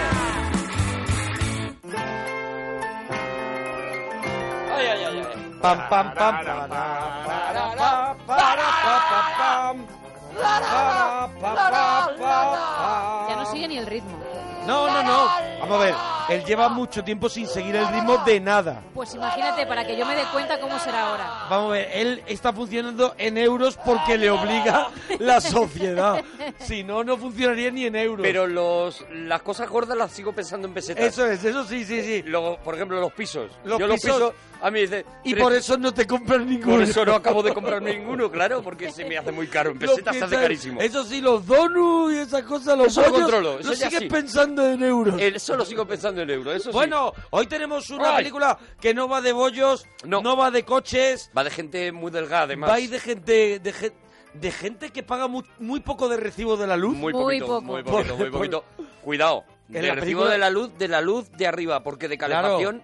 [SPEAKER 1] Ay, ay, ay, ay.
[SPEAKER 2] Pam, pam, pam.
[SPEAKER 5] Ya no sigue ni el ritmo.
[SPEAKER 2] No, no, no. Vamos a ver. Él lleva mucho tiempo sin seguir el ritmo de nada.
[SPEAKER 5] Pues imagínate, para que yo me dé cuenta cómo será ahora.
[SPEAKER 2] Vamos a ver, él está funcionando en euros porque le obliga la sociedad. Si no, no funcionaría ni en euros.
[SPEAKER 4] Pero los, las cosas gordas las sigo pensando en pesetas.
[SPEAKER 2] Eso es, eso sí, sí, sí.
[SPEAKER 4] Luego, por ejemplo, los pisos.
[SPEAKER 2] Los
[SPEAKER 4] Yo
[SPEAKER 2] pisos-
[SPEAKER 4] los pisos, a mí dice...
[SPEAKER 2] Y por eso no te compras ninguno.
[SPEAKER 4] Por eso no acabo de comprar ninguno, claro, porque se me hace muy caro. En
[SPEAKER 2] Los
[SPEAKER 4] pesetas se hace
[SPEAKER 2] piensas-
[SPEAKER 4] carísimo.
[SPEAKER 2] Eso sí, los donuts y esas cosas, los
[SPEAKER 4] Eso lo
[SPEAKER 2] bollos,
[SPEAKER 4] controlo, eso
[SPEAKER 2] lo
[SPEAKER 4] ya
[SPEAKER 2] sigues
[SPEAKER 4] sí.
[SPEAKER 2] pensando en euros.
[SPEAKER 4] Eso lo sigo pensando en euros, eso sí.
[SPEAKER 2] Bueno, hoy tenemos una
[SPEAKER 4] Ay.
[SPEAKER 2] película que no va de bollos, no. va de coches,
[SPEAKER 4] Va de gente Eh, muy delgada, además.
[SPEAKER 2] va y de gente, de gen- de gente que paga mu- muy, poco de recibo de la luz.
[SPEAKER 4] Muy poquito, muy poquito, muy poquito. Cuidado,
[SPEAKER 2] Que
[SPEAKER 4] de
[SPEAKER 2] la
[SPEAKER 4] recibo
[SPEAKER 2] película-
[SPEAKER 4] de la luz, de la luz de arriba, porque de
[SPEAKER 2] Claro.
[SPEAKER 4] calefacción...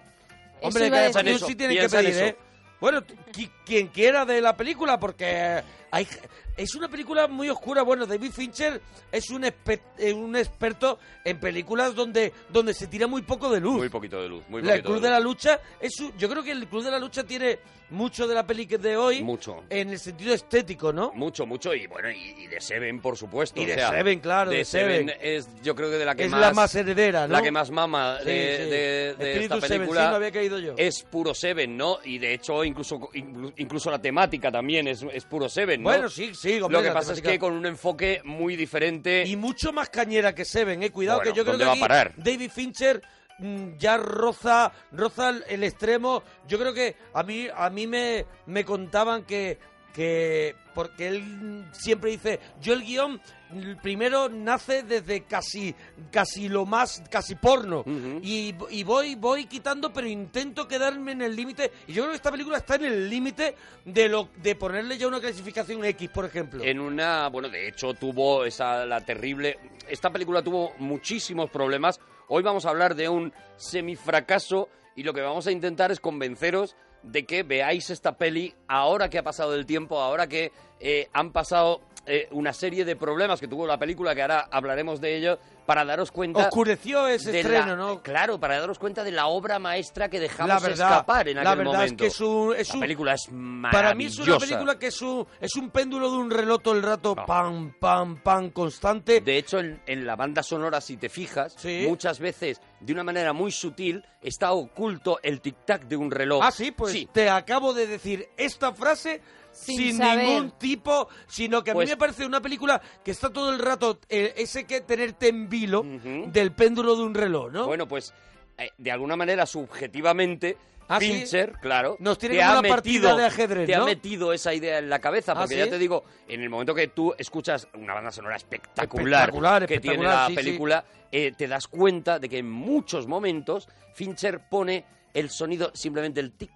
[SPEAKER 2] Hombre,
[SPEAKER 4] Piensa en
[SPEAKER 2] cada
[SPEAKER 4] eso,
[SPEAKER 2] sí tienen que
[SPEAKER 4] piensa en
[SPEAKER 2] pedir,
[SPEAKER 4] eso.
[SPEAKER 2] ¿eh? Bueno, qui- quien quiera de la película, porque hay, es una película muy oscura. Bueno, David Fincher es un, espe- eh, un experto en películas donde, donde se tira muy poco de luz.
[SPEAKER 4] Muy poquito de luz, muy
[SPEAKER 2] La-
[SPEAKER 4] poquito
[SPEAKER 2] el Club de
[SPEAKER 4] de
[SPEAKER 2] la
[SPEAKER 4] luz.
[SPEAKER 2] Lucha, es un- yo creo que el Club de la Lucha tiene mucho de la peli que- de hoy
[SPEAKER 4] Mucho.
[SPEAKER 2] en el sentido estético, ¿no?
[SPEAKER 4] Mucho, mucho, y bueno, y, y de Seven, por supuesto.
[SPEAKER 2] Y
[SPEAKER 4] o
[SPEAKER 2] de
[SPEAKER 4] sea,
[SPEAKER 2] Seven, claro, de Seven.
[SPEAKER 4] es, yo creo que de la que
[SPEAKER 2] Es
[SPEAKER 4] más...
[SPEAKER 2] la más heredera, ¿no?
[SPEAKER 4] La que más mama de,
[SPEAKER 2] Sí,
[SPEAKER 4] de-
[SPEAKER 2] sí.
[SPEAKER 4] de
[SPEAKER 2] Espíritu
[SPEAKER 4] esta
[SPEAKER 2] Seven,
[SPEAKER 4] película.
[SPEAKER 2] sí, no había caído yo.
[SPEAKER 4] Es puro Seven, ¿no? Y de hecho, incluso, inclu- incluso la temática también es, es puro Seven, ¿no?
[SPEAKER 2] Bueno, sí, sí, hombre,
[SPEAKER 4] Lo que
[SPEAKER 2] la
[SPEAKER 4] pasa
[SPEAKER 2] temática-
[SPEAKER 4] es que con un enfoque muy diferente...
[SPEAKER 2] Y mucho más cañera que Seven, eh. Cuidado
[SPEAKER 4] Bueno,
[SPEAKER 2] que yo creo
[SPEAKER 4] ¿dónde
[SPEAKER 2] que
[SPEAKER 4] va a
[SPEAKER 2] aquí
[SPEAKER 4] parar?
[SPEAKER 2] David Fincher mm, ya roza, roza el, el extremo. Yo creo que a mí, a mí me, me contaban que, que porque él mm, siempre dice, yo el guión mm, primero nace desde casi casi lo más casi porno y, y voy voy quitando pero intento quedarme en el límite y yo creo que esta película está en el límite de lo de ponerle ya una clasificación X por ejemplo
[SPEAKER 4] En una, bueno, de hecho tuvo esa la terrible. Esta película tuvo muchísimos problemas. Hoy vamos a hablar de un semifracaso y lo que vamos a intentar es convenceros de que veáis esta peli ahora que ha pasado el tiempo, ahora que eh, han pasado eh, una serie de problemas que tuvo la película, que ahora hablaremos de ello, para daros cuenta.
[SPEAKER 2] Oscureció ese
[SPEAKER 4] de
[SPEAKER 2] estreno,
[SPEAKER 4] la-
[SPEAKER 2] ¿no?
[SPEAKER 4] Claro, para daros cuenta de la obra maestra que dejamos
[SPEAKER 2] La verdad,
[SPEAKER 4] escapar en
[SPEAKER 2] la
[SPEAKER 4] aquel
[SPEAKER 2] verdad es
[SPEAKER 4] momento.
[SPEAKER 2] que es un- es
[SPEAKER 4] la
[SPEAKER 2] un-
[SPEAKER 4] película es
[SPEAKER 2] Para mí es una
[SPEAKER 4] maravillosa.
[SPEAKER 2] película que es un, es un péndulo de un reloj todo el rato, pam, pam, pam, constante.
[SPEAKER 4] De hecho, en, en la banda sonora, si te fijas, muchas veces, de una manera muy sutil, está oculto el tic-tac de un reloj.
[SPEAKER 2] Ah, sí, pues te acabo de decir esta frase sin,
[SPEAKER 4] Sin saber.
[SPEAKER 2] ningún tipo, sino que a
[SPEAKER 4] Pues-
[SPEAKER 2] mí me parece una película que está todo el rato, eh, ese que tenerte en vilo del péndulo de un reloj, ¿no?
[SPEAKER 4] Bueno, pues eh, de alguna manera, subjetivamente,
[SPEAKER 2] Ah, ¿sí?
[SPEAKER 4] Fincher, claro,
[SPEAKER 2] Nos tiene
[SPEAKER 4] te
[SPEAKER 2] como
[SPEAKER 4] ha
[SPEAKER 2] una partida
[SPEAKER 4] metido-
[SPEAKER 2] de ajedrez,
[SPEAKER 4] Te
[SPEAKER 2] ¿no?
[SPEAKER 4] ha metido esa idea en la cabeza,
[SPEAKER 2] Ah,
[SPEAKER 4] porque
[SPEAKER 2] ¿sí?
[SPEAKER 4] ya te digo, en el momento que tú escuchas una banda sonora espectacular,
[SPEAKER 2] Espectacular,
[SPEAKER 4] que tiene
[SPEAKER 2] espectacular,
[SPEAKER 4] la
[SPEAKER 2] sí, sí.
[SPEAKER 4] película, eh, te das cuenta de que en muchos momentos Fincher pone el sonido, simplemente el tic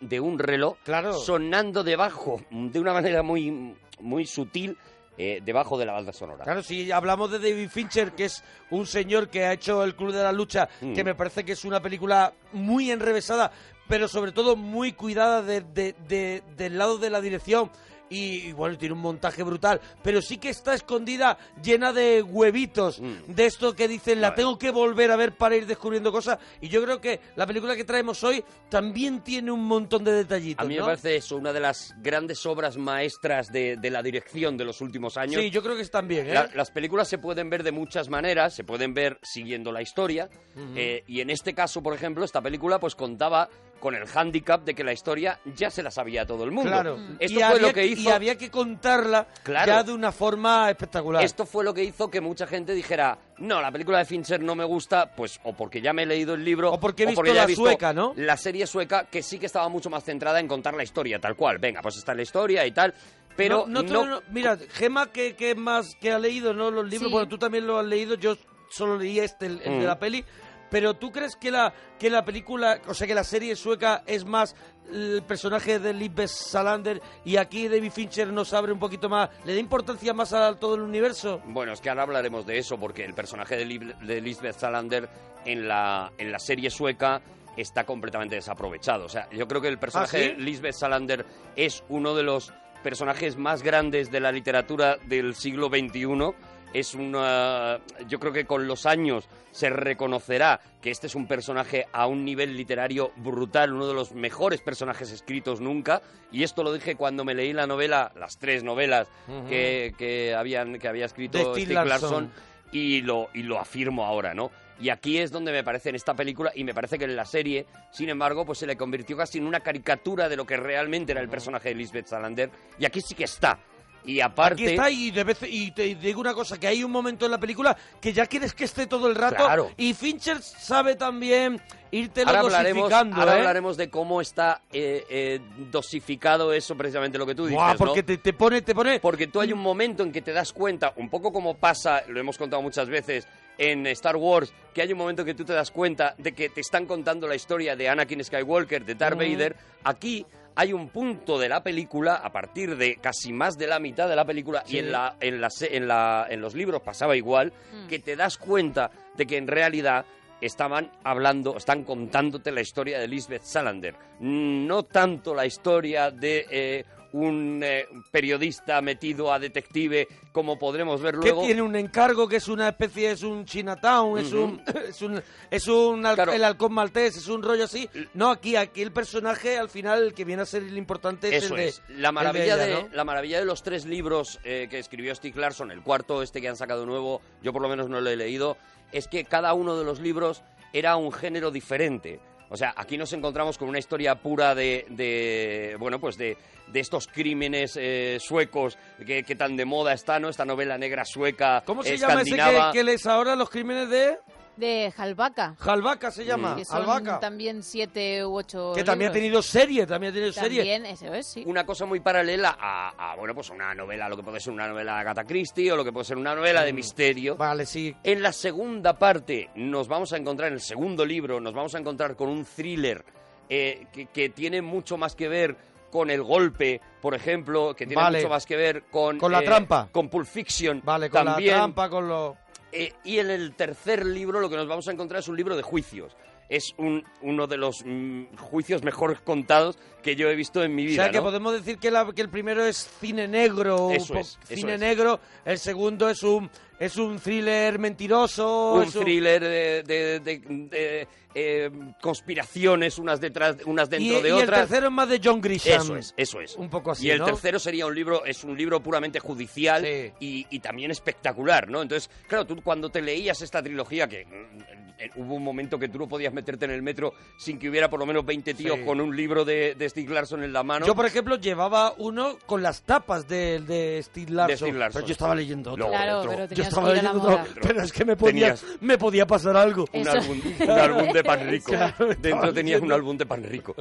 [SPEAKER 4] de un reloj sonando debajo, de una manera muy, muy sutil, eh, debajo de la banda sonora.
[SPEAKER 2] Claro, si hablamos de David Fincher, que es un señor que ha hecho El Club de la Lucha,
[SPEAKER 4] Mm.
[SPEAKER 2] que me parece que es una película muy enrevesada, pero sobre todo muy cuidada de- de- de- del lado de la dirección. Y, y bueno, tiene un montaje brutal, pero sí que está escondida, llena de huevitos,
[SPEAKER 4] Mm.
[SPEAKER 2] de esto que dicen, la tengo que volver a ver para ir descubriendo cosas. Y yo creo que la película que traemos hoy también tiene un montón de detallitos.
[SPEAKER 4] A mí me
[SPEAKER 2] ¿no?
[SPEAKER 4] parece eso, una de las grandes obras maestras de, de la dirección de los últimos años.
[SPEAKER 2] Sí, yo creo que están bien, ¿eh?
[SPEAKER 4] La- las películas se pueden ver de muchas maneras, se pueden ver siguiendo la historia.
[SPEAKER 2] Ujú.
[SPEAKER 4] eh, y en este caso, por ejemplo, esta película pues contaba con el hándicap de que la historia ya se la sabía todo el mundo.
[SPEAKER 2] Claro.
[SPEAKER 4] Esto
[SPEAKER 2] Y
[SPEAKER 4] fue
[SPEAKER 2] había
[SPEAKER 4] lo que
[SPEAKER 2] que-
[SPEAKER 4] hizo.
[SPEAKER 2] y había que contarla
[SPEAKER 4] Claro.
[SPEAKER 2] ya de una forma espectacular.
[SPEAKER 4] Esto fue lo que hizo que mucha gente dijera, no, la película de Fincher no me gusta, pues o porque ya me he leído el libro, o
[SPEAKER 2] porque he visto
[SPEAKER 4] ya
[SPEAKER 2] la sueca, ¿no?
[SPEAKER 4] La serie sueca, que sí que estaba mucho más centrada en contar la historia, tal cual. Venga, pues está la historia y tal, pero
[SPEAKER 2] No, no, tú no- mira, Gema que, que más que ha leído, ¿no? Los libros,
[SPEAKER 4] Sí.
[SPEAKER 2] bueno, tú también lo has leído, yo solo leí este, el, el
[SPEAKER 4] Mm.
[SPEAKER 2] de la peli. Pero ¿tú crees que la, que la película, o sea, que la serie sueca es más el personaje de Lisbeth Salander y aquí David Fincher nos abre un poquito más, le da importancia más a todo el universo?
[SPEAKER 4] Bueno, es que ahora hablaremos de eso, porque el personaje de, Lib- de Lisbeth Salander en la, en la serie sueca está completamente desaprovechado. O sea, yo creo que el personaje
[SPEAKER 2] ¿Ah, ¿sí?
[SPEAKER 4] de Lisbeth Salander es uno de los personajes más grandes de la literatura del siglo XXI. Es una. Yo creo que con los años se reconocerá que este es un personaje a un nivel literario brutal, uno de los mejores personajes escritos nunca. Y esto lo dije cuando me leí la novela, las tres novelas
[SPEAKER 2] Ujú.
[SPEAKER 4] que, que habían, que había escrito
[SPEAKER 2] de
[SPEAKER 4] escrito
[SPEAKER 2] Steve
[SPEAKER 4] Steve
[SPEAKER 2] Larson.
[SPEAKER 4] Larson y lo, y lo afirmo ahora, ¿no? Y aquí es donde me parece en esta película y me parece que en la serie, sin embargo, pues se le convirtió casi en una caricatura de lo que realmente era el personaje de Lisbeth Salander y aquí sí que está. Y aparte
[SPEAKER 2] Aquí está y, de vez- y te digo una cosa, que hay un momento en la película que ya quieres que esté todo el rato
[SPEAKER 4] Claro.
[SPEAKER 2] y Fincher sabe también irte
[SPEAKER 4] ahora hablaremos,
[SPEAKER 2] dosificando,
[SPEAKER 4] ahora
[SPEAKER 2] ¿eh?
[SPEAKER 4] hablaremos de cómo está eh, eh, dosificado eso precisamente lo que tú dices,
[SPEAKER 2] Buah,
[SPEAKER 4] ¿no?
[SPEAKER 2] porque te, te pone, te pone...
[SPEAKER 4] Porque tú hay un momento en que te das cuenta, un poco como pasa, lo hemos contado muchas veces en Star Wars, que hay un momento en que tú te das cuenta de que te están contando la historia de Anakin Skywalker, de Darth
[SPEAKER 2] Mm.
[SPEAKER 4] Vader. Aquí hay un punto de la película, a partir de casi más de la mitad de la película,
[SPEAKER 2] Sí.
[SPEAKER 4] y en, la, en, la se- en, la- en los libros pasaba igual,
[SPEAKER 2] Mm.
[SPEAKER 4] que te das cuenta de que en realidad estaban hablando, están contándote la historia de Lisbeth Salander, no tanto la historia de... eh, un eh, periodista metido a detective, como podremos ver
[SPEAKER 2] que
[SPEAKER 4] luego.
[SPEAKER 2] tiene un encargo que es una especie, es un Chinatown, es
[SPEAKER 4] Ujú.
[SPEAKER 2] un es un es un al- el halcón maltés, es un rollo así. No, aquí aquí el personaje al final el que viene a ser el importante es
[SPEAKER 4] Eso
[SPEAKER 2] el de
[SPEAKER 4] es. La
[SPEAKER 2] el de
[SPEAKER 4] maravilla, de
[SPEAKER 2] ella, ¿no?
[SPEAKER 4] la maravilla de los tres libros eh, que escribió Stieg Larsson, el cuarto este que han sacado nuevo, yo por lo menos no lo he leído, es que cada uno de los libros era un género diferente. O sea, aquí nos encontramos con una historia pura de, de, bueno, pues de, de estos crímenes eh, suecos que, que tan de moda está, ¿no? Esta novela negra sueca, eh,
[SPEAKER 2] ¿Cómo se llama ese que,
[SPEAKER 4] escandinava.
[SPEAKER 2] que lees ahora los crímenes de
[SPEAKER 5] De Jalvaca.
[SPEAKER 2] Jalvaca se llama?
[SPEAKER 5] Que son
[SPEAKER 2] Jalvaca.
[SPEAKER 5] también siete u ocho
[SPEAKER 2] Que también ha
[SPEAKER 5] libros.
[SPEAKER 2] tenido serie, también ha tenido serie.
[SPEAKER 5] También, eso es, sí.
[SPEAKER 4] una cosa muy paralela a, a, bueno, pues una novela, lo que puede ser una novela de Agatha Christie o lo que puede ser una novela de misterio.
[SPEAKER 2] Mm. Vale, sí.
[SPEAKER 4] En la segunda parte nos vamos a encontrar, en el segundo libro, nos vamos a encontrar con un thriller eh, que, que tiene mucho más que ver con el golpe, por ejemplo, que tiene
[SPEAKER 2] Vale.
[SPEAKER 4] mucho más que ver con... eh,
[SPEAKER 2] Con la trampa.
[SPEAKER 4] Con Pulp Fiction.
[SPEAKER 2] Vale, con
[SPEAKER 4] también.
[SPEAKER 2] la trampa, con los
[SPEAKER 4] Eh, y en el tercer libro lo que nos vamos a encontrar es un libro de juicios. Es un- uno de los mm, juicios mejor contados que yo he visto en mi vida.
[SPEAKER 2] o sea que
[SPEAKER 4] ¿no?
[SPEAKER 2] podemos decir que, la- que el primero es cine negro, un
[SPEAKER 4] Eso
[SPEAKER 2] po-
[SPEAKER 4] es, eso
[SPEAKER 2] cine
[SPEAKER 4] es.
[SPEAKER 2] negro, el segundo es un es un thriller mentiroso,
[SPEAKER 4] un
[SPEAKER 2] es un-
[SPEAKER 4] thriller de, de- de- de, eh, conspiraciones unas detrás unas dentro
[SPEAKER 2] y,
[SPEAKER 4] de
[SPEAKER 2] y
[SPEAKER 4] otras
[SPEAKER 2] el tercero es más de John Grisham.
[SPEAKER 4] eso es eso es
[SPEAKER 2] Un poco así,
[SPEAKER 4] y el
[SPEAKER 2] ¿no?
[SPEAKER 4] tercero sería un libro es un libro puramente judicial y, y también espectacular no entonces claro tú cuando te leías esta trilogía que mm, eh, hubo un momento que tú no podías meterte en el metro sin que hubiera por lo menos 20 tíos
[SPEAKER 2] Sí.
[SPEAKER 4] con un libro de, de Stieg Larsson en la mano
[SPEAKER 2] Yo, por ejemplo, llevaba uno con las tapas de, de Steve
[SPEAKER 4] De
[SPEAKER 2] Larsson.
[SPEAKER 4] Stieg Larsson.
[SPEAKER 2] Pero yo estaba leyendo otro.
[SPEAKER 4] Luego Claro, otro. pero
[SPEAKER 2] yo
[SPEAKER 4] tenías
[SPEAKER 2] estaba
[SPEAKER 4] que ir a la
[SPEAKER 2] leyendo
[SPEAKER 4] moda.
[SPEAKER 2] otro, Pero es que me podía,
[SPEAKER 4] Tenías-
[SPEAKER 2] me podía pasar algo.
[SPEAKER 4] un álbum, un álbum de pan rico.
[SPEAKER 2] Claro, estaba
[SPEAKER 4] Dentro tenías un
[SPEAKER 2] leyendo-
[SPEAKER 4] álbum de pan rico.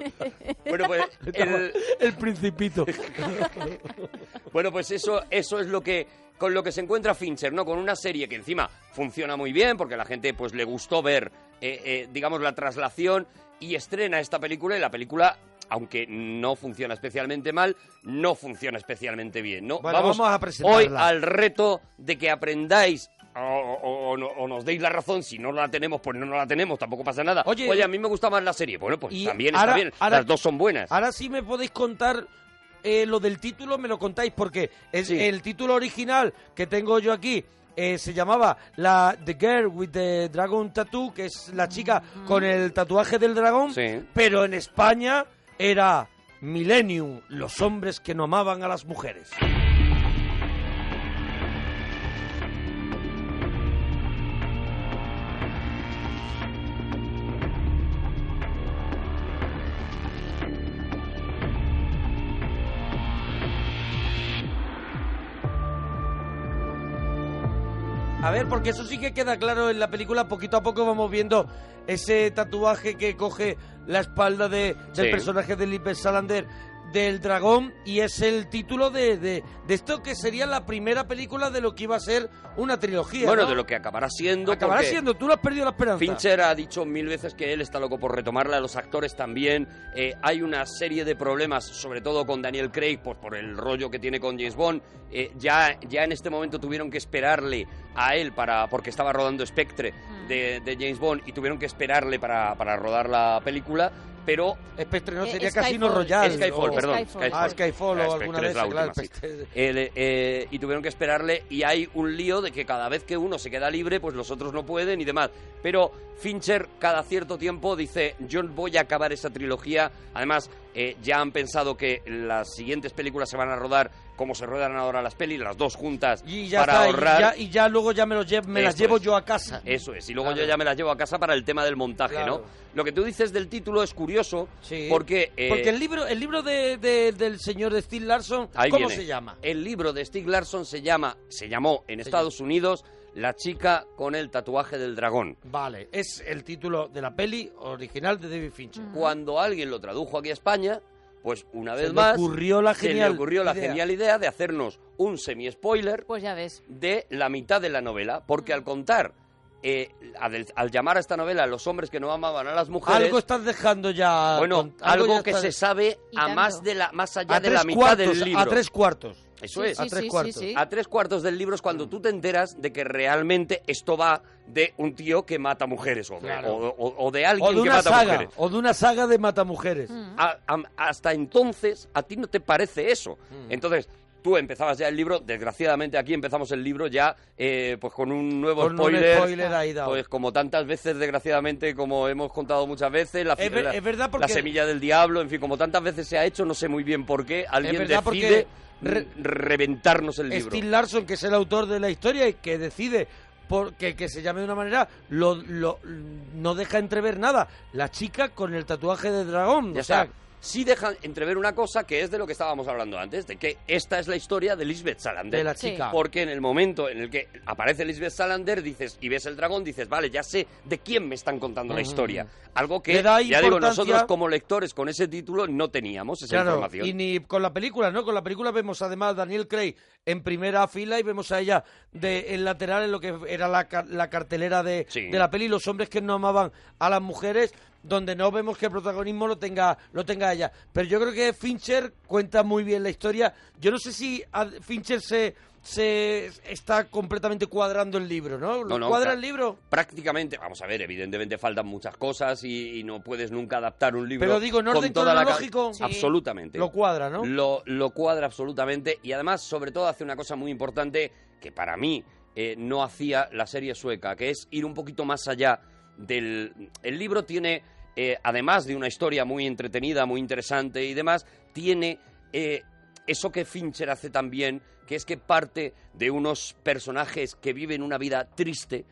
[SPEAKER 4] Bueno, pues el,
[SPEAKER 2] el principito.
[SPEAKER 4] Bueno, pues eso, eso es lo que con lo que se encuentra Fincher, ¿no? Con una serie que encima funciona muy bien porque la gente pues le gustó ver, eh, eh, digamos, la traslación y estrena esta película y la película, aunque no funciona especialmente mal, no funciona especialmente bien, ¿no?
[SPEAKER 2] Bueno, vamos a presentarla.
[SPEAKER 4] hoy al reto de que aprendáis o, o- o no- o nos deis la razón, si no la tenemos, pues no, no la tenemos, tampoco pasa nada. Oye, a mí me gusta más la serie. Bueno, pues
[SPEAKER 2] Y
[SPEAKER 4] también
[SPEAKER 2] ahora-
[SPEAKER 4] está bien,
[SPEAKER 2] ahora-
[SPEAKER 4] las dos son buenas.
[SPEAKER 2] Ahora sí me podéis contar eh, lo del título, me lo contáis, porque el, el título original que tengo yo aquí eh, se llamaba la The Girl with the Dragon Tattoo, que es la chica
[SPEAKER 4] Mm.
[SPEAKER 2] con el tatuaje del dragón, pero en España era Millennium, los hombres que no amaban a las mujeres. A ver, porque eso sí que queda claro en la película. Poquito a poco vamos viendo ese tatuaje que coge la espalda de, del
[SPEAKER 4] Sí.
[SPEAKER 2] personaje de Lisbeth Salander del dragón y es el título de, de, de esto que sería la primera película de lo que iba a ser una trilogía.
[SPEAKER 4] Bueno,
[SPEAKER 2] ¿no?
[SPEAKER 4] de lo que acabará siendo.
[SPEAKER 2] Acabará
[SPEAKER 4] porque-
[SPEAKER 2] siendo, tú no has perdido la esperanza.
[SPEAKER 4] Fincher ha dicho mil veces que él está loco por retomarla, los actores también. Eh, hay una serie de problemas, sobre todo con Daniel Craig, pues por el rollo que tiene con James Bond. Eh, ya, ya en este momento tuvieron que esperarle a él para porque estaba rodando Spectre de, de James Bond y tuvieron que esperarle para, para rodar la película. Pero
[SPEAKER 2] Spectre no, Eh, sería Casino Skyfall. Royale,
[SPEAKER 4] Skyfall,
[SPEAKER 2] o-
[SPEAKER 4] perdón.
[SPEAKER 2] Skyfall. Ah, Skyfall o
[SPEAKER 4] Ah,
[SPEAKER 2] alguna
[SPEAKER 4] Spectre es
[SPEAKER 2] de
[SPEAKER 4] la
[SPEAKER 2] esas, claro,
[SPEAKER 4] última, sí.
[SPEAKER 2] Spectre.
[SPEAKER 4] El, eh, y tuvieron que esperarle y hay un lío de que cada vez que uno se queda libre, pues los otros no pueden y demás. Pero Fincher cada cierto tiempo dice, yo voy a acabar esa trilogía. Además, eh, ya han pensado que las siguientes películas se van a rodar como se ruedan ahora las pelis, las dos juntas,
[SPEAKER 2] Y ya
[SPEAKER 4] para
[SPEAKER 2] está, y
[SPEAKER 4] ahorrar.
[SPEAKER 2] ya- y ya luego ya me, los lle- me las
[SPEAKER 4] Eso
[SPEAKER 2] llevo
[SPEAKER 4] es.
[SPEAKER 2] yo a casa.
[SPEAKER 4] Eso es, y luego yo ya me las llevo a casa para el tema del montaje,
[SPEAKER 2] Claro.
[SPEAKER 4] ¿no? Lo que tú dices del título es curioso porque... eh,
[SPEAKER 2] Porque el libro, el libro de- de- del señor de Steve Larson,
[SPEAKER 4] Ahí
[SPEAKER 2] ¿cómo
[SPEAKER 4] viene.
[SPEAKER 2] se llama?
[SPEAKER 4] El libro de Stieg Larsson se llama, se llamó en Estados Unidos La chica con el tatuaje del dragón.
[SPEAKER 2] Vale, es el título de la peli original de David Fincher.
[SPEAKER 4] Cuando alguien lo tradujo aquí a España, pues una
[SPEAKER 2] Se
[SPEAKER 4] vez
[SPEAKER 2] le
[SPEAKER 4] más
[SPEAKER 2] ocurrió la
[SPEAKER 4] se le
[SPEAKER 2] genial
[SPEAKER 4] ocurrió la
[SPEAKER 2] idea.
[SPEAKER 4] genial idea de hacernos un semi spoiler
[SPEAKER 5] Pues ya ves. Mm.
[SPEAKER 4] de la mitad de la novela, porque al contar eh, al, al llamar a esta novela Los hombres que no amaban a las mujeres,
[SPEAKER 2] Algo estás dejando ya.
[SPEAKER 4] bueno,
[SPEAKER 2] con-
[SPEAKER 4] algo,
[SPEAKER 2] ya
[SPEAKER 4] que
[SPEAKER 2] está-
[SPEAKER 4] se sabe
[SPEAKER 2] Y
[SPEAKER 4] a
[SPEAKER 2] tanto.
[SPEAKER 4] más de la más allá
[SPEAKER 2] A
[SPEAKER 4] de
[SPEAKER 2] tres
[SPEAKER 4] la mitad
[SPEAKER 2] cuartos,
[SPEAKER 4] del libro.
[SPEAKER 2] a tres cuartos.
[SPEAKER 4] Eso
[SPEAKER 2] Sí,
[SPEAKER 4] es.
[SPEAKER 2] sí, A tres sí, sí, cuartos. Mm. sí.
[SPEAKER 4] A tres cuartos del libro es cuando tú te enteras de que realmente esto va de un tío que mata mujeres o, de-
[SPEAKER 2] Claro.
[SPEAKER 4] o- o- o de alguien
[SPEAKER 2] O de
[SPEAKER 4] que
[SPEAKER 2] una
[SPEAKER 4] mata
[SPEAKER 2] saga.
[SPEAKER 4] mujeres.
[SPEAKER 2] O de una saga de matamujeres.
[SPEAKER 4] A- am- hasta entonces a ti no te parece eso.
[SPEAKER 2] Mm.
[SPEAKER 4] Entonces tú empezabas ya el libro, desgraciadamente aquí empezamos el libro ya eh, pues con un nuevo
[SPEAKER 2] Con un
[SPEAKER 4] spoiler.
[SPEAKER 2] spoiler ahí dado.
[SPEAKER 4] Pues como tantas veces, desgraciadamente, como hemos contado muchas veces, la, fi-
[SPEAKER 2] Es ver-
[SPEAKER 4] la-
[SPEAKER 2] es verdad
[SPEAKER 4] la
[SPEAKER 2] porque-
[SPEAKER 4] semilla del diablo, en fin, como tantas veces se ha hecho, no sé muy bien por qué, alguien
[SPEAKER 2] verdad porque
[SPEAKER 4] decide
[SPEAKER 2] re-
[SPEAKER 4] mm, reventarnos el libro.
[SPEAKER 2] Steve Larson, que es el autor de la historia y que decide porque que se llame de una manera, lo, lo- no deja entrever nada. La chica con el tatuaje de dragón.
[SPEAKER 4] Ya
[SPEAKER 2] o sea,
[SPEAKER 4] está. Sí dejan entrever una cosa que es de lo que estábamos hablando antes, de que esta es la historia de Lisbeth Salander.
[SPEAKER 2] De la Sí. chica.
[SPEAKER 4] Porque en el momento en el que aparece Lisbeth Salander, dices, y ves el dragón, dices, vale, ya sé de quién me están contando la
[SPEAKER 2] Ujú.
[SPEAKER 4] historia. Algo que,
[SPEAKER 2] Mm. Le da
[SPEAKER 4] ya digo,
[SPEAKER 2] importancia-
[SPEAKER 4] nosotros como lectores con ese título no teníamos esa
[SPEAKER 2] Claro,
[SPEAKER 4] información.
[SPEAKER 2] y ni con la película, ¿no? Con la película vemos además a Daniel Craig en primera fila y vemos a ella de en lateral en lo que era la, ca- la cartelera de, de la peli, los hombres que no amaban a las mujeres, donde no vemos que el protagonismo lo tenga, lo tenga ella. Pero yo creo que Fincher cuenta muy bien la historia. Yo no sé si a- Fincher se, se está completamente cuadrando el libro, ¿no? ¿Lo
[SPEAKER 4] No, no,
[SPEAKER 2] cuadra
[SPEAKER 4] ca-
[SPEAKER 2] el libro?
[SPEAKER 4] Prácticamente, vamos a ver, evidentemente faltan muchas cosas y, y no puedes nunca adaptar un libro.
[SPEAKER 2] Pero digo, en
[SPEAKER 4] con
[SPEAKER 2] orden
[SPEAKER 4] toda la ca-
[SPEAKER 2] cronológico, Sí.
[SPEAKER 4] Absolutamente.
[SPEAKER 2] lo cuadra, ¿no?
[SPEAKER 4] Lo, lo cuadra absolutamente y además, sobre todo, hace una cosa muy importante que para mí eh, no hacía la serie sueca, que es ir un poquito más allá del... El libro tiene, eh, además de una historia muy entretenida, muy interesante y demás, tiene eh, eso que Fincher hace también, que es que parte de unos personajes que viven una vida triste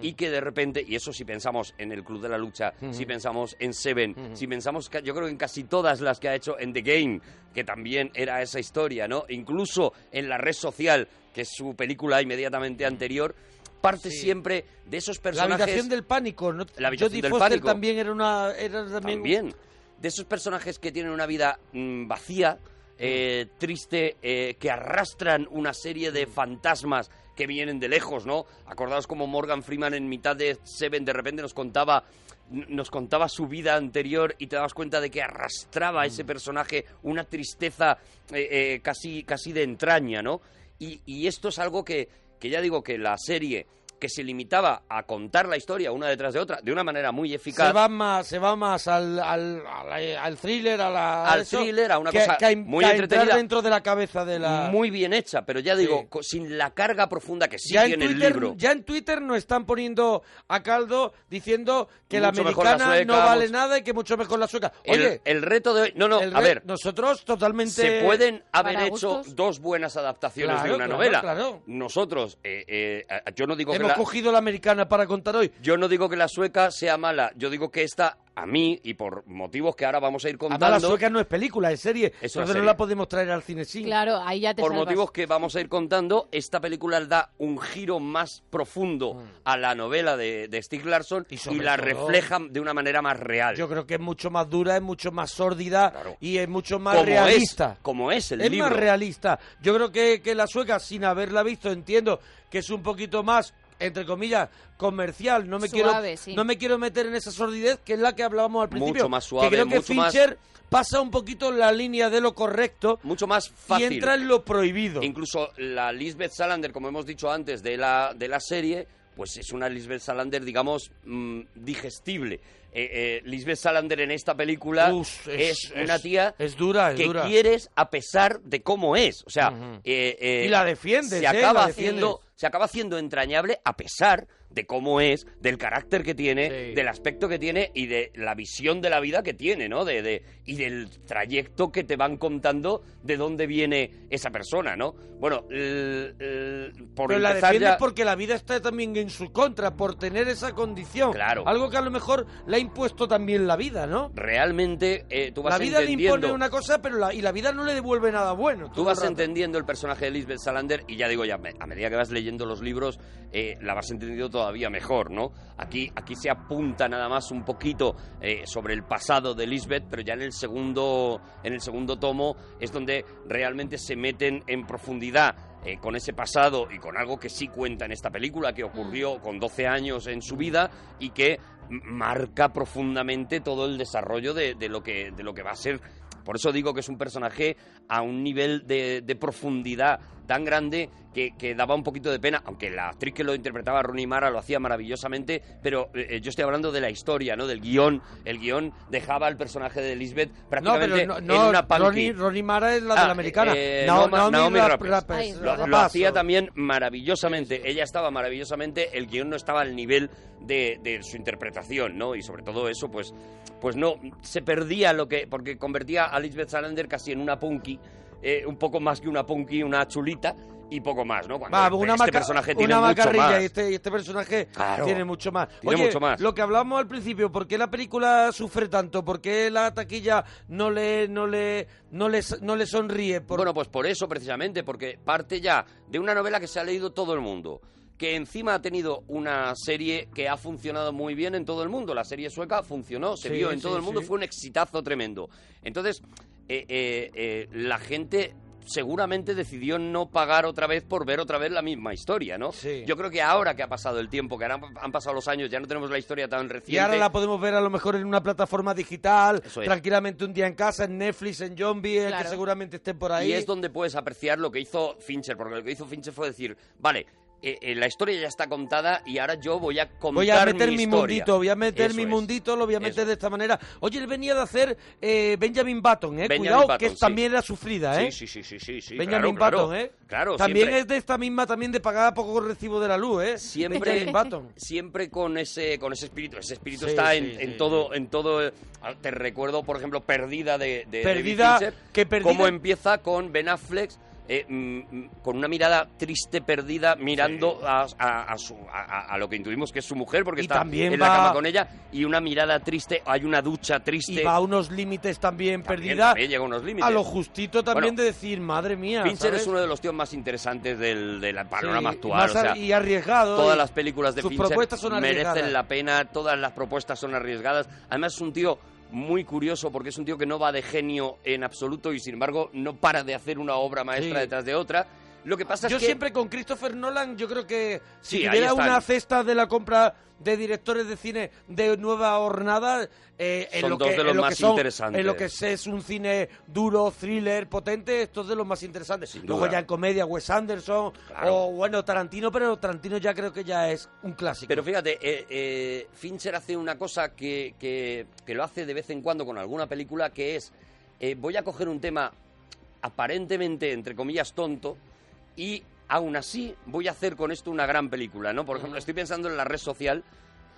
[SPEAKER 4] y que de repente, y eso si pensamos en el Club de la Lucha,
[SPEAKER 2] Ujú.
[SPEAKER 4] si pensamos en Seven,
[SPEAKER 2] Ujú.
[SPEAKER 4] si pensamos, ca- yo creo que en casi todas las que ha hecho en The Game, que también era esa historia, ¿no? Incluso en La Red Social, que es su película inmediatamente anterior, parte
[SPEAKER 2] Sí.
[SPEAKER 4] siempre de esos
[SPEAKER 2] La
[SPEAKER 4] personajes...
[SPEAKER 2] habitación del pánico, ¿no?
[SPEAKER 4] La habitación
[SPEAKER 2] Jodie
[SPEAKER 4] del
[SPEAKER 2] Foster
[SPEAKER 4] pánico.
[SPEAKER 2] también era una... Era también,
[SPEAKER 4] También. De esos personajes que tienen una vida mm, vacía, eh,
[SPEAKER 2] Mm.
[SPEAKER 4] triste, eh, que arrastran una serie de fantasmas que vienen de lejos, ¿no? Acordaos como Morgan Freeman en mitad de Seven de repente nos contaba n- nos contaba su vida anterior y te dabas cuenta de que arrastraba a
[SPEAKER 2] Mm.
[SPEAKER 4] ese personaje una tristeza eh, eh, casi, casi de entraña, ¿no? Y, y esto es algo que, que ya digo que la serie que se limitaba a contar la historia una detrás de otra de una manera muy eficaz
[SPEAKER 2] se va más se va más al, al, al- al thriller a la a
[SPEAKER 4] al
[SPEAKER 2] eso,
[SPEAKER 4] thriller, a una
[SPEAKER 2] que-
[SPEAKER 4] cosa
[SPEAKER 2] que a en-
[SPEAKER 4] muy
[SPEAKER 2] que a entrar
[SPEAKER 4] entretenida,
[SPEAKER 2] dentro de la cabeza de la
[SPEAKER 4] muy bien hecha, pero ya digo, co- sin la carga profunda que sí
[SPEAKER 2] ya en,
[SPEAKER 4] tiene el
[SPEAKER 2] Twitter,
[SPEAKER 4] libro.
[SPEAKER 2] ya en Twitter nos están poniendo a caldo diciendo que la
[SPEAKER 4] Mucho mejor la
[SPEAKER 2] americana no
[SPEAKER 4] sueca,
[SPEAKER 2] vale
[SPEAKER 4] mucho-
[SPEAKER 2] nada y que mucho mejor la sueca.
[SPEAKER 4] El-
[SPEAKER 2] Oye,
[SPEAKER 4] el, reto de hoy, no, no,
[SPEAKER 2] el
[SPEAKER 4] a
[SPEAKER 2] re-
[SPEAKER 4] ver,
[SPEAKER 2] nosotros totalmente
[SPEAKER 4] se pueden haber
[SPEAKER 2] para
[SPEAKER 4] hecho
[SPEAKER 2] gustos.
[SPEAKER 4] dos buenas adaptaciones
[SPEAKER 2] Claro,
[SPEAKER 4] de una
[SPEAKER 2] claro,
[SPEAKER 4] novela.
[SPEAKER 2] claro.
[SPEAKER 4] Nosotros, eh, eh, a- yo no digo que
[SPEAKER 2] hemos
[SPEAKER 4] la,
[SPEAKER 2] cogido la americana para contar hoy.
[SPEAKER 4] yo no digo que la sueca sea mala, yo digo que esta a mí y por motivos que ahora vamos a ir contando.
[SPEAKER 2] Además, la sueca no es película, es serie.
[SPEAKER 4] Es una
[SPEAKER 2] Entonces no
[SPEAKER 4] serie.
[SPEAKER 2] la podemos traer al cine sí.
[SPEAKER 5] Claro, ahí ya te
[SPEAKER 4] por
[SPEAKER 5] salvas.
[SPEAKER 4] motivos que vamos a ir contando, esta película da un giro más profundo a la novela de, de Stieg Larsson y,
[SPEAKER 2] Mm. sobre
[SPEAKER 4] la
[SPEAKER 2] todo-
[SPEAKER 4] refleja de una manera más real.
[SPEAKER 2] Yo creo que es mucho más dura, es mucho más sórdida y es mucho más
[SPEAKER 4] Como es-
[SPEAKER 2] realista.
[SPEAKER 4] como es el
[SPEAKER 2] es
[SPEAKER 4] libro.
[SPEAKER 2] más realista. Yo creo que, que la sueca, sin haberla visto, entiendo que es un poquito más entre comillas comercial no me
[SPEAKER 5] Suave,
[SPEAKER 2] quiero
[SPEAKER 5] sí.
[SPEAKER 2] no me quiero meter en esa sordidez que es la que hablábamos al principio
[SPEAKER 4] Mucho más suave,
[SPEAKER 2] que creo que
[SPEAKER 4] mucho más-
[SPEAKER 2] Fincher pasa un poquito la línea de lo correcto
[SPEAKER 4] mucho más fácil.
[SPEAKER 2] y entra en lo prohibido
[SPEAKER 4] Incluso la Lisbeth Salander, como hemos dicho antes, de la, de la serie, pues es una Lisbeth Salander, digamos, mm, digestible. Eh, eh, Lisbeth Salander en esta película
[SPEAKER 2] Uf,
[SPEAKER 4] es, una
[SPEAKER 2] es-
[SPEAKER 4] tía
[SPEAKER 2] es dura es
[SPEAKER 4] que
[SPEAKER 2] dura
[SPEAKER 4] quieres a pesar de cómo es. O sea,
[SPEAKER 2] Ujú.
[SPEAKER 4] eh, eh,
[SPEAKER 2] Y la defiendes,
[SPEAKER 4] Se
[SPEAKER 2] ¿eh?
[SPEAKER 4] acaba
[SPEAKER 2] La
[SPEAKER 4] haciendo,
[SPEAKER 2] defiendes.
[SPEAKER 4] se acaba haciendo entrañable a pesar de cómo es, del carácter que tiene, del aspecto que tiene y de la visión de la vida que tiene, ¿no? De, de- y del trayecto que te van contando de dónde viene esa persona, ¿no? Bueno, el- el- por
[SPEAKER 2] Pero la
[SPEAKER 4] empezar
[SPEAKER 2] defiende
[SPEAKER 4] ya-
[SPEAKER 2] porque la vida está también en su contra, por tener esa condición. Claro. Algo que a lo mejor le ha impuesto también la vida, ¿no?
[SPEAKER 4] realmente eh, tú vas
[SPEAKER 2] La vida le
[SPEAKER 4] entendiendo...
[SPEAKER 2] impone una cosa, pero la, y la vida no le devuelve nada bueno.
[SPEAKER 4] Tú
[SPEAKER 2] todo
[SPEAKER 4] vas
[SPEAKER 2] el rato.
[SPEAKER 4] entendiendo el personaje de Lisbeth Salander y ya digo, ya me- a medida que vas leyendo los libros, eh, la vas entendiendo todavía mejor, ¿no? Aquí, aquí se apunta nada más un poquito eh, sobre el pasado de Lisbeth, pero ya en el segundo, en el segundo tomo es donde realmente se meten en profundidad eh, con ese pasado y con algo que sí cuenta en esta película, que
[SPEAKER 2] Mm.
[SPEAKER 4] ocurrió con 12 años en su vida y que m- marca profundamente todo el desarrollo de, de lo, que, de lo que va a ser. Por eso digo que es un personaje a un nivel de, de profundidad tan grande que, que daba un poquito de pena, aunque la actriz que lo interpretaba, Rooney Mara, lo hacía maravillosamente, pero eh, yo estoy hablando de la historia, ¿no? Del guión. El guión dejaba al personaje de Lisbeth
[SPEAKER 2] No, pero
[SPEAKER 4] prácticamente
[SPEAKER 2] no,
[SPEAKER 4] en
[SPEAKER 2] no
[SPEAKER 4] una punky.
[SPEAKER 2] Ronnie, Ronnie Mara es la de
[SPEAKER 4] Ah,
[SPEAKER 2] la americana.
[SPEAKER 4] eh,
[SPEAKER 2] Nao-
[SPEAKER 4] Naoma- Naomi
[SPEAKER 2] Ra-
[SPEAKER 4] Rapace.
[SPEAKER 2] Rapace,
[SPEAKER 4] Lo, lo
[SPEAKER 2] Rapace.
[SPEAKER 4] hacía también maravillosamente. Ella estaba maravillosamente, el guión no estaba al nivel de, de su interpretación, ¿no? Y sobre todo eso, pues, pues no, se perdía lo que. porque convertía a Lisbeth Salander casi en una punky, eh, un poco más que una punky, una chulita. Y poco más, ¿no? Cuando
[SPEAKER 2] Va,
[SPEAKER 4] este,
[SPEAKER 2] una,
[SPEAKER 4] este
[SPEAKER 2] maca-
[SPEAKER 4] personaje tiene
[SPEAKER 2] una
[SPEAKER 4] mucho
[SPEAKER 2] macarrilla
[SPEAKER 4] más.
[SPEAKER 2] y este, y este personaje
[SPEAKER 4] Claro.
[SPEAKER 2] tiene mucho más.
[SPEAKER 4] Tiene
[SPEAKER 2] Oye,
[SPEAKER 4] mucho más.
[SPEAKER 2] lo que hablábamos al principio, ¿por qué la película sufre tanto? ¿Por qué la taquilla no le no le no le, no le sonríe? Por-
[SPEAKER 4] Bueno, pues por eso precisamente, porque parte ya de una novela que se ha leído todo el mundo, que encima ha tenido una serie que ha funcionado muy bien en todo el mundo. La serie sueca funcionó, se
[SPEAKER 2] Sí,
[SPEAKER 4] vio en todo
[SPEAKER 2] sí,
[SPEAKER 4] el mundo,
[SPEAKER 2] sí.
[SPEAKER 4] fue un exitazo tremendo. Entonces, eh, eh, eh, la gente seguramente decidió no pagar otra vez por ver otra vez la misma historia, ¿no? Yo creo que ahora que ha pasado el tiempo, que ahora han- han pasado los años, ya no tenemos la historia tan reciente.
[SPEAKER 2] y ahora la podemos ver a lo mejor en una plataforma digital,
[SPEAKER 4] Eso es.
[SPEAKER 2] tranquilamente un día en casa, en Netflix, en Zombie, eh, que seguramente estén por ahí.
[SPEAKER 4] Y es donde puedes apreciar lo que hizo Fincher, porque lo que hizo Fincher fue decir, vale, eh, eh, la historia ya está contada y ahora yo voy a contar
[SPEAKER 2] Voy a meter mi,
[SPEAKER 4] historia.
[SPEAKER 2] mundito, voy a meter
[SPEAKER 4] Eso
[SPEAKER 2] mi
[SPEAKER 4] es.
[SPEAKER 2] mundito, lo voy a meter de esta manera. Oye, él venía de hacer eh, Benjamin Button, ¿eh?
[SPEAKER 4] Benjamin
[SPEAKER 2] Cuidado,
[SPEAKER 4] Button,
[SPEAKER 2] que
[SPEAKER 4] sí.
[SPEAKER 2] también era sufrida, ¿eh?
[SPEAKER 4] Sí, sí, sí, sí, sí, sí,
[SPEAKER 2] Benjamin
[SPEAKER 4] claro,
[SPEAKER 2] Button,
[SPEAKER 4] claro.
[SPEAKER 2] ¿eh?
[SPEAKER 4] Claro,
[SPEAKER 2] También
[SPEAKER 4] siempre.
[SPEAKER 2] es de esta misma, también de pagada poco recibo de la luz, ¿eh?
[SPEAKER 4] Siempre,
[SPEAKER 2] Benjamin Button.
[SPEAKER 4] siempre con ese con ese espíritu ese espíritu
[SPEAKER 2] Sí,
[SPEAKER 4] está
[SPEAKER 2] sí,
[SPEAKER 4] en, en
[SPEAKER 2] sí,
[SPEAKER 4] todo en todo eh, te recuerdo por ejemplo perdida de, de David
[SPEAKER 2] Perdida,
[SPEAKER 4] Fincher,
[SPEAKER 2] que Perdida-
[SPEAKER 4] cómo empieza con Ben Affleck eh, mm, mm, con una mirada triste perdida mirando a, a- a su- a- a- a lo que intuimos que es su mujer porque
[SPEAKER 2] Y
[SPEAKER 4] está
[SPEAKER 2] también
[SPEAKER 4] en la
[SPEAKER 2] va-
[SPEAKER 4] cama con ella y una mirada triste hay una ducha triste
[SPEAKER 2] Y va a unos límites
[SPEAKER 4] También-
[SPEAKER 2] también, perdida.
[SPEAKER 4] también llega a unos límites.
[SPEAKER 2] A lo justito también
[SPEAKER 4] Bueno,
[SPEAKER 2] de decir, madre mía.
[SPEAKER 4] Fincher
[SPEAKER 2] ¿sabes?
[SPEAKER 4] es uno de los tíos más interesantes del, del panorama
[SPEAKER 2] Sí,
[SPEAKER 4] actual.
[SPEAKER 2] más
[SPEAKER 4] o sea,
[SPEAKER 2] ar- y arriesgado,
[SPEAKER 4] Todas
[SPEAKER 2] y
[SPEAKER 4] las películas de
[SPEAKER 2] sus
[SPEAKER 4] Fincher
[SPEAKER 2] propuestas son
[SPEAKER 4] merecen
[SPEAKER 2] arriesgadas.
[SPEAKER 4] la pena, todas las propuestas son arriesgadas. Además es un tío muy curioso porque es un tío que no va de genio en absoluto y sin embargo no para de hacer una obra maestra
[SPEAKER 2] Sí.
[SPEAKER 4] detrás de otra. Lo que pasa
[SPEAKER 2] Yo
[SPEAKER 4] es que...
[SPEAKER 2] siempre con Christopher Nolan, yo creo que si
[SPEAKER 4] Sí, ahí
[SPEAKER 2] tuviera
[SPEAKER 4] están.
[SPEAKER 2] una cesta de la compra de directores de cine de nueva hornada, eh, en
[SPEAKER 4] Son
[SPEAKER 2] lo
[SPEAKER 4] dos
[SPEAKER 2] que,
[SPEAKER 4] de los
[SPEAKER 2] en lo
[SPEAKER 4] más
[SPEAKER 2] que son-
[SPEAKER 4] interesantes.
[SPEAKER 2] En lo que es, es un cine duro, thriller, potente, esto es de los más interesantes. Luego
[SPEAKER 4] duda.
[SPEAKER 2] ya en comedia, Wes Anderson, o bueno, Tarantino, pero Tarantino ya creo que ya es un clásico.
[SPEAKER 4] Pero fíjate, eh, eh, Fincher hace una cosa que, que- que lo hace de vez en cuando con alguna película, que es, eh, voy a coger un tema aparentemente, entre comillas, tonto, y aún así voy a hacer con esto una gran película, ¿no? Por ejemplo, estoy pensando en la red social,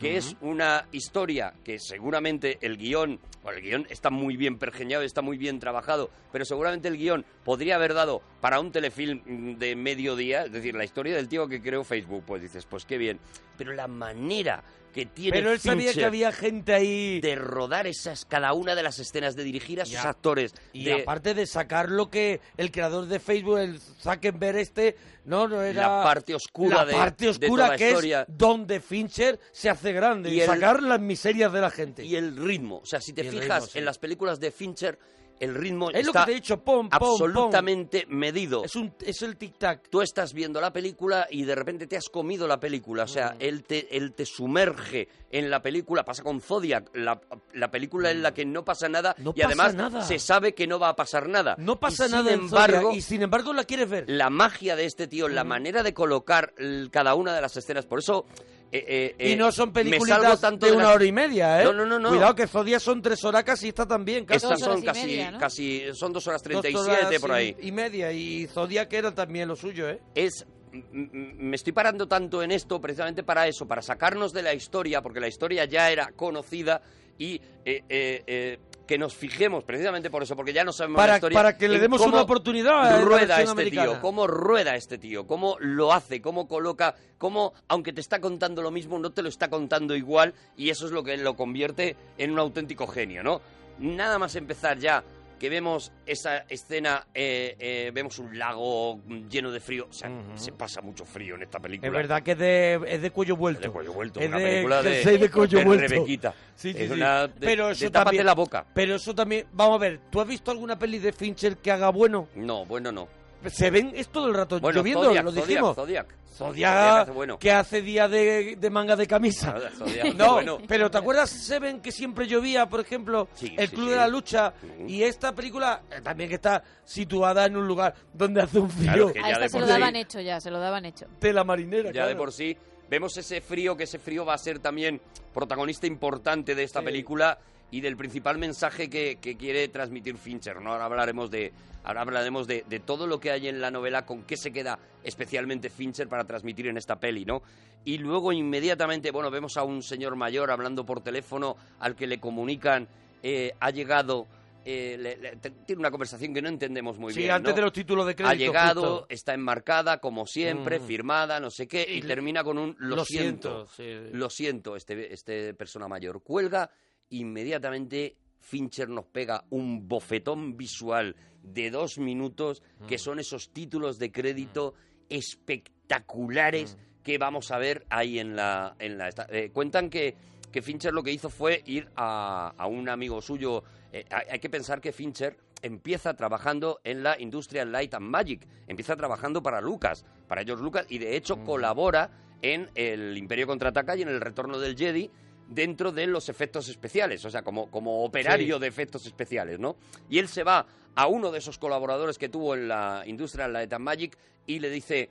[SPEAKER 4] que es una historia que seguramente el guión, bueno, el guión está muy bien pergeñado, está muy bien trabajado, pero seguramente el guión podría haber dado para un telefilm mm, de mediodía, es decir, la historia del tío que creó Facebook, pues dices, pues qué bien, pero la manera que tiene
[SPEAKER 2] Pero él sabía
[SPEAKER 4] Fincher
[SPEAKER 2] que había gente ahí.
[SPEAKER 4] de rodar esas cada una de las escenas, de dirigir a sus
[SPEAKER 2] Ya.
[SPEAKER 4] actores,
[SPEAKER 2] Y
[SPEAKER 4] de
[SPEAKER 2] aparte de sacar lo que el creador de Facebook, el Zuckerberg este, no, no era...
[SPEAKER 4] La parte oscura
[SPEAKER 2] La
[SPEAKER 4] de-
[SPEAKER 2] parte
[SPEAKER 4] de
[SPEAKER 2] oscura
[SPEAKER 4] toda la
[SPEAKER 2] que
[SPEAKER 4] historia.
[SPEAKER 2] es donde Fincher se hace grande.
[SPEAKER 4] Y
[SPEAKER 2] Y,
[SPEAKER 4] el-
[SPEAKER 2] sacar las miserias de la gente.
[SPEAKER 4] Y el ritmo. O sea, si te
[SPEAKER 2] Y el
[SPEAKER 4] fijas
[SPEAKER 2] ritmo, sí.
[SPEAKER 4] en las películas de Fincher, el ritmo
[SPEAKER 2] Es lo
[SPEAKER 4] está
[SPEAKER 2] que te he dicho, pom, pom, pom.
[SPEAKER 4] absolutamente medido. Es,
[SPEAKER 2] el tic-tac.
[SPEAKER 4] Tú estás viendo la película y de repente te has comido la película. O sea, él, te, él te sumerge en la película. Pasa con Zodiac, la, la película en la que no pasa nada y
[SPEAKER 2] Mm. pasa
[SPEAKER 4] además
[SPEAKER 2] nada.
[SPEAKER 4] se sabe que no va a pasar nada.
[SPEAKER 2] No pasa
[SPEAKER 4] Y
[SPEAKER 2] nada
[SPEAKER 4] Sin
[SPEAKER 2] en Zodiac,
[SPEAKER 4] embargo,
[SPEAKER 2] y sin embargo la quieres ver.
[SPEAKER 4] la magia de este tío, la manera de colocar l- cada una de las escenas. Por eso. eh, eh, eh,
[SPEAKER 2] y no son
[SPEAKER 4] me salgo
[SPEAKER 2] películas
[SPEAKER 4] tanto
[SPEAKER 2] de
[SPEAKER 4] de
[SPEAKER 2] una
[SPEAKER 4] las-
[SPEAKER 2] hora y media, ¿eh?
[SPEAKER 4] No, no, no, no.
[SPEAKER 2] Cuidado que Zodiac son tres horacas y esta también. casi.
[SPEAKER 4] Estas son casi, casi. Son dos horas
[SPEAKER 2] Dos
[SPEAKER 4] 37
[SPEAKER 2] horas
[SPEAKER 4] por
[SPEAKER 2] y-
[SPEAKER 4] ahí.
[SPEAKER 2] Y media. Y Zodiac era también lo suyo, ¿eh?
[SPEAKER 4] es m- m- me estoy parando tanto en esto precisamente para eso, para sacarnos de la historia, porque la historia ya era conocida y eh, eh, eh, que nos fijemos precisamente por eso, porque ya no sabemos la
[SPEAKER 2] Para,
[SPEAKER 4] historia.
[SPEAKER 2] para que le
[SPEAKER 4] en
[SPEAKER 2] demos
[SPEAKER 4] cómo
[SPEAKER 2] una oportunidad. en la
[SPEAKER 4] rueda
[SPEAKER 2] versión
[SPEAKER 4] este tío,
[SPEAKER 2] americana.
[SPEAKER 4] cómo rueda este tío, cómo lo hace, cómo coloca, cómo aunque te está contando lo mismo no te lo está contando igual y eso es lo que lo convierte en un auténtico genio, ¿no? Nada más empezar ya que vemos esa escena, eh, eh, vemos un lago lleno de frío, o sea, se pasa mucho frío en esta película.
[SPEAKER 2] Es verdad que es de, es de cuello vuelto. Es de
[SPEAKER 4] cuello vuelto,
[SPEAKER 2] Es
[SPEAKER 4] una película de-
[SPEAKER 2] jersey de cuello
[SPEAKER 4] de
[SPEAKER 2] vuelto.
[SPEAKER 4] Rebequita.
[SPEAKER 2] Sí, sí,
[SPEAKER 4] Es
[SPEAKER 2] sí.
[SPEAKER 4] una de-
[SPEAKER 2] pero
[SPEAKER 4] de
[SPEAKER 2] eso
[SPEAKER 4] tápate
[SPEAKER 2] también,
[SPEAKER 4] la boca.
[SPEAKER 2] Pero eso también... Vamos a ver, ¿tú has visto alguna peli de Fincher que haga bueno?
[SPEAKER 4] No, bueno no.
[SPEAKER 2] se ven es todo el rato
[SPEAKER 4] Bueno,
[SPEAKER 2] lloviendo,
[SPEAKER 4] Zodiac,
[SPEAKER 2] lo
[SPEAKER 4] Zodiac,
[SPEAKER 2] dijimos.
[SPEAKER 4] Zodiac.
[SPEAKER 2] Zodiac
[SPEAKER 4] Zodiac hace bueno.
[SPEAKER 2] que hace día de, de manga de camisa.
[SPEAKER 4] Zodiac hace
[SPEAKER 2] no,
[SPEAKER 4] bueno.
[SPEAKER 2] pero ¿te acuerdas Seven que siempre llovía, por ejemplo, El Club de la Lucha? Y esta película eh, también que está situada en un lugar donde hace un frío.
[SPEAKER 4] que
[SPEAKER 5] A esta se lo daban hecho ya, se lo daban hecho.
[SPEAKER 2] de la marinera.
[SPEAKER 4] Ya
[SPEAKER 2] claro.
[SPEAKER 4] de por sí vemos ese frío, que ese frío va a ser también protagonista importante de esta película y del principal mensaje que, que quiere transmitir Fincher, ¿no? Ahora hablaremos de ahora hablaremos de, de todo lo que hay en la novela, con qué se queda especialmente Fincher para transmitir en esta peli, ¿no? Y luego inmediatamente, bueno, vemos a un señor mayor hablando por teléfono al que le comunican eh, ha llegado eh, le- le- te- tiene una conversación que no entendemos muy
[SPEAKER 2] Sí,
[SPEAKER 4] bien.
[SPEAKER 2] antes
[SPEAKER 4] ¿no?
[SPEAKER 2] de los títulos de crédito,
[SPEAKER 4] Ha llegado, eh,
[SPEAKER 2] justo.
[SPEAKER 4] está enmarcada como siempre,
[SPEAKER 2] Mm.
[SPEAKER 4] firmada, no sé qué, y, termina con un lo,
[SPEAKER 2] lo
[SPEAKER 4] siento,
[SPEAKER 2] siento, sí.
[SPEAKER 4] lo siento, este, este persona mayor cuelga, inmediatamente Fincher nos pega un bofetón visual de dos minutos, que son esos títulos de crédito espectaculares que vamos a ver ahí en la... En la esta- eh, cuentan que, que Fincher lo que hizo fue ir a, a un amigo suyo. Eh, hay, hay que pensar que Fincher empieza trabajando en la industria Light and Magic, empieza trabajando para Lucas, para ellos Lucas, y de hecho colabora en el Imperio Contraataca y en el Retorno del Jedi dentro de los efectos especiales, o sea, como, como operario
[SPEAKER 2] Sí.
[SPEAKER 4] de efectos especiales, ¿no? Y él se va a uno de esos colaboradores que tuvo en la industria Light and Magic y le dice,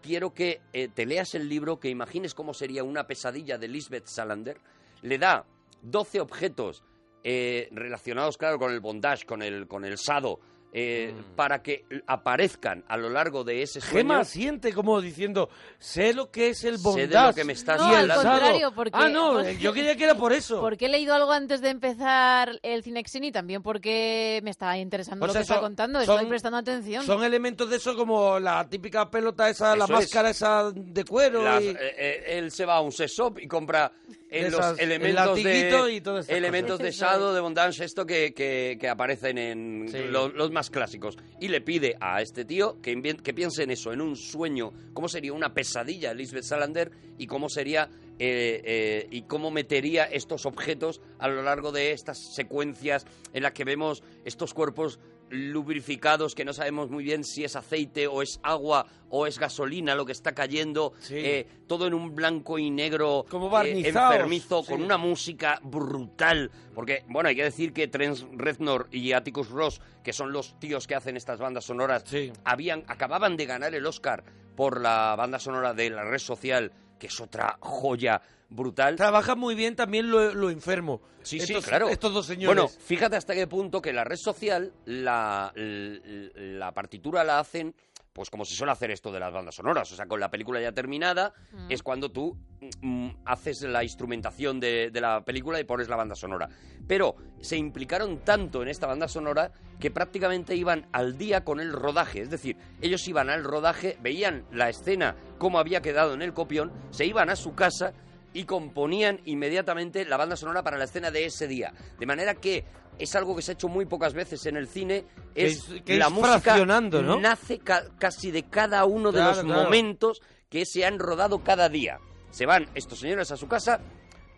[SPEAKER 4] quiero que eh, te leas el libro, que imagines cómo sería una pesadilla de Lisbeth Salander. Le da 12 objetos eh, relacionados, claro, con el bondage, con el, con el sado, eh, para que aparezcan a lo largo de ese sueño.
[SPEAKER 2] Gema siente como diciendo, sé lo que es el
[SPEAKER 4] Sé de
[SPEAKER 2] bondage.
[SPEAKER 4] lo que me estás
[SPEAKER 2] y el
[SPEAKER 4] hablando.
[SPEAKER 2] sado".
[SPEAKER 5] contrario, porque-
[SPEAKER 2] Ah, no,
[SPEAKER 5] porque-
[SPEAKER 2] yo creía que era por eso.
[SPEAKER 5] Porque he leído algo antes de empezar el Cinexin y también porque me estaba interesando
[SPEAKER 2] O
[SPEAKER 5] lo
[SPEAKER 2] sea,
[SPEAKER 5] que está
[SPEAKER 2] son-
[SPEAKER 5] contando,
[SPEAKER 2] Pues son-
[SPEAKER 5] estoy prestando atención.
[SPEAKER 2] Son elementos de eso como la típica pelota esa, la
[SPEAKER 4] Eso
[SPEAKER 2] máscara esa de cuero.
[SPEAKER 4] Las-
[SPEAKER 2] y-
[SPEAKER 4] eh, eh, él se va a un sex shop y compra eh,
[SPEAKER 2] De
[SPEAKER 4] los
[SPEAKER 2] esas- el
[SPEAKER 4] elementos
[SPEAKER 2] latiguito
[SPEAKER 4] de
[SPEAKER 2] y todas esas
[SPEAKER 4] elementos
[SPEAKER 2] cosas.
[SPEAKER 4] de sado de bondage esto que, que- que aparecen en
[SPEAKER 2] Sí.
[SPEAKER 4] lo- los, más clásicos y le pide a este tío que, invien- que piense en eso en un sueño cómo sería una pesadilla de Lisbeth Salander y cómo sería eh, eh, y cómo metería estos objetos a lo largo de estas secuencias en las que vemos estos cuerpos lubrificados que no sabemos muy bien si es aceite o es agua o es gasolina lo que está cayendo
[SPEAKER 2] Sí.
[SPEAKER 4] eh, todo en un blanco y negro
[SPEAKER 2] Como
[SPEAKER 4] eh,
[SPEAKER 2] barnizados,
[SPEAKER 4] enfermizo
[SPEAKER 2] sí.
[SPEAKER 4] con una música brutal porque bueno hay que decir que Trent Reznor y Atticus Ross que son los tíos que hacen estas bandas sonoras habían acababan de ganar el Oscar por la banda sonora de la red social que es otra joya brutal
[SPEAKER 2] Trabaja muy bien también lo, lo enfermo.
[SPEAKER 4] Sí, sí,
[SPEAKER 2] Estos-
[SPEAKER 4] claro.
[SPEAKER 2] Estos dos señores.
[SPEAKER 4] Bueno, fíjate hasta qué punto que la red social, la, l- l- la partitura la hacen, pues como se suele hacer esto de las bandas sonoras. O sea, con la película ya terminada,
[SPEAKER 2] Mm.
[SPEAKER 4] es cuando tú mm, haces la instrumentación de, de la película y pones la banda sonora. Pero se implicaron tanto en esta banda sonora que prácticamente iban al día con el rodaje. Es decir, ellos iban al rodaje, veían la escena, cómo había quedado en el copión, se iban a su casa y componían inmediatamente la banda sonora para la escena de ese día. De manera que es algo que se ha hecho muy pocas veces en el cine,
[SPEAKER 2] Que
[SPEAKER 4] es
[SPEAKER 2] es-
[SPEAKER 4] que
[SPEAKER 2] que
[SPEAKER 4] la
[SPEAKER 2] es
[SPEAKER 4] música
[SPEAKER 2] fraccionando, ¿no?
[SPEAKER 4] nace ca- casi de cada uno de
[SPEAKER 2] Claro,
[SPEAKER 4] los
[SPEAKER 2] claro.
[SPEAKER 4] momentos que se han rodado cada día. Se van estos señores a su casa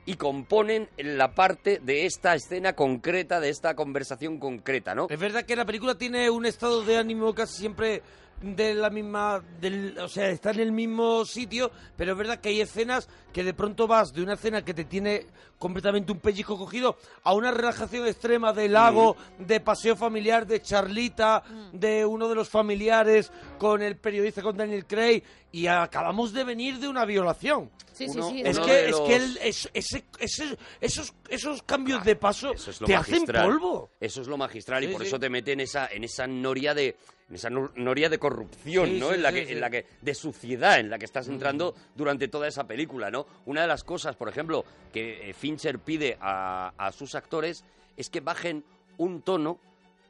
[SPEAKER 4] y componen la parte de esta escena concreta, de esta conversación concreta, ¿no?
[SPEAKER 2] Es verdad que la película tiene un estado de ánimo casi siempre de la misma, del, o sea, está en el mismo sitio, pero es verdad que hay escenas que de pronto vas de una escena que te tiene completamente un pellizco cogido a una relajación extrema de lago, de paseo familiar, de charlita, de uno de los familiares con el periodista, con Daniel Craig, y acabamos de venir de una violación.
[SPEAKER 5] Sí, sí, Uno- sí,
[SPEAKER 2] Es
[SPEAKER 5] uno
[SPEAKER 2] que,
[SPEAKER 5] de
[SPEAKER 2] es que
[SPEAKER 4] los-
[SPEAKER 2] el- es- ese- ese- esos, esos cambios de paso
[SPEAKER 4] Eso es lo
[SPEAKER 2] te
[SPEAKER 4] magistral.
[SPEAKER 2] hacen polvo.
[SPEAKER 4] Eso es lo magistral y
[SPEAKER 2] Sí,
[SPEAKER 4] por
[SPEAKER 2] sí.
[SPEAKER 4] eso te mete en esa, en esa noria de en esa nor- noria de corrupción,
[SPEAKER 2] Sí,
[SPEAKER 4] ¿no?
[SPEAKER 2] sí,
[SPEAKER 4] en la
[SPEAKER 2] sí,
[SPEAKER 4] que,
[SPEAKER 2] sí.
[SPEAKER 4] en la que de suciedad en la que estás entrando durante toda esa película, ¿no? Una de las cosas, por ejemplo, que eh, Fincher pide a, a sus actores es que bajen un tono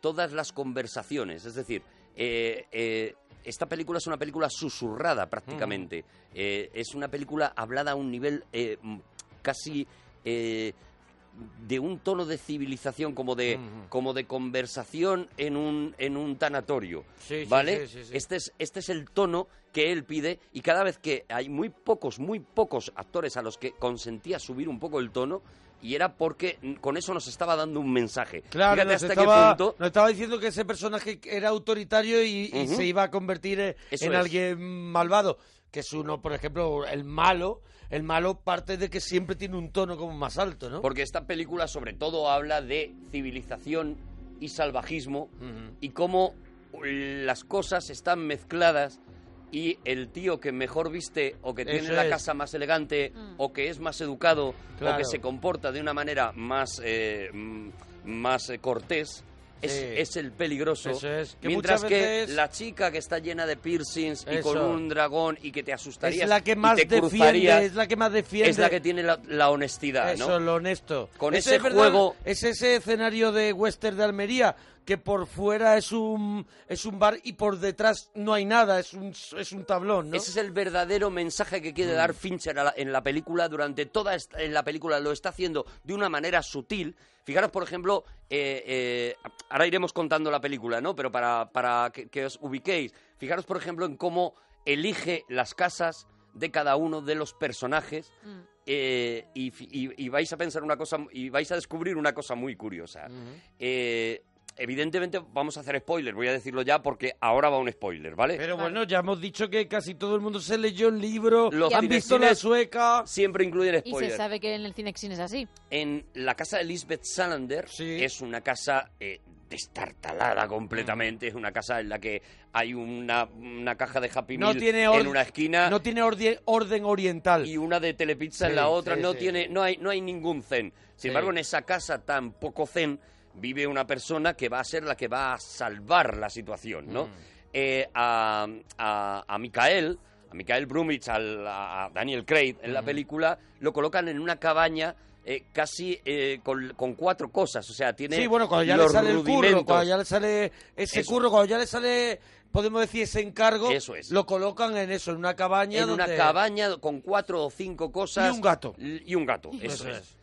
[SPEAKER 4] todas las conversaciones, es decir, eh, eh, esta película es una película susurrada prácticamente, Eh, es una película hablada a un nivel eh, m- casi eh, de un tono de civilización como de como de conversación en un en un tanatorio
[SPEAKER 2] Sí, sí,
[SPEAKER 4] vale
[SPEAKER 2] sí, sí, sí.
[SPEAKER 4] este es este es el tono que él pide y cada vez que hay muy pocos muy pocos actores a los que consentía subir un poco el tono y era porque mm, con eso nos estaba dando un mensaje.
[SPEAKER 2] Claro,
[SPEAKER 4] Fíjate
[SPEAKER 2] nos
[SPEAKER 4] hasta
[SPEAKER 2] estaba,
[SPEAKER 4] qué punto.
[SPEAKER 2] nos estaba diciendo que ese personaje era autoritario y, y
[SPEAKER 4] Ujú.
[SPEAKER 2] se iba a convertir eh,
[SPEAKER 4] Eso
[SPEAKER 2] en
[SPEAKER 4] es.
[SPEAKER 2] alguien malvado. Que es uno, por ejemplo, el malo. El malo parte de que siempre tiene un tono como más alto, ¿no?
[SPEAKER 4] Porque esta película sobre todo habla de civilización y salvajismo y cómo las cosas están mezcladas y el tío que mejor viste o que tiene
[SPEAKER 2] Eso
[SPEAKER 4] la
[SPEAKER 2] es.
[SPEAKER 4] casa más elegante o que es más educado o
[SPEAKER 2] Claro.
[SPEAKER 4] que se comporta de una manera más, eh, mm, más eh, cortés es,
[SPEAKER 2] Sí.
[SPEAKER 4] es el peligroso.
[SPEAKER 2] Eso es, que
[SPEAKER 4] Mientras
[SPEAKER 2] muchas
[SPEAKER 4] que
[SPEAKER 2] veces-
[SPEAKER 4] la chica que está llena de piercings y con
[SPEAKER 2] Eso.
[SPEAKER 4] un dragón y que te asustarías
[SPEAKER 2] Es la que
[SPEAKER 4] y
[SPEAKER 2] más
[SPEAKER 4] te
[SPEAKER 2] defiende,
[SPEAKER 4] cruzarías,
[SPEAKER 2] es la que más defiende.
[SPEAKER 4] es la que tiene la, la honestidad,
[SPEAKER 2] Eso,
[SPEAKER 4] ¿no?
[SPEAKER 2] lo honesto.
[SPEAKER 4] Con
[SPEAKER 2] Eso
[SPEAKER 4] ese
[SPEAKER 2] es verdad,
[SPEAKER 4] juego
[SPEAKER 2] Es ese escenario de Western de Almería, que por fuera es un, es un bar y por detrás no hay nada, es un, es un tablón, ¿no? Mm.
[SPEAKER 4] Ese es el verdadero mensaje que quiere dar Fincher a la- en la película durante toda esta- en la película. Lo está haciendo de una manera sutil. Fijaros, por ejemplo, eh, eh, ahora iremos contando la película, ¿no? Pero para, para que, que os ubiquéis, fijaros, por ejemplo, en cómo elige las casas de cada uno de los personajes eh, y, fi- y- y vais a pensar una cosa y vais a descubrir una cosa muy curiosa.
[SPEAKER 2] Mm.
[SPEAKER 4] Eh, evidentemente vamos a hacer spoiler, voy a decirlo ya porque ahora va un spoiler, ¿vale?
[SPEAKER 2] Pero bueno, ya hemos dicho que casi todo el mundo se leyó el libro,
[SPEAKER 4] Los
[SPEAKER 2] han visto la
[SPEAKER 4] directores
[SPEAKER 2] sueca.
[SPEAKER 4] Siempre incluyen
[SPEAKER 5] Y se
[SPEAKER 4] spoilers.
[SPEAKER 5] sabe que en el Cinexin es así.
[SPEAKER 4] En la casa de Lisbeth Salander es una casa eh, destartalada completamente. Es una casa en la que hay una, una caja de Happy
[SPEAKER 2] No
[SPEAKER 4] Meal
[SPEAKER 2] tiene
[SPEAKER 4] en
[SPEAKER 2] orden-
[SPEAKER 4] una esquina.
[SPEAKER 2] No tiene orde- orden oriental.
[SPEAKER 4] Y una de telepizza en
[SPEAKER 2] Sí,
[SPEAKER 4] la otra
[SPEAKER 2] sí,
[SPEAKER 4] no
[SPEAKER 2] sí.
[SPEAKER 4] tiene no hay no hay ningún zen
[SPEAKER 2] Sí.
[SPEAKER 4] sin embargo en esa casa tan poco zen vive una persona que va a ser la que va a salvar la situación no
[SPEAKER 2] Mm.
[SPEAKER 4] Eh, a, a, a Michael a Michael Brumich al- a, a Daniel Craig en la
[SPEAKER 2] Ujú.
[SPEAKER 4] película lo colocan en una cabaña eh, casi eh, con, con cuatro cosas o sea tiene
[SPEAKER 2] Sí, bueno, cuando ya le
[SPEAKER 4] los
[SPEAKER 2] sale el curro,
[SPEAKER 4] rudimentos.
[SPEAKER 2] cuando ya le sale ese
[SPEAKER 4] Eso.
[SPEAKER 2] curro, cuando ya le sale, podemos decir, ese encargo, lo colocan en eso, en una cabaña.
[SPEAKER 4] en una
[SPEAKER 2] donde-
[SPEAKER 4] cabaña con cuatro o cinco cosas.
[SPEAKER 2] Y un gato.
[SPEAKER 4] L- Y un gato,
[SPEAKER 2] Eso
[SPEAKER 4] eso,
[SPEAKER 2] es.
[SPEAKER 4] es.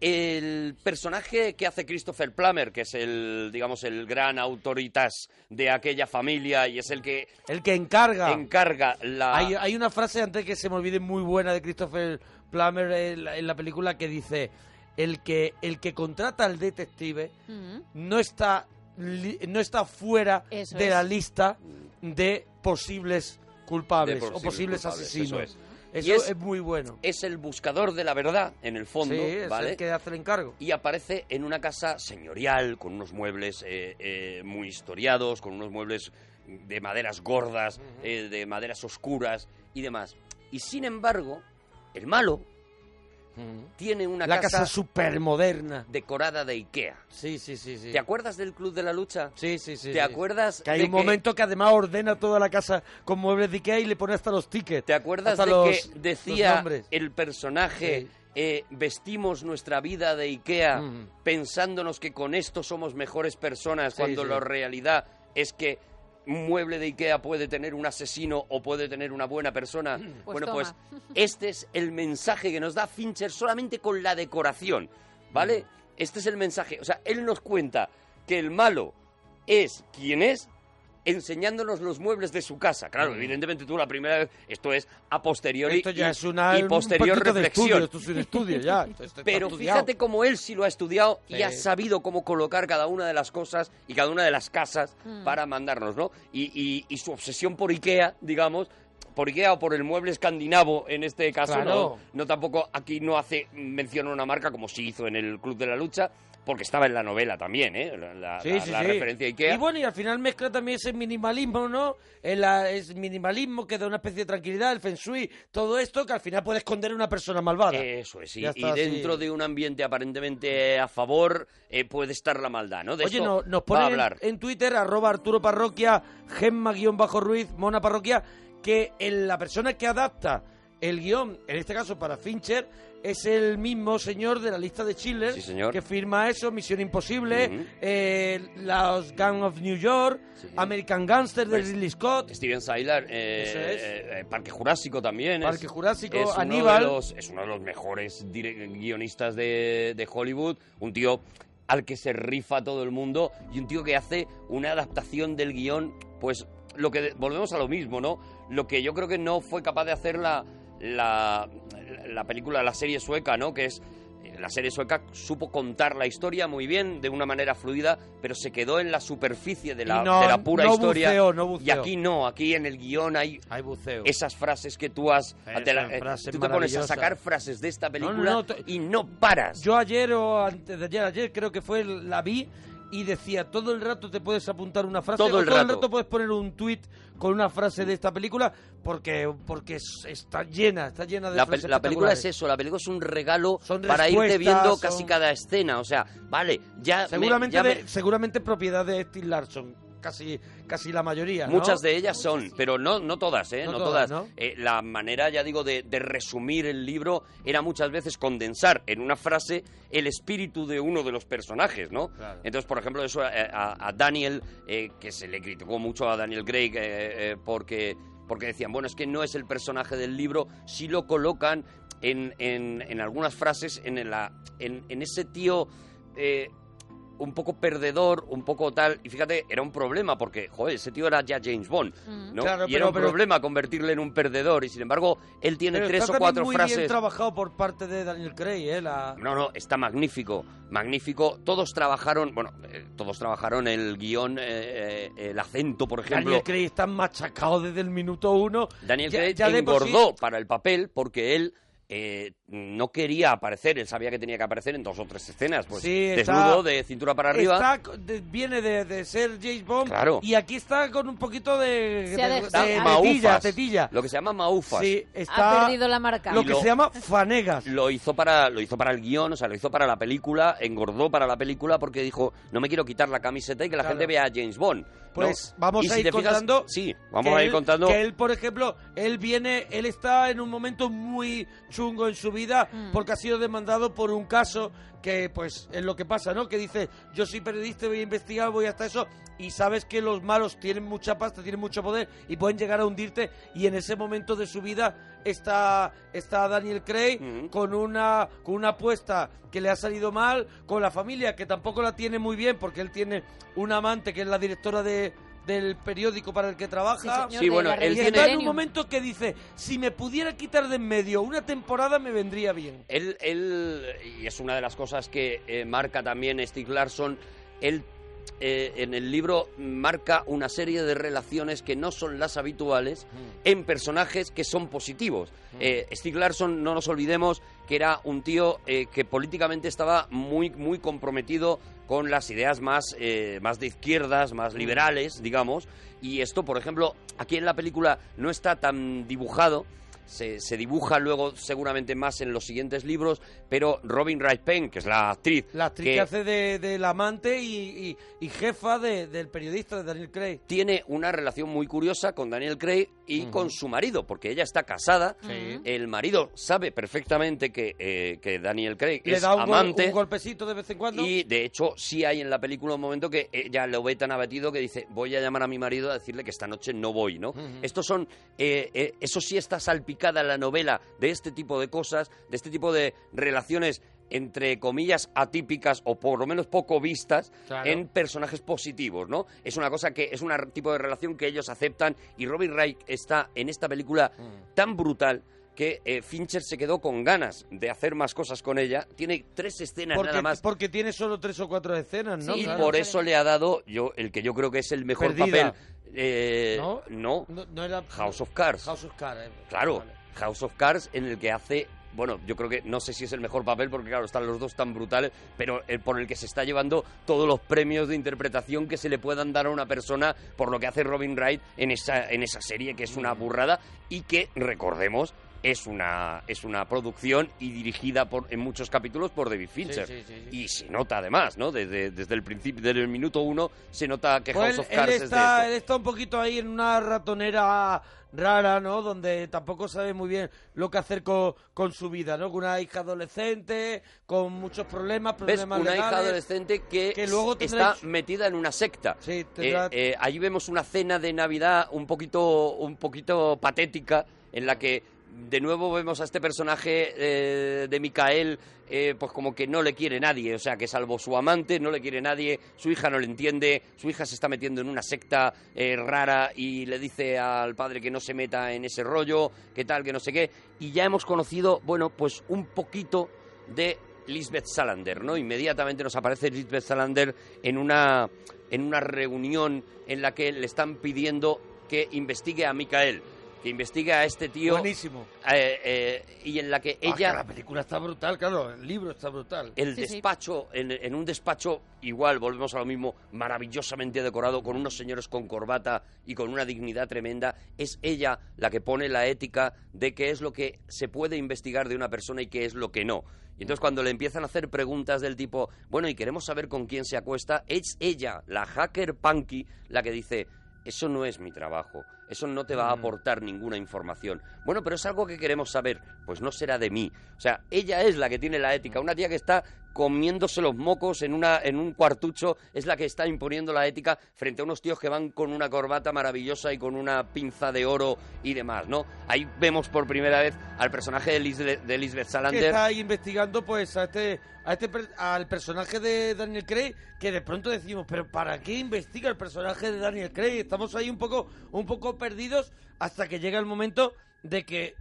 [SPEAKER 4] El personaje que hace Christopher Plummer, que es el, digamos, el gran autoritas de aquella familia y es el que
[SPEAKER 2] El que encarga.
[SPEAKER 4] encarga la...
[SPEAKER 2] Hay, hay una frase antes que se me olvide muy buena de Christopher Plummer en la, en la película que dice, el que, el que contrata al detective
[SPEAKER 4] Mm,
[SPEAKER 2] no está, li- no está fuera
[SPEAKER 1] Eso
[SPEAKER 2] de
[SPEAKER 1] es.
[SPEAKER 2] la lista de posibles culpables
[SPEAKER 4] De
[SPEAKER 2] o posibles
[SPEAKER 4] culpables,
[SPEAKER 2] asesinos.
[SPEAKER 4] eso es.
[SPEAKER 2] Eso
[SPEAKER 4] Y es-
[SPEAKER 2] es muy bueno.
[SPEAKER 4] Es el buscador de la verdad, en el fondo,
[SPEAKER 2] Sí, es
[SPEAKER 4] ¿vale?
[SPEAKER 2] el que hace el encargo.
[SPEAKER 4] Y aparece en una casa señorial, con unos muebles eh, eh, muy historiados, con unos muebles de maderas gordas, eh, de maderas oscuras y demás. Y sin embargo, el malo tiene una
[SPEAKER 2] la
[SPEAKER 4] casa,
[SPEAKER 2] casa supermoderna.
[SPEAKER 4] decorada de Ikea.
[SPEAKER 2] Sí, sí, sí, sí.
[SPEAKER 4] ¿Te acuerdas del Club de la Lucha?
[SPEAKER 2] Sí, sí, sí.
[SPEAKER 4] ¿Te acuerdas
[SPEAKER 2] Que hay
[SPEAKER 4] de
[SPEAKER 2] un momento que además ordena toda la casa con muebles de Ikea y le pone hasta los tickets.
[SPEAKER 4] ¿Te acuerdas
[SPEAKER 2] hasta
[SPEAKER 4] de
[SPEAKER 2] los-
[SPEAKER 4] que
[SPEAKER 2] los
[SPEAKER 4] decía
[SPEAKER 2] nombres.
[SPEAKER 4] el personaje
[SPEAKER 2] Sí.
[SPEAKER 4] eh, vestimos nuestra vida de Ikea
[SPEAKER 2] Mm.
[SPEAKER 4] pensándonos que con esto somos mejores personas
[SPEAKER 2] Sí,
[SPEAKER 4] cuando
[SPEAKER 2] sí.
[SPEAKER 4] la realidad es que un mueble de Ikea puede tener un asesino o puede tener una buena persona?
[SPEAKER 2] Mm.
[SPEAKER 4] bueno, pues este es el mensaje que nos da Fincher solamente con la decoración,
[SPEAKER 2] Mm.
[SPEAKER 4] ¿vale? Este es el mensaje. O sea, él nos cuenta que el malo es quien es enseñándonos los muebles de su casa. Claro,
[SPEAKER 2] Mm.
[SPEAKER 4] evidentemente tú la primera vez, esto es a posteriori
[SPEAKER 2] Esto ya
[SPEAKER 4] y,
[SPEAKER 2] es una
[SPEAKER 4] y posterior
[SPEAKER 2] un patito de
[SPEAKER 4] reflexión.
[SPEAKER 2] estudio, esto es un estudio ya. esto está
[SPEAKER 4] Pero
[SPEAKER 2] estudiado.
[SPEAKER 4] fíjate cómo él sí lo ha estudiado y
[SPEAKER 2] Sí.
[SPEAKER 4] ha sabido cómo colocar cada una de las cosas y cada una de las casas
[SPEAKER 2] Mm.
[SPEAKER 4] para mandarnos, ¿no? Y, y- y su obsesión por Ikea, digamos, por Ikea o por el mueble escandinavo en este caso,
[SPEAKER 2] Claro.
[SPEAKER 4] ¿no? No tampoco aquí no hace mención a una marca como sí hizo en el Club de la Lucha, porque estaba en la novela también, ¿eh? La, la-
[SPEAKER 2] Sí,
[SPEAKER 4] la-
[SPEAKER 2] sí,
[SPEAKER 4] la
[SPEAKER 2] sí.
[SPEAKER 4] referencia a Ikea.
[SPEAKER 2] Y bueno, y al final mezcla también ese minimalismo, ¿no? El, ah, es minimalismo que da una especie de tranquilidad, el feng shui, todo esto que al final puede esconder a una persona malvada.
[SPEAKER 4] Eso es, y,
[SPEAKER 2] Ya
[SPEAKER 4] y
[SPEAKER 2] está, sí.
[SPEAKER 4] dentro de un ambiente aparentemente a favor eh, puede estar la maldad, ¿no? De
[SPEAKER 2] Oye,
[SPEAKER 4] esto
[SPEAKER 2] no- nos
[SPEAKER 4] va a
[SPEAKER 2] ponen en,
[SPEAKER 4] hablar.
[SPEAKER 2] en Twitter, arroba Arturo Parroquia, Gemma-Ruiz, Mona Parroquia, que el- la persona que adapta el guión, en este caso para Fincher, es el mismo señor de la lista de Schindler
[SPEAKER 4] Sí, señor.
[SPEAKER 2] que firma eso, Misión Imposible,
[SPEAKER 4] Ujú.
[SPEAKER 2] eh, los Gang of New York, American Gangster
[SPEAKER 4] Pues
[SPEAKER 2] de Ridley Scott.
[SPEAKER 4] Steven Sylar, eh,
[SPEAKER 2] Eso es.
[SPEAKER 4] eh, eh, Parque Jurásico también. es-
[SPEAKER 2] Parque Jurásico,
[SPEAKER 4] es uno de
[SPEAKER 2] Aníbal.
[SPEAKER 4] los- es uno de los mejores dire- guionistas de, de Hollywood. Un tío al que se rifa todo el mundo y un tío que hace una adaptación del guión, pues lo que volvemos a lo mismo, ¿no? Lo que yo creo que no fue capaz de hacer la, la, la película, la serie sueca, ¿no? Que es Eh, la serie sueca supo contar la historia muy bien, de una manera fluida, pero se quedó en la superficie de la,
[SPEAKER 2] Y no-
[SPEAKER 4] de la pura
[SPEAKER 2] no
[SPEAKER 4] historia.
[SPEAKER 2] buceó, no buceó.
[SPEAKER 4] Y aquí no, aquí en el guión hay, esas frases que tú has... te la- eh, tú
[SPEAKER 2] frases
[SPEAKER 4] te pones a
[SPEAKER 2] maravillosas.
[SPEAKER 4] sacar frases de esta película
[SPEAKER 2] no, te-
[SPEAKER 4] y no paras.
[SPEAKER 2] Yo ayer o antes de ayer, ayer creo que fue, la vi y decía, todo el rato te puedes apuntar una frase,
[SPEAKER 4] Todo
[SPEAKER 2] o
[SPEAKER 4] el rato.
[SPEAKER 2] puedes poner un tweet con una frase de esta película porque porque es- está llena, está llena de
[SPEAKER 4] La,
[SPEAKER 2] frases
[SPEAKER 4] pel- la película es
[SPEAKER 2] espectaculares.
[SPEAKER 4] eso, la película es un regalo
[SPEAKER 2] Son
[SPEAKER 4] para irte
[SPEAKER 2] respuestas,
[SPEAKER 4] viendo
[SPEAKER 2] son-
[SPEAKER 4] casi cada escena. O sea, vale, ya. me-
[SPEAKER 2] Seguramente,
[SPEAKER 4] ya me-
[SPEAKER 2] de- seguramente propiedad de Steve Larson, casi, casi la mayoría. ¿no?
[SPEAKER 4] Muchas de ellas son, pero no, no todas, ¿eh?
[SPEAKER 2] No
[SPEAKER 4] No,
[SPEAKER 2] todas,
[SPEAKER 4] todas.
[SPEAKER 2] ¿no?
[SPEAKER 4] Eh, la manera, ya digo, de, de resumir el libro era muchas veces condensar en una frase el espíritu de uno de los personajes, ¿no?
[SPEAKER 2] Claro.
[SPEAKER 4] Entonces, por ejemplo, eso eh, a, a Daniel, eh, que se le criticó mucho a Daniel Craig eh, eh, porque, porque decían, bueno, es que no es el personaje del libro, si lo colocan en, en- en algunas frases, en, la, en, en ese tío... eh, un poco perdedor, un poco tal. Y fíjate, era un problema porque, joder, ese tío era ya James Bond,
[SPEAKER 2] Mm.
[SPEAKER 4] ¿no?
[SPEAKER 2] Claro,
[SPEAKER 4] y era
[SPEAKER 2] pero-
[SPEAKER 4] un
[SPEAKER 2] pero-
[SPEAKER 4] problema convertirle en un perdedor. Y sin embargo, él tiene
[SPEAKER 2] Pero
[SPEAKER 4] tres
[SPEAKER 2] está
[SPEAKER 4] o
[SPEAKER 2] también
[SPEAKER 4] cuatro
[SPEAKER 2] muy
[SPEAKER 4] frases.
[SPEAKER 2] bien trabajado por parte de Daniel Craig, ¿eh? La...
[SPEAKER 4] No, no, está magnífico, magnífico. Todos trabajaron, bueno, eh, todos trabajaron el guión, eh, eh, el acento, por ejemplo.
[SPEAKER 2] Daniel Craig está machacado desde el minuto uno.
[SPEAKER 4] Daniel
[SPEAKER 2] Ya-
[SPEAKER 4] Craig
[SPEAKER 2] ya de por sí-
[SPEAKER 4] engordó para el papel porque él eh, no quería aparecer, él sabía que tenía que aparecer en dos o tres escenas, pues
[SPEAKER 2] Sí, está-
[SPEAKER 4] desnudo, de cintura para arriba.
[SPEAKER 2] Está co- de- viene de, de ser James Bond
[SPEAKER 4] Claro.
[SPEAKER 2] y aquí está con un poquito de,
[SPEAKER 5] Se ha dejado-
[SPEAKER 2] de- de
[SPEAKER 5] Está
[SPEAKER 2] tetilla,
[SPEAKER 4] maufas,
[SPEAKER 2] tetilla.
[SPEAKER 4] Lo que se llama maufas.
[SPEAKER 2] Sí, está
[SPEAKER 5] Ha perdido la marca.
[SPEAKER 2] lo
[SPEAKER 4] Y
[SPEAKER 2] que se llama fanegas.
[SPEAKER 4] Lo hizo para lo hizo para el guión, o sea, lo hizo para la película, engordó para la película porque dijo, no me quiero quitar la camiseta y que la
[SPEAKER 2] Claro.
[SPEAKER 4] gente vea a James Bond. ¿no?
[SPEAKER 2] Pues vamos
[SPEAKER 4] Y
[SPEAKER 2] a
[SPEAKER 4] si
[SPEAKER 2] ir
[SPEAKER 4] te fijas-
[SPEAKER 2] contando
[SPEAKER 4] sí, vamos a ir
[SPEAKER 2] él-
[SPEAKER 4] contando.
[SPEAKER 2] Que él, por ejemplo, él viene, él está en un momento muy chungo en su vida porque ha sido demandado por un caso que, pues, es lo que pasa, ¿no? Que dice, yo soy periodista, voy a investigar, voy hasta eso, y sabes que los malos tienen mucha pasta, tienen mucho poder y pueden llegar a hundirte, y en ese momento de su vida está, está Daniel Craig con, una, con una apuesta que le ha salido mal, con la familia que tampoco la tiene muy bien porque él tiene un amante que es la directora de del periódico para el que trabaja.
[SPEAKER 4] Sí, señor, Sí, de bueno, la él
[SPEAKER 2] y
[SPEAKER 4] revista
[SPEAKER 2] está en un
[SPEAKER 4] Millennium.
[SPEAKER 2] momento que dice, si me pudiera quitar de en medio una temporada me vendría bien.
[SPEAKER 4] Él, él, y es una de las cosas que eh, marca también Steve Larson, él eh, en el libro marca una serie de relaciones que no son las habituales en personajes que son positivos.
[SPEAKER 2] Mm.
[SPEAKER 4] Eh, Steve Larson, no nos olvidemos que era un tío eh, que políticamente estaba muy, muy comprometido con las ideas más, eh, más de izquierdas, más
[SPEAKER 2] Mm.
[SPEAKER 4] liberales, digamos. Y esto, por ejemplo, aquí en la película no está tan dibujado, se, se dibuja luego seguramente más en los siguientes libros, pero Robin Wright Penn, que es la actriz,
[SPEAKER 2] La actriz que, hace de, del amante y, y- y jefa de- del periodista de Daniel Craig.
[SPEAKER 4] tiene una relación muy curiosa con Daniel Craig y
[SPEAKER 2] Ujú.
[SPEAKER 4] con su marido, porque ella está casada,
[SPEAKER 2] Sí.
[SPEAKER 4] el marido sabe perfectamente que, eh, que Daniel Craig
[SPEAKER 2] Le
[SPEAKER 4] es
[SPEAKER 2] da un, gol-
[SPEAKER 4] amante.
[SPEAKER 2] un golpecito de vez en cuando.
[SPEAKER 4] Y de hecho, sí hay en la película un momento que ella lo ve tan abatido que dice: Voy a llamar a mi marido a decirle que esta noche no voy, ¿no? Estos son. eh, eh, eso sí está salpicada la novela de este tipo de cosas, de este tipo de relaciones entre comillas atípicas o por lo menos poco vistas
[SPEAKER 2] Claro.
[SPEAKER 4] en personajes positivos, ¿no? Es una cosa que es un ar- tipo de relación que ellos aceptan y Robin Wright está en esta película tan brutal que eh, Fincher se quedó con ganas de hacer más cosas con ella. Tiene tres escenas nada
[SPEAKER 2] porque,
[SPEAKER 4] más
[SPEAKER 2] porque tiene solo tres o cuatro escenas, ¿no?
[SPEAKER 4] y
[SPEAKER 2] Claro.
[SPEAKER 4] por eso le ha dado yo el que yo creo que es el mejor
[SPEAKER 2] Perdida.
[SPEAKER 4] papel. Eh,
[SPEAKER 2] ¿No?
[SPEAKER 4] ¿No?
[SPEAKER 2] No, no era...
[SPEAKER 4] House of Cards.
[SPEAKER 2] House of Cards. eh.
[SPEAKER 4] Claro, House of Cards en el que hace, bueno, yo creo que no sé si es el mejor papel porque claro, están los dos tan brutales, pero el por el que se está llevando todos los premios de interpretación que se le puedan dar a una persona por lo que hace Robin Wright en esa en esa serie que es una
[SPEAKER 2] Mm.
[SPEAKER 4] burrada y que recordemos es una es una producción y dirigida por en muchos capítulos por David Fincher
[SPEAKER 2] sí, sí, sí.
[SPEAKER 4] y se nota además, ¿no? Desde, desde el principio desde el minuto uno se nota que
[SPEAKER 2] Pues
[SPEAKER 4] House
[SPEAKER 2] él,
[SPEAKER 4] of Cards
[SPEAKER 2] él
[SPEAKER 4] es de
[SPEAKER 2] está,
[SPEAKER 4] esto.
[SPEAKER 2] él está un poquito ahí en una ratonera rara, ¿no? Donde tampoco sabe muy bien lo que hacer co- con, su vida, ¿no? Con una hija adolescente, con muchos problemas,
[SPEAKER 4] ¿Ves?
[SPEAKER 2] problemas
[SPEAKER 4] Una hija
[SPEAKER 2] legales.
[SPEAKER 4] adolescente que,
[SPEAKER 2] que luego tendrá-
[SPEAKER 4] está metida en una secta. Sí,
[SPEAKER 2] tendrá-
[SPEAKER 4] allí vemos una cena de Navidad un poquito, un poquito patética en la que de nuevo vemos a este personaje eh, de Micael eh, pues como que no le quiere nadie, o sea que salvo su amante no le quiere nadie, su hija no le entiende, su hija se está metiendo en una secta eh, rara y le dice al padre que no se meta en ese rollo, que tal, que no sé qué, y ya hemos conocido, bueno, pues un poquito de Lisbeth Salander, ¿no? Inmediatamente nos aparece Lisbeth Salander en una, en una reunión en la que le están pidiendo que investigue a Micael, que investigue a este tío.
[SPEAKER 2] Buenísimo.
[SPEAKER 4] eh, eh, y en la que
[SPEAKER 2] Ah,
[SPEAKER 4] ella
[SPEAKER 2] que la película está brutal, claro, el libro está brutal.
[SPEAKER 4] el despacho, En, en un despacho igual, volvemos a lo mismo, maravillosamente decorado, con unos señores con corbata y con una dignidad tremenda, es ella la que pone la ética de qué es lo que se puede investigar de una persona y qué es lo que no. Y entonces cuando le empiezan a hacer preguntas del tipo, bueno, y queremos saber con quién se acuesta, es ella, la hacker punky, la que dice, eso no es mi trabajo. Eso no te va a aportar ninguna información. Bueno, pero es algo que queremos saber. Pues no será de mí. O sea, ella es la que tiene la ética. Una tía que está comiéndose los mocos en, una, en un cuartucho es la que está imponiendo la ética frente a unos tíos que van con una corbata maravillosa y con una pinza de oro y demás, ¿no? Ahí vemos por primera vez al personaje de, Lisle- de Lisbeth
[SPEAKER 2] que
[SPEAKER 4] Salander.
[SPEAKER 2] está ahí investigando pues a este a este per- al personaje de Daniel Craig que de pronto decimos pero para qué investiga el personaje de Daniel Craig estamos ahí un poco un poco perdidos hasta que llega el momento de que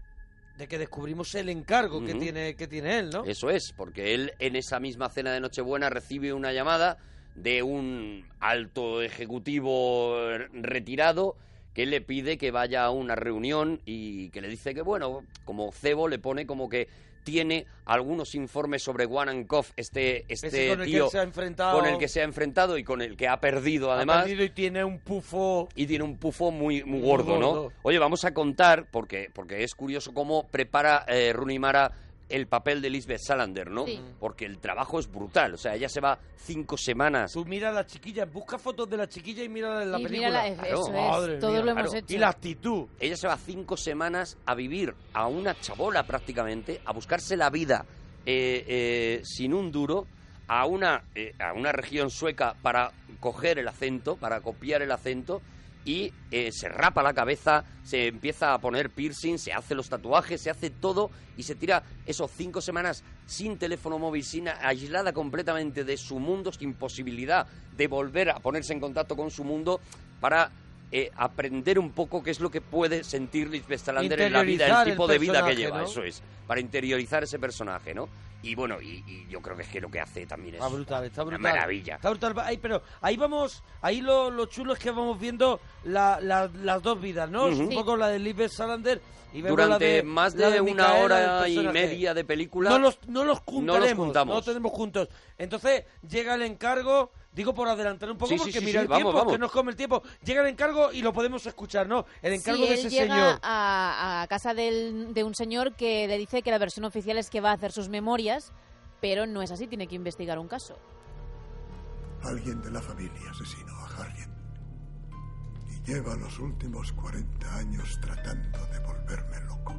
[SPEAKER 2] de que descubrimos el encargo que
[SPEAKER 4] Ujú.
[SPEAKER 2] tiene que tiene él no
[SPEAKER 4] Eso es, porque él en esa misma cena de Nochebuena recibe una llamada de un alto ejecutivo eh, retirado que le pide que vaya a una reunión y que le dice que, bueno, como cebo le pone como que tiene algunos informes sobre Wanankov, este, este
[SPEAKER 2] Ese con el que
[SPEAKER 4] tío
[SPEAKER 2] se ha enfrentado.
[SPEAKER 4] con el que se ha enfrentado y con el que ha perdido además.
[SPEAKER 2] Ha perdido y tiene un pufo
[SPEAKER 4] Y tiene un pufo muy, muy gordo,
[SPEAKER 2] gordo.
[SPEAKER 4] ¿no? Oye, vamos a contar, porque, porque es curioso cómo prepara eh, Rooney Mara el papel de Lisbeth Salander, ¿no?
[SPEAKER 2] Sí.
[SPEAKER 4] Porque el trabajo es brutal. O sea, ella se va cinco semanas.
[SPEAKER 2] Tú mira a la chiquilla, busca fotos de la chiquilla y mírala en la
[SPEAKER 4] Y
[SPEAKER 2] película.
[SPEAKER 4] mírala, es- Claro. eso es,
[SPEAKER 2] Madre
[SPEAKER 4] todos
[SPEAKER 2] mía,
[SPEAKER 4] lo hemos
[SPEAKER 2] claro.
[SPEAKER 4] hecho.
[SPEAKER 2] Y la actitud.
[SPEAKER 4] Ella se va cinco semanas a vivir a una chabola prácticamente, a buscarse la vida eh, eh, sin un duro, a una, eh, a una región sueca para coger el acento, para copiar el acento, y eh, se rapa la cabeza, se empieza a poner piercing, se hace los tatuajes, se hace todo y se tira esos cinco semanas sin teléfono móvil, sin, aislada completamente de su mundo, sin posibilidad de volver a ponerse en contacto con su mundo para eh, aprender un poco qué es lo que puede sentir Lisbeth Salander en la vida,
[SPEAKER 2] Interiorizar
[SPEAKER 4] el tipo
[SPEAKER 2] el
[SPEAKER 4] de vida que
[SPEAKER 2] personaje,
[SPEAKER 4] lleva,
[SPEAKER 2] ¿no?
[SPEAKER 4] eso es, para interiorizar ese personaje, ¿no? Y bueno, y, y yo creo que es que lo que hace también es
[SPEAKER 2] Está Ah, brutal, está
[SPEAKER 4] una
[SPEAKER 2] brutal.
[SPEAKER 4] maravilla.
[SPEAKER 2] Está brutal. Ahí, pero ahí vamos, ahí lo, lo chulo es que vamos viendo la- la- las dos vidas, ¿no?
[SPEAKER 4] Ujú.
[SPEAKER 2] Un poco la de Lisbeth Salander y vemos
[SPEAKER 4] Durante
[SPEAKER 2] la de,
[SPEAKER 4] más
[SPEAKER 2] la
[SPEAKER 4] de, una
[SPEAKER 2] Micaela,
[SPEAKER 4] hora
[SPEAKER 2] del
[SPEAKER 4] y
[SPEAKER 2] personaje.
[SPEAKER 4] media de película.
[SPEAKER 2] No los,
[SPEAKER 4] No
[SPEAKER 2] no los
[SPEAKER 4] los
[SPEAKER 2] juntaremos. No
[SPEAKER 4] juntamos.
[SPEAKER 2] los tenemos juntos. Entonces llega el encargo. Digo por adelantar un poco
[SPEAKER 4] Sí, sí,
[SPEAKER 2] porque
[SPEAKER 4] sí,
[SPEAKER 2] mira
[SPEAKER 4] sí,
[SPEAKER 2] el
[SPEAKER 4] vamos,
[SPEAKER 2] tiempo,
[SPEAKER 4] vamos.
[SPEAKER 2] que nos come el tiempo. Llega el encargo y lo podemos escuchar, ¿no? El encargo
[SPEAKER 5] Sí,
[SPEAKER 2] de
[SPEAKER 5] él
[SPEAKER 2] ese
[SPEAKER 5] llega
[SPEAKER 2] señor.
[SPEAKER 5] A, a casa del- de un señor que le dice que la versión oficial es que va a hacer sus memorias, pero no es así, tiene que investigar un caso.
[SPEAKER 20] Alguien de la familia asesinó a Harriet. Y lleva los últimos 40 años tratando de volverme loco.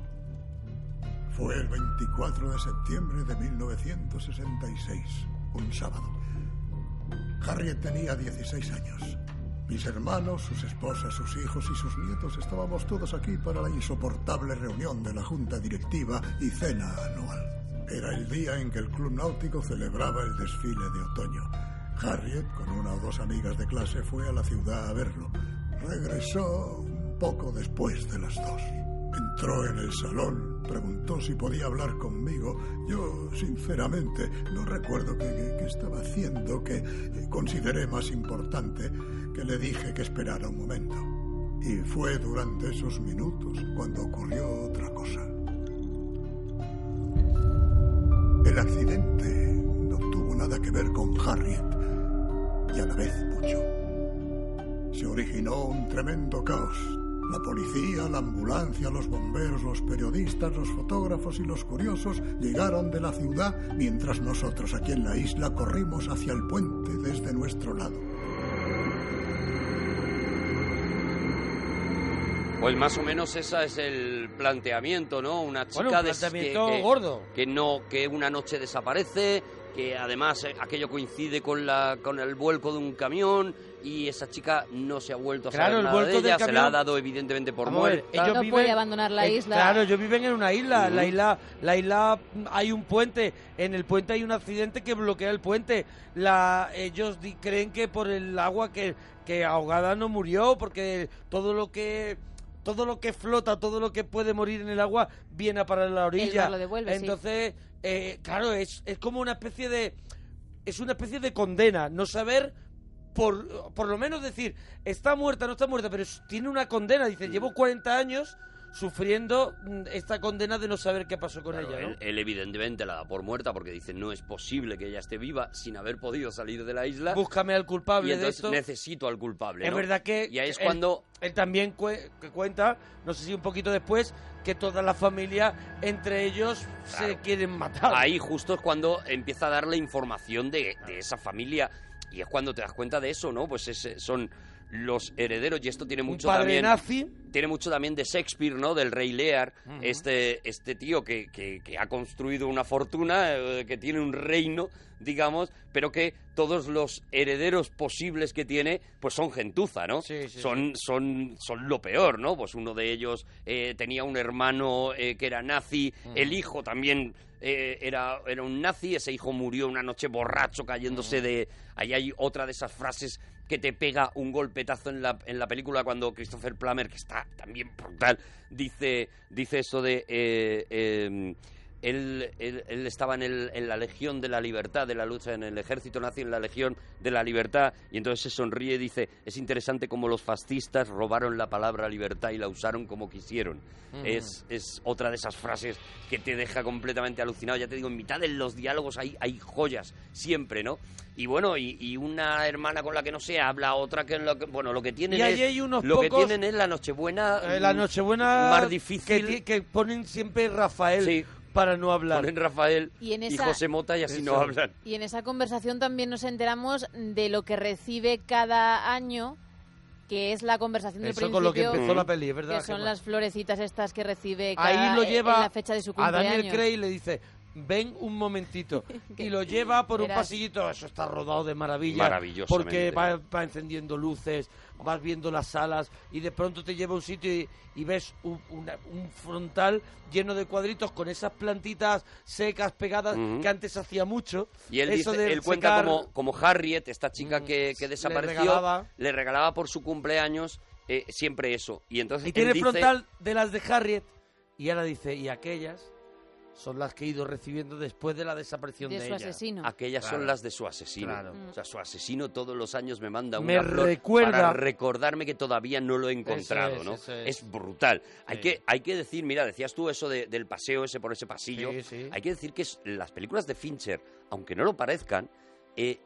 [SPEAKER 20] Fue el 24 de septiembre de 1966, un sábado. Harriet tenía 16 años. Mis hermanos, sus esposas, sus hijos y sus nietos estábamos todos aquí para la insoportable reunión de la junta directiva y cena anual. Era el día en que el club náutico celebraba el desfile de otoño. Harriet, con una o dos amigas de clase, fue a la ciudad a verlo. Regresó un poco después de las dos. Entró en el salón, preguntó si podía hablar conmigo. Yo, sinceramente, no recuerdo qué, qué- qué estaba haciendo, que eh, consideré más importante que le dije que esperara un momento. Y fue durante esos minutos cuando ocurrió otra cosa. El accidente no tuvo nada que ver con Harriet y a la vez mucho. Se originó un tremendo caos. La policía, la ambulancia, los bomberos, los periodistas, los fotógrafos y los curiosos llegaron de la ciudad mientras nosotros aquí en la isla corrimos hacia el puente desde nuestro lado.
[SPEAKER 4] Pues más o menos ese es el planteamiento, ¿no? Una chica
[SPEAKER 2] Bueno, un
[SPEAKER 4] des- que-
[SPEAKER 2] planteamiento
[SPEAKER 4] que,
[SPEAKER 2] gordo.
[SPEAKER 4] que no, que una noche desaparece, que además eh, aquello coincide con la, con el vuelco de un camión y esa chica no se ha vuelto a
[SPEAKER 2] Claro,
[SPEAKER 4] saber
[SPEAKER 2] el
[SPEAKER 4] nada
[SPEAKER 2] vuelco
[SPEAKER 4] de
[SPEAKER 2] del
[SPEAKER 4] ella, se la ha
[SPEAKER 2] camión-
[SPEAKER 4] dado evidentemente por
[SPEAKER 2] Vamos a ver,
[SPEAKER 4] muerta.
[SPEAKER 2] ellos
[SPEAKER 5] no
[SPEAKER 2] viven-
[SPEAKER 5] puede abandonar la
[SPEAKER 2] eh,
[SPEAKER 5] isla.
[SPEAKER 2] Claro, ellos viven en una isla.
[SPEAKER 4] Ujú.
[SPEAKER 2] La isla, la isla mm, hay un puente. En el puente hay un accidente que bloquea el puente. La, ellos di- creen que por el agua que, que ahogada no murió, porque todo lo que todo lo que flota, todo lo que puede morir en el agua, viene a parar a la orilla.
[SPEAKER 5] mar lo devuelve, sí.
[SPEAKER 2] Entonces, eh, claro, es, es como una especie de. Es una especie de condena. No saber. Por, por lo menos decir, está muerta, no está muerta, pero es- tiene una condena.
[SPEAKER 4] Mm.
[SPEAKER 2] Dice, llevo 40 años sufriendo mm, esta condena de no saber qué pasó con
[SPEAKER 4] Claro,
[SPEAKER 2] ella. ¿no?
[SPEAKER 4] él, él evidentemente la da por muerta porque dice no es posible que ella esté viva sin haber podido salir de la isla.
[SPEAKER 2] Búscame al culpable
[SPEAKER 4] y
[SPEAKER 2] de
[SPEAKER 4] entonces
[SPEAKER 2] esto.
[SPEAKER 4] necesito al culpable.
[SPEAKER 2] Es
[SPEAKER 4] ¿no?
[SPEAKER 2] verdad que.
[SPEAKER 4] Y ahí es
[SPEAKER 2] él-
[SPEAKER 4] cuando
[SPEAKER 2] Él, también cue- que cuenta, no sé si un poquito después, que toda la familia, entre ellos, se quieren matar.
[SPEAKER 4] Ahí justo es cuando empieza a darle información de, de esa familia y es cuando te das cuenta de eso, ¿no? Pues ese- son los herederos y esto tiene mucho
[SPEAKER 2] padre
[SPEAKER 4] también
[SPEAKER 2] nazi.
[SPEAKER 4] tiene mucho también de Shakespeare, ¿no? Del Rey Lear,
[SPEAKER 2] Ujú.
[SPEAKER 4] este este tío que, que- que ha construido una fortuna, eh, que tiene un reino, digamos, pero que todos los herederos posibles que tiene, pues son gentuza, ¿no?
[SPEAKER 2] sí,
[SPEAKER 4] son son son lo peor, ¿no? Pues uno de ellos eh, tenía un hermano eh, que era nazi,
[SPEAKER 2] Ujú.
[SPEAKER 4] el hijo también eh, era, era un nazi, ese hijo murió una noche borracho cayéndose de... Ahí hay otra de esas frases que te pega un golpetazo en la, en la película cuando Christopher Plummer, que está también brutal, dice, dice eso de... eh, eh, él, él- él estaba en, el- en la Legión de la Libertad, de la lucha en el ejército nazi, en la Legión de la Libertad, y entonces se sonríe y dice, es interesante cómo los fascistas robaron la palabra libertad y la usaron como quisieron.
[SPEAKER 2] Mm.
[SPEAKER 4] Es, es otra de esas frases que te deja completamente alucinado. Ya te digo, en mitad de los diálogos hay, hay joyas, siempre, ¿no? Y bueno, y, y una hermana con la que no se habla, otra que, lo que- bueno, lo que tienen
[SPEAKER 2] Y ahí
[SPEAKER 4] es
[SPEAKER 2] hay unos
[SPEAKER 4] lo que
[SPEAKER 2] pocos-
[SPEAKER 4] tienen es la Nochebuena, mm,
[SPEAKER 2] Eh, la Nochebuena.
[SPEAKER 4] más difícil.
[SPEAKER 2] Que, ti- que ponen siempre Rafael
[SPEAKER 4] Sí.
[SPEAKER 2] para no hablar.
[SPEAKER 4] Ponen Rafael
[SPEAKER 5] Y en esa-
[SPEAKER 4] José Mota y así no
[SPEAKER 2] Eso.
[SPEAKER 4] hablan.
[SPEAKER 5] Y en esa conversación también nos enteramos de lo que recibe cada año, que es la conversación del
[SPEAKER 2] Eso
[SPEAKER 5] principio.
[SPEAKER 2] con lo que empezó la peli, es verdad,
[SPEAKER 5] Que son
[SPEAKER 2] Gemma.
[SPEAKER 5] las florecitas estas que recibe cada,
[SPEAKER 2] Ahí lo
[SPEAKER 5] en
[SPEAKER 2] lleva
[SPEAKER 5] la fecha de su
[SPEAKER 2] a
[SPEAKER 5] cumpleaños.
[SPEAKER 2] Daniel Craig y le dice, ven un momentito. y lo lleva por un
[SPEAKER 5] Verás.
[SPEAKER 2] pasillito. Eso está rodado de maravilla.
[SPEAKER 4] Maravillosamente.
[SPEAKER 2] Porque va, va encendiendo luces, vas viendo las salas y de pronto te lleva a un sitio y, y ves un, una- un frontal lleno de cuadritos con esas plantitas secas pegadas
[SPEAKER 4] Ujú.
[SPEAKER 2] que antes hacía mucho.
[SPEAKER 4] Y él,
[SPEAKER 2] Eso
[SPEAKER 4] dice-
[SPEAKER 2] de
[SPEAKER 4] él cuenta
[SPEAKER 2] secar-
[SPEAKER 4] como, como Harriet, esta chica que, que desapareció, le regalaba.
[SPEAKER 2] regalaba.
[SPEAKER 4] por su cumpleaños eh, siempre eso. Y entonces
[SPEAKER 2] Y
[SPEAKER 4] él
[SPEAKER 2] tiene
[SPEAKER 4] dice-
[SPEAKER 2] frontal de las de Harriet. Y ahora dice, y aquellas son las que he ido recibiendo después de la desaparición de, Mm.
[SPEAKER 5] De su
[SPEAKER 2] ella.
[SPEAKER 5] asesino.
[SPEAKER 4] Aquellas
[SPEAKER 2] Claro.
[SPEAKER 4] son las de su asesino.
[SPEAKER 2] Claro.
[SPEAKER 4] O sea, su asesino todos los años me manda una
[SPEAKER 2] Me
[SPEAKER 4] flor
[SPEAKER 2] recuerda-
[SPEAKER 4] para recordarme que todavía no lo he encontrado,
[SPEAKER 2] Eso es,
[SPEAKER 4] ¿no?
[SPEAKER 2] eso es.
[SPEAKER 4] brutal. Hay,
[SPEAKER 2] Sí.
[SPEAKER 4] que, hay que decir, mira, decías tú eso de- del paseo ese por ese pasillo.
[SPEAKER 2] Sí, sí.
[SPEAKER 4] Hay que decir que es- las películas de Fincher, aunque no lo parezcan, eh,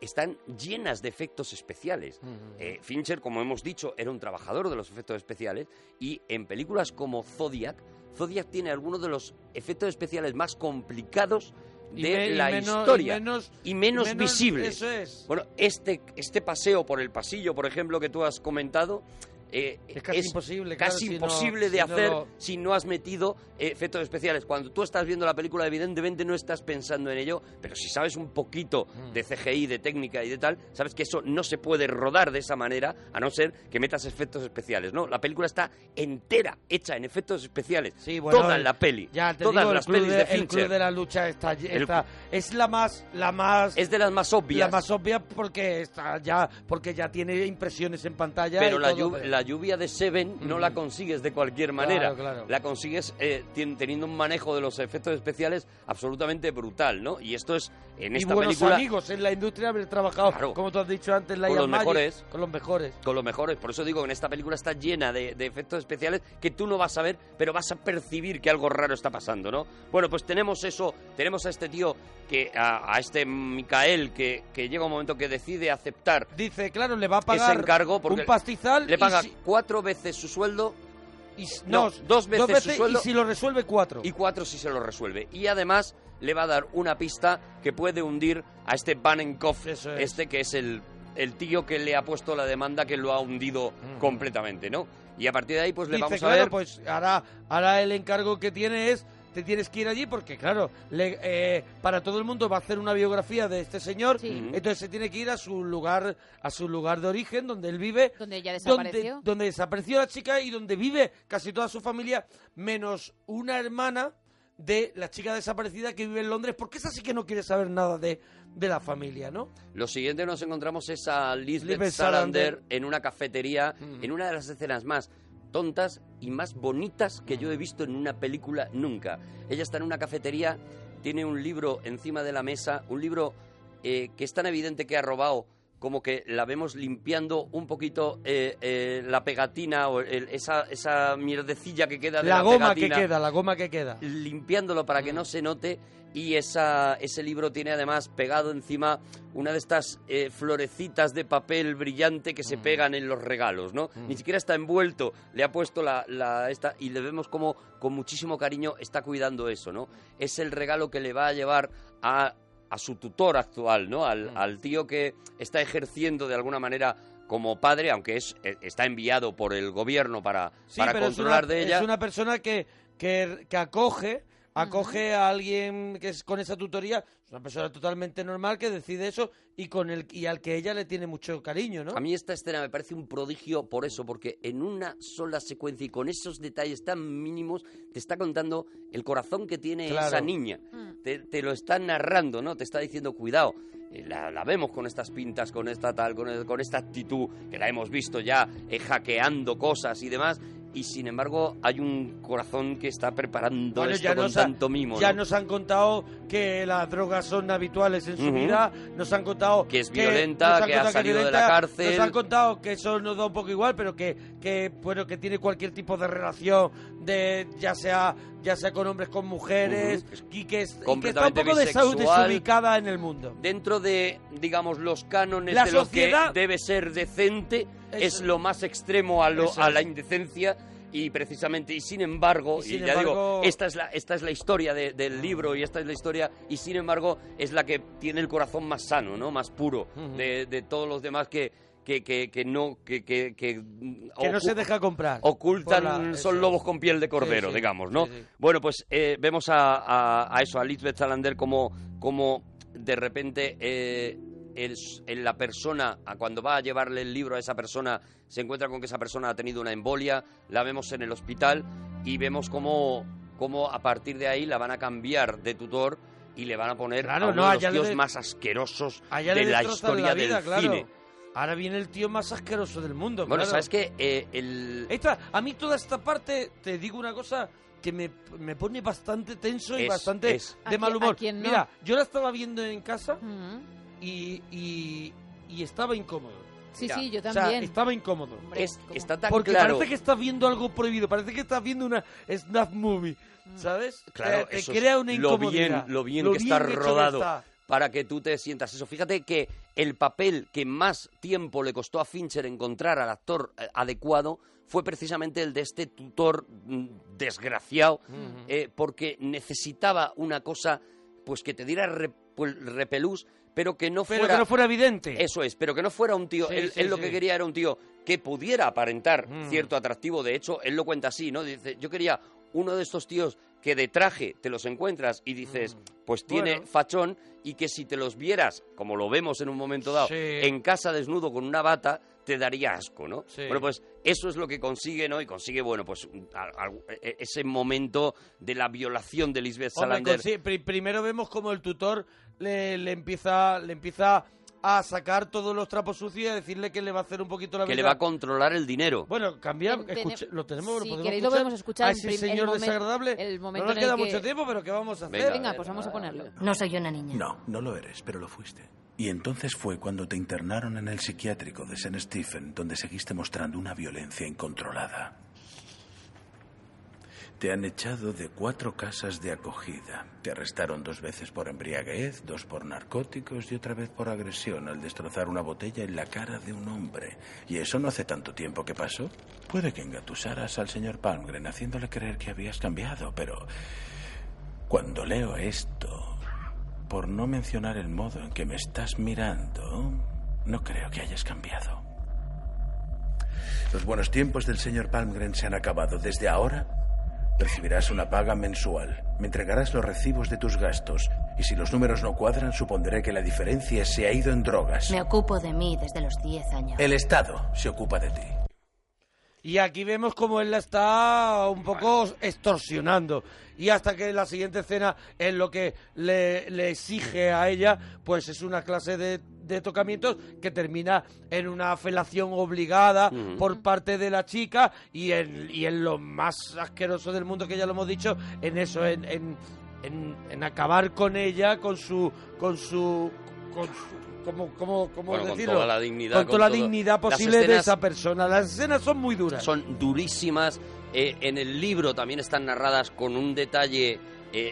[SPEAKER 4] están llenas de efectos especiales. Eh, Fincher, como hemos dicho, era un trabajador de los efectos especiales y en películas como Zodiac, Zodiac tiene algunos de los efectos especiales más complicados
[SPEAKER 2] Y
[SPEAKER 4] de
[SPEAKER 2] me- y
[SPEAKER 4] la
[SPEAKER 2] menos-
[SPEAKER 4] historia
[SPEAKER 2] y menos-
[SPEAKER 4] y menos
[SPEAKER 2] y menos-
[SPEAKER 4] visibles.
[SPEAKER 2] eso es.
[SPEAKER 4] Bueno, este, este paseo por el pasillo, por ejemplo, que tú has comentado, eh, es
[SPEAKER 2] casi imposible, claro,
[SPEAKER 4] casi
[SPEAKER 2] si no-
[SPEAKER 4] imposible de
[SPEAKER 2] si no
[SPEAKER 4] hacer
[SPEAKER 2] lo-
[SPEAKER 4] si no has metido eh, efectos especiales. Cuando tú estás viendo la película, evidentemente no estás pensando en ello, pero si sabes un poquito
[SPEAKER 2] Mm.
[SPEAKER 4] de CGI, de técnica y de tal, sabes que eso no se puede rodar de esa manera, a no ser que metas efectos especiales, ¿no? La película está entera hecha en efectos especiales.
[SPEAKER 2] Bueno,
[SPEAKER 4] toda
[SPEAKER 2] el-
[SPEAKER 4] la peli.
[SPEAKER 2] Ya te
[SPEAKER 4] todas
[SPEAKER 2] digo,
[SPEAKER 4] las
[SPEAKER 2] el club
[SPEAKER 4] pelis
[SPEAKER 2] de,
[SPEAKER 4] de,
[SPEAKER 2] el club
[SPEAKER 4] Fincher.
[SPEAKER 2] de la lucha está,
[SPEAKER 4] El-
[SPEAKER 2] está- es la más la más
[SPEAKER 4] Es de las más obvias.
[SPEAKER 2] la más obvia porque está ya porque ya tiene impresiones en pantalla.
[SPEAKER 4] pero
[SPEAKER 2] y
[SPEAKER 4] la,
[SPEAKER 2] todo,
[SPEAKER 4] llu- la lluvia de Seven no la consigues de cualquier
[SPEAKER 2] Claro,
[SPEAKER 4] manera.
[SPEAKER 2] claro.
[SPEAKER 4] La consigues eh, tien- teniendo un manejo de los efectos especiales absolutamente brutal, ¿no? Y esto es en
[SPEAKER 2] y
[SPEAKER 4] esta
[SPEAKER 2] buenos
[SPEAKER 4] película
[SPEAKER 2] amigos en la industria haber trabajado como tú has dicho antes la
[SPEAKER 4] con los
[SPEAKER 2] Ian Magic,
[SPEAKER 4] mejores.
[SPEAKER 2] con los mejores.
[SPEAKER 4] con los mejores. Por eso digo que en esta película está llena de, de efectos especiales que tú no vas a ver, pero vas a percibir que algo raro está pasando, ¿no? Bueno, pues tenemos eso, tenemos a este tío que a, a este Micael que, que llega un momento que decide aceptar.
[SPEAKER 2] Dice, claro, le va a
[SPEAKER 4] ese
[SPEAKER 2] pagar
[SPEAKER 4] encargo porque
[SPEAKER 2] un pastizal
[SPEAKER 4] le
[SPEAKER 2] y
[SPEAKER 4] paga
[SPEAKER 2] si-
[SPEAKER 4] cuatro veces su sueldo
[SPEAKER 2] y s-
[SPEAKER 4] no,
[SPEAKER 2] no,
[SPEAKER 4] dos veces, su sueldo
[SPEAKER 2] y si lo resuelve cuatro.
[SPEAKER 4] y cuatro si se lo resuelve. Y además le va a dar una pista que puede hundir a este Banenkopf, este que es el, el tío que le ha puesto la demanda que lo ha hundido completamente, ¿no? Y a partir de ahí pues le
[SPEAKER 2] Mm. Dice,
[SPEAKER 4] vamos a
[SPEAKER 2] claro,
[SPEAKER 4] ver...
[SPEAKER 2] pues ahora, ahora el encargo que tiene es, te tienes que ir allí porque, claro, le- eh, para todo el mundo va a hacer una biografía de este señor, entonces se tiene que ir a su lugar, a su lugar de origen, donde él vive.
[SPEAKER 5] Donde ya
[SPEAKER 2] Donde,
[SPEAKER 5] desapareció.
[SPEAKER 2] donde desapareció la chica y donde vive casi toda su familia, menos una hermana de la chica desaparecida que vive en Londres, porque esa sí que no quiere saber nada de, de la familia, ¿no?
[SPEAKER 4] Lo siguiente nos encontramos es a Lisbeth
[SPEAKER 2] Lisbeth
[SPEAKER 4] Salander
[SPEAKER 2] Salander. Mm.
[SPEAKER 4] en una cafetería, en una de las escenas más tontas y más bonitas que
[SPEAKER 2] Mm.
[SPEAKER 4] yo he visto en una película nunca. Ella está en una cafetería, tiene un libro encima de la mesa, un libro eh, que es tan evidente que ha robado como que la vemos limpiando un poquito eh, eh, la pegatina o el- esa, esa mierdecilla que queda de la,
[SPEAKER 2] La goma que
[SPEAKER 4] pegatina
[SPEAKER 2] queda, la goma que queda.
[SPEAKER 4] limpiándolo para que no se note y esa, ese libro tiene además pegado encima una de estas eh, florecitas de papel brillante que se
[SPEAKER 2] Mm.
[SPEAKER 4] pegan en los regalos, ¿no? Ni siquiera está envuelto, le ha puesto la, la esta y le vemos como con muchísimo cariño está cuidando eso, ¿no? Es el regalo que le va a llevar a, a su tutor actual, ¿no?
[SPEAKER 2] Mm.
[SPEAKER 4] Al, al tío que está ejerciendo de alguna manera como padre, aunque es, eh, está enviado por el gobierno para,
[SPEAKER 2] Sí,
[SPEAKER 4] para
[SPEAKER 2] pero es
[SPEAKER 4] controlar
[SPEAKER 2] una-
[SPEAKER 4] de ella.
[SPEAKER 2] Es una persona que, que, que acoge, acoge a alguien que es con esa tutoría, es una persona totalmente normal que decide eso y con el y al que ella le tiene mucho cariño, ¿no?
[SPEAKER 4] A mí esta escena me parece un prodigio por eso, porque en una sola secuencia y con esos detalles tan mínimos te está contando el corazón que tiene
[SPEAKER 2] Claro.
[SPEAKER 4] esa niña. Te, te lo está narrando, ¿no? Te está diciendo, cuidado, eh, la, la vemos con estas pintas, con esta tal, con, el- con esta actitud, que la hemos visto ya eh, hackeando cosas y demás. Y sin embargo, hay un corazón que está preparando
[SPEAKER 2] Bueno,
[SPEAKER 4] esto
[SPEAKER 2] ya
[SPEAKER 4] con
[SPEAKER 2] nos ha-
[SPEAKER 4] tanto mimo.
[SPEAKER 2] Ya
[SPEAKER 4] ¿no?
[SPEAKER 2] nos han contado que las drogas son habituales en su
[SPEAKER 4] Ujú.
[SPEAKER 2] vida, nos han contado
[SPEAKER 4] Que es
[SPEAKER 2] nos
[SPEAKER 4] violenta,
[SPEAKER 2] han
[SPEAKER 4] que ha
[SPEAKER 2] contado
[SPEAKER 4] salido de la
[SPEAKER 2] violenta,
[SPEAKER 4] cárcel.
[SPEAKER 2] Nos han contado que eso nos da un poco igual, pero que, que bueno, que tiene cualquier tipo de relación de ya sea ya sea con hombres con mujeres y que es- y que está un
[SPEAKER 4] completamente
[SPEAKER 2] poco desau-
[SPEAKER 4] bisexual.
[SPEAKER 2] desubicada en el mundo.
[SPEAKER 4] dentro de, digamos, los cánones
[SPEAKER 2] La
[SPEAKER 4] de lo
[SPEAKER 2] sociedad-
[SPEAKER 4] que debe ser decente,
[SPEAKER 2] Eso
[SPEAKER 4] es lo más extremo a, lo,
[SPEAKER 2] Eso
[SPEAKER 4] a
[SPEAKER 2] es.
[SPEAKER 4] la indecencia y precisamente, y sin embargo,
[SPEAKER 2] Y
[SPEAKER 4] y,
[SPEAKER 2] sin
[SPEAKER 4] ya
[SPEAKER 2] embargo- Ah.
[SPEAKER 4] digo, esta es la, esta es la historia de- del libro y esta es la historia, y sin embargo es la que tiene el corazón más sano, ¿no? Más puro
[SPEAKER 2] Ujú.
[SPEAKER 4] de, de todos los demás que... Que, que, que no que, que, que,
[SPEAKER 2] Que no
[SPEAKER 4] ocu-
[SPEAKER 2] se deja comprar.
[SPEAKER 4] ocultan
[SPEAKER 2] Por la-
[SPEAKER 4] son lobos con piel de cordero,
[SPEAKER 2] Sí, sí.
[SPEAKER 4] digamos, ¿no?
[SPEAKER 2] Sí, sí.
[SPEAKER 4] Bueno, pues eh, vemos a, a- a eso, a Lisbeth Salander como, como de repente eh, es- en la persona, a cuando va a llevarle el libro a esa persona, se encuentra con que esa persona ha tenido una embolia, la vemos en el hospital y vemos cómo, cómo a partir de ahí la van a cambiar de tutor y le van a poner a
[SPEAKER 2] Claro,
[SPEAKER 4] uno
[SPEAKER 2] no,
[SPEAKER 4] de
[SPEAKER 2] allá
[SPEAKER 4] los
[SPEAKER 2] le
[SPEAKER 4] tíos
[SPEAKER 2] de-
[SPEAKER 4] más asquerosos
[SPEAKER 2] Allá
[SPEAKER 4] de
[SPEAKER 2] le
[SPEAKER 4] la
[SPEAKER 2] destrozan
[SPEAKER 4] historia
[SPEAKER 2] vida,
[SPEAKER 4] del
[SPEAKER 2] claro.
[SPEAKER 4] cine.
[SPEAKER 2] Ahora viene el tío más asqueroso del mundo.
[SPEAKER 4] Bueno,
[SPEAKER 2] claro.
[SPEAKER 4] ¿sabes qué? Eh, el...
[SPEAKER 2] Esta, a mí toda esta parte, te digo una cosa que me, me pone bastante tenso y
[SPEAKER 4] Es-
[SPEAKER 2] bastante
[SPEAKER 4] es. ¿A
[SPEAKER 2] de
[SPEAKER 4] quién-
[SPEAKER 2] mal
[SPEAKER 4] a
[SPEAKER 2] humor.
[SPEAKER 4] quién no?
[SPEAKER 2] Mira, yo la estaba viendo en casa y, y- y estaba incómodo.
[SPEAKER 5] Sí, sí, yo
[SPEAKER 2] O sea,
[SPEAKER 5] también.
[SPEAKER 2] estaba incómodo.
[SPEAKER 4] Es- está tan
[SPEAKER 2] Porque
[SPEAKER 4] claro.
[SPEAKER 2] parece que estás viendo algo prohibido, parece que estás viendo una snuff movie,
[SPEAKER 4] Mm.
[SPEAKER 2] ¿sabes? Eh,
[SPEAKER 4] Claro,
[SPEAKER 2] te, te
[SPEAKER 4] eso es
[SPEAKER 2] crea una
[SPEAKER 4] lo
[SPEAKER 2] incomodidad.
[SPEAKER 4] bien, lo bien que está
[SPEAKER 2] hecho
[SPEAKER 4] rodado
[SPEAKER 2] está.
[SPEAKER 4] para que tú te sientas eso. Fíjate que el papel que más tiempo le costó a Fincher encontrar al actor eh, adecuado fue precisamente el de este tutor mm, desgraciado,
[SPEAKER 1] Ujú.
[SPEAKER 4] eh, porque necesitaba una cosa pues que te diera re- pues, repelús, pero que no
[SPEAKER 2] Pero
[SPEAKER 4] fuera...
[SPEAKER 2] que no fuera evidente.
[SPEAKER 4] Eso es, pero que no fuera un tío.
[SPEAKER 2] Sí,
[SPEAKER 4] él
[SPEAKER 2] sí,
[SPEAKER 4] él lo
[SPEAKER 2] sí.
[SPEAKER 4] que quería era un tío que pudiera aparentar
[SPEAKER 2] Mm.
[SPEAKER 4] cierto atractivo. De hecho, él lo cuenta así, ¿no? Dice, yo quería uno de estos tíos que de traje te los encuentras y dices, pues tiene
[SPEAKER 2] Mm. Bueno.
[SPEAKER 4] fachón y que si te los vieras, como lo vemos en un momento dado,
[SPEAKER 2] Sí.
[SPEAKER 4] en casa desnudo con una bata, te daría asco, ¿no?
[SPEAKER 2] Sí.
[SPEAKER 4] Bueno, pues eso es lo que consigue, ¿no? Y consigue, bueno, pues un- al- al- e- ese momento de la violación de Lisbeth
[SPEAKER 2] Hombre,
[SPEAKER 4] Salander.
[SPEAKER 2] consi- pri- primero vemos como el tutor le, le empieza le empieza a sacar todos los trapos sucios y a decirle que le va a hacer un poquito la
[SPEAKER 4] Que
[SPEAKER 2] vida.
[SPEAKER 4] le va a controlar el dinero.
[SPEAKER 2] Bueno, cambiar,
[SPEAKER 5] Ten-
[SPEAKER 2] escucha-
[SPEAKER 5] tene-
[SPEAKER 2] lo tenemos,
[SPEAKER 5] si
[SPEAKER 2] lo podemos
[SPEAKER 5] queréis lo
[SPEAKER 2] escuchar.
[SPEAKER 5] podemos escuchar
[SPEAKER 2] A
[SPEAKER 5] en
[SPEAKER 2] ese
[SPEAKER 5] prim- el
[SPEAKER 2] señor
[SPEAKER 5] momen-
[SPEAKER 2] desagradable.
[SPEAKER 5] el momento
[SPEAKER 2] no
[SPEAKER 5] en
[SPEAKER 2] nos
[SPEAKER 5] el
[SPEAKER 2] queda
[SPEAKER 5] que-
[SPEAKER 2] mucho tiempo, pero ¿qué vamos a hacer?
[SPEAKER 5] Venga, pues vamos a ponerlo.
[SPEAKER 21] No soy una niña.
[SPEAKER 22] No, no lo eres, pero lo fuiste. Y entonces fue cuando te internaron en el psiquiátrico de St. Stephen, donde seguiste mostrando una violencia incontrolada. Te han echado de cuatro casas de acogida. Te arrestaron dos veces por embriaguez, dos por narcóticos y otra vez por agresión al destrozar una botella en la cara de un hombre. ¿Y eso no hace tanto tiempo que pasó? Puede que engatusaras al señor Palmgren haciéndole creer que habías cambiado, pero cuando leo esto, por no mencionar el modo en que me estás mirando, no creo que hayas cambiado. Los buenos tiempos del señor Palmgren se han acabado. Desde ahora recibirás una paga mensual. Me entregarás los recibos de tus gastos. Y si los números no cuadran, supondré que la diferencia se ha ido en drogas.
[SPEAKER 21] Me ocupo de mí desde los 10 años.
[SPEAKER 22] El Estado se ocupa de ti.
[SPEAKER 2] Y aquí vemos cómo él la está un poco extorsionando. Y hasta que la siguiente escena es lo que le, le exige a ella, pues es una clase de, de tocamientos que termina en una felación obligada
[SPEAKER 4] Ujú.
[SPEAKER 2] por parte de la chica y en, y en lo más asqueroso del mundo, que ya lo hemos dicho, en eso, en, en, en- en acabar con ella, con su... Con su, con su- como, como, como
[SPEAKER 4] Bueno, con
[SPEAKER 2] decirlo,
[SPEAKER 4] toda la dignidad,
[SPEAKER 2] con
[SPEAKER 4] con
[SPEAKER 2] toda la
[SPEAKER 4] todo-
[SPEAKER 2] dignidad
[SPEAKER 4] las
[SPEAKER 2] posible de
[SPEAKER 4] escenas-
[SPEAKER 2] esa persona. Las escenas son muy duras.
[SPEAKER 4] Son durísimas. eh, en el libro también están narradas con un detalle eh,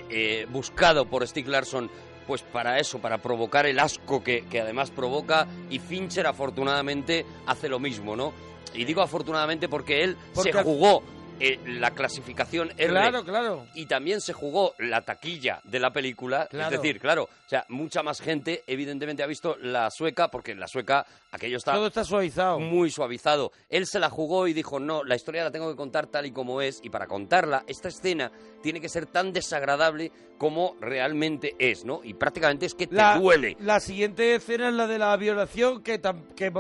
[SPEAKER 4] eh, buscado por Steve Larson, pues para eso, para provocar el asco que, que además provoca. Y Fincher, afortunadamente, hace lo mismo, ¿no? Y digo afortunadamente porque él
[SPEAKER 2] Porque-
[SPEAKER 4] se jugó eh, la clasificación R.
[SPEAKER 2] Claro, claro.
[SPEAKER 4] Y también se jugó la taquilla de la película.
[SPEAKER 2] Claro.
[SPEAKER 4] Es decir, claro, o sea, mucha más gente evidentemente ha visto la sueca, porque en la sueca aquello está...
[SPEAKER 2] Todo está suavizado.
[SPEAKER 4] Muy suavizado. Él se la jugó y dijo, no, la historia la tengo que contar tal y como es, y para contarla, esta escena tiene que ser tan desagradable como realmente es, ¿no? Y prácticamente es que te duele.
[SPEAKER 2] La siguiente escena es la de la violación, que, tam- que,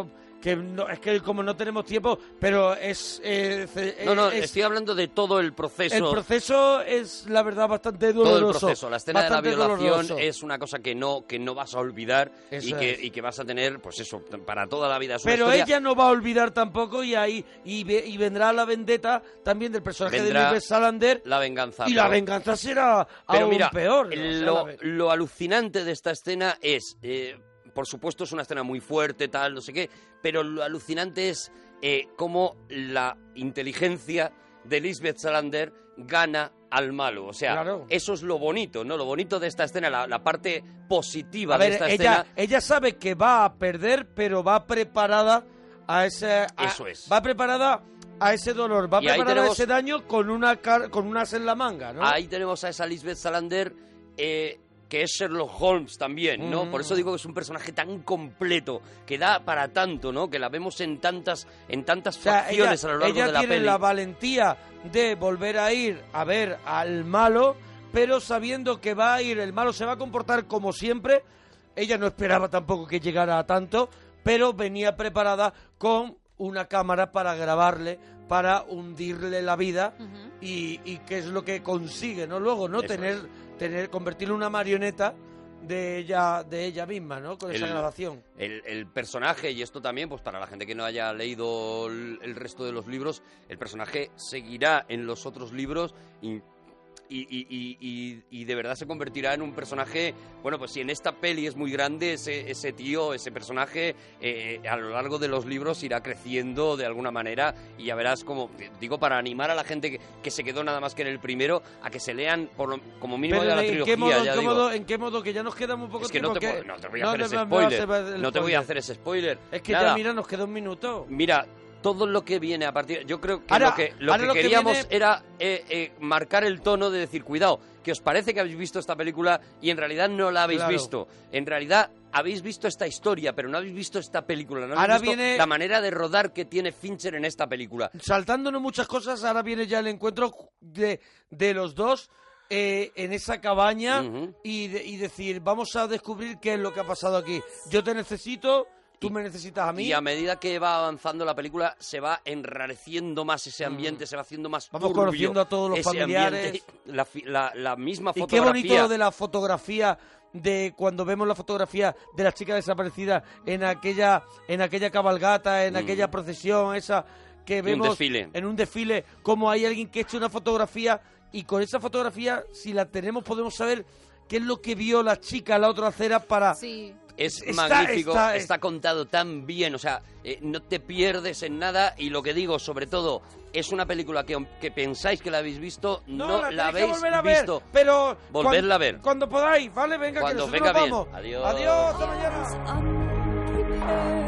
[SPEAKER 2] que no- es que como no tenemos tiempo, pero es... eh, ce-
[SPEAKER 4] No, no,
[SPEAKER 2] es-
[SPEAKER 4] estoy hablando de todo el proceso.
[SPEAKER 2] El proceso es, la verdad, bastante
[SPEAKER 4] todo
[SPEAKER 2] doloroso.
[SPEAKER 4] el proceso. La escena de la
[SPEAKER 2] bastante
[SPEAKER 4] violación eh,
[SPEAKER 2] doloroso.
[SPEAKER 4] es una cosa que no, que no vas a olvidar y
[SPEAKER 2] Eso
[SPEAKER 4] que,
[SPEAKER 2] es.
[SPEAKER 4] y que vas a tener, pues eso, t- para toda la vida. Es una
[SPEAKER 2] Pero
[SPEAKER 4] historia-
[SPEAKER 2] ella no va a olvidar tampoco y ahí y, ve- y vendrá la vendetta también del personaje de
[SPEAKER 4] Vendrá
[SPEAKER 2] Lisbeth Salander
[SPEAKER 4] la venganza.
[SPEAKER 2] y la
[SPEAKER 4] pero-
[SPEAKER 2] venganza será
[SPEAKER 4] Pero
[SPEAKER 2] aún
[SPEAKER 4] mira,
[SPEAKER 2] peor. ¿no? O sea, la
[SPEAKER 4] Lo,
[SPEAKER 2] ve-
[SPEAKER 4] lo alucinante de esta escena es, eh, por supuesto, es una escena muy fuerte, tal, no sé qué, pero lo alucinante es eh, cómo la inteligencia de Lisbeth Salander gana al malo. O sea,
[SPEAKER 2] Claro.
[SPEAKER 4] eso es lo bonito, ¿no? Lo bonito de esta escena, la, la parte positiva
[SPEAKER 2] A
[SPEAKER 4] de
[SPEAKER 2] ver,
[SPEAKER 4] esta escena.
[SPEAKER 2] ella, ella sabe que va a perder, pero va preparada a ese. a-
[SPEAKER 4] Eso es.
[SPEAKER 2] Va preparada a ese dolor, va
[SPEAKER 4] Y ahí
[SPEAKER 2] preparada a
[SPEAKER 4] tenemos-
[SPEAKER 2] ese daño con una car- con un as en la manga, ¿no?
[SPEAKER 4] Ahí tenemos a esa Lisbeth Salander eh, que es Sherlock Holmes también, ¿no?
[SPEAKER 2] Mm.
[SPEAKER 4] Por eso digo que es un personaje tan completo, que da para tanto, ¿no? Que la vemos en tantas, en tantas
[SPEAKER 2] O sea, ella,
[SPEAKER 4] facciones a lo largo
[SPEAKER 2] ella
[SPEAKER 4] de la
[SPEAKER 2] tiene
[SPEAKER 4] peli.
[SPEAKER 2] la valentía de volver a ir a ver al malo, pero sabiendo que va a ir, el malo se va a comportar como siempre. Ella no esperaba tampoco que llegara a tanto, pero venía preparada con una cámara para grabarle, para hundirle la vida y, y qué es lo que consigue, ¿no? Luego, ¿no?
[SPEAKER 4] Eso
[SPEAKER 2] tener, tener, convertirle en una marioneta de ella, de ella misma, ¿no? Con esa
[SPEAKER 4] El-
[SPEAKER 2] grabación.
[SPEAKER 4] El, el personaje, y esto también, pues para la gente que no haya leído el, el resto de los libros, el personaje seguirá en los otros libros y, y- y- y- y- y de verdad se convertirá en un personaje, bueno, pues si en esta peli es muy grande, ese, ese tío, ese personaje, eh, a lo largo de los libros irá creciendo de alguna manera y ya verás como, digo, para animar a la gente que, que se quedó nada más que en el primero, a que se lean por lo- como mínimo
[SPEAKER 2] Pero
[SPEAKER 4] de la
[SPEAKER 2] ¿en
[SPEAKER 4] trilogía,
[SPEAKER 2] qué modo,
[SPEAKER 4] ya
[SPEAKER 2] en, qué
[SPEAKER 4] digo.
[SPEAKER 2] modo, en qué modo? Que ya nos queda muy poco
[SPEAKER 4] Es que no
[SPEAKER 2] tiempo.
[SPEAKER 4] te,
[SPEAKER 2] que-
[SPEAKER 4] puedo- no te voy a hacer ese
[SPEAKER 2] me- me vas a
[SPEAKER 4] spoiler.
[SPEAKER 2] hacer el
[SPEAKER 4] No te voy
[SPEAKER 2] spoiler.
[SPEAKER 4] a hacer ese spoiler.
[SPEAKER 2] Es que
[SPEAKER 4] Nada.
[SPEAKER 2] ya, mira, nos queda un minuto.
[SPEAKER 4] Mira, todo lo que viene a partir. Yo creo que
[SPEAKER 2] Ahora-
[SPEAKER 4] lo que, lo
[SPEAKER 2] ahora
[SPEAKER 4] que
[SPEAKER 2] lo que
[SPEAKER 4] queríamos
[SPEAKER 2] viene-
[SPEAKER 4] era eh, eh, marcar el tono de decir, cuidado, que os parece que habéis visto esta película y en realidad no la habéis
[SPEAKER 2] Claro.
[SPEAKER 4] visto. En realidad habéis visto esta historia, pero no habéis visto esta película. No habéis
[SPEAKER 2] Ahora
[SPEAKER 4] visto
[SPEAKER 2] viene-
[SPEAKER 4] la manera de rodar que tiene Fincher en esta película.
[SPEAKER 2] Saltándonos muchas cosas, ahora viene ya el encuentro de, de los dos eh, en esa cabaña y, de- y decir, vamos a descubrir qué es lo que ha pasado aquí. Yo te necesito, tú me necesitas a mí.
[SPEAKER 4] Y a medida que va avanzando la película, se va enrareciendo más ese ambiente, se va haciendo más
[SPEAKER 2] Mm. Vamos
[SPEAKER 4] turbio
[SPEAKER 2] conociendo a todos los
[SPEAKER 4] ese
[SPEAKER 2] familiares.
[SPEAKER 4] ambiente. la, fi- la- la misma
[SPEAKER 2] Y qué
[SPEAKER 4] fotografía.
[SPEAKER 2] bonito lo de la fotografía de cuando vemos la fotografía de la chica desaparecida en aquella en aquella cabalgata, en
[SPEAKER 4] Mm.
[SPEAKER 2] aquella procesión esa que
[SPEAKER 4] un
[SPEAKER 2] vemos
[SPEAKER 4] desfile.
[SPEAKER 2] en un desfile como hay alguien que ha hecho una fotografía y con esa fotografía si la tenemos podemos saber qué es lo que vio la chica la otra acera para
[SPEAKER 4] Es
[SPEAKER 2] Está-
[SPEAKER 4] magnífico,
[SPEAKER 2] está- eh.
[SPEAKER 4] está, contado tan bien, o sea, eh, no te pierdes en nada y lo que digo, sobre todo, es una película que aunque pensáis que la habéis visto, no, la,
[SPEAKER 2] tenéis que
[SPEAKER 4] habéis
[SPEAKER 2] volver a ver,
[SPEAKER 4] visto.
[SPEAKER 2] pero
[SPEAKER 4] Volverla a
[SPEAKER 2] cuan-
[SPEAKER 4] ver.
[SPEAKER 2] cuando podáis, vale, venga
[SPEAKER 4] Cuando
[SPEAKER 2] que nosotros
[SPEAKER 4] venga
[SPEAKER 2] nos
[SPEAKER 4] bien.
[SPEAKER 2] vamos.
[SPEAKER 4] Adiós.
[SPEAKER 2] Adiós, hasta mañana.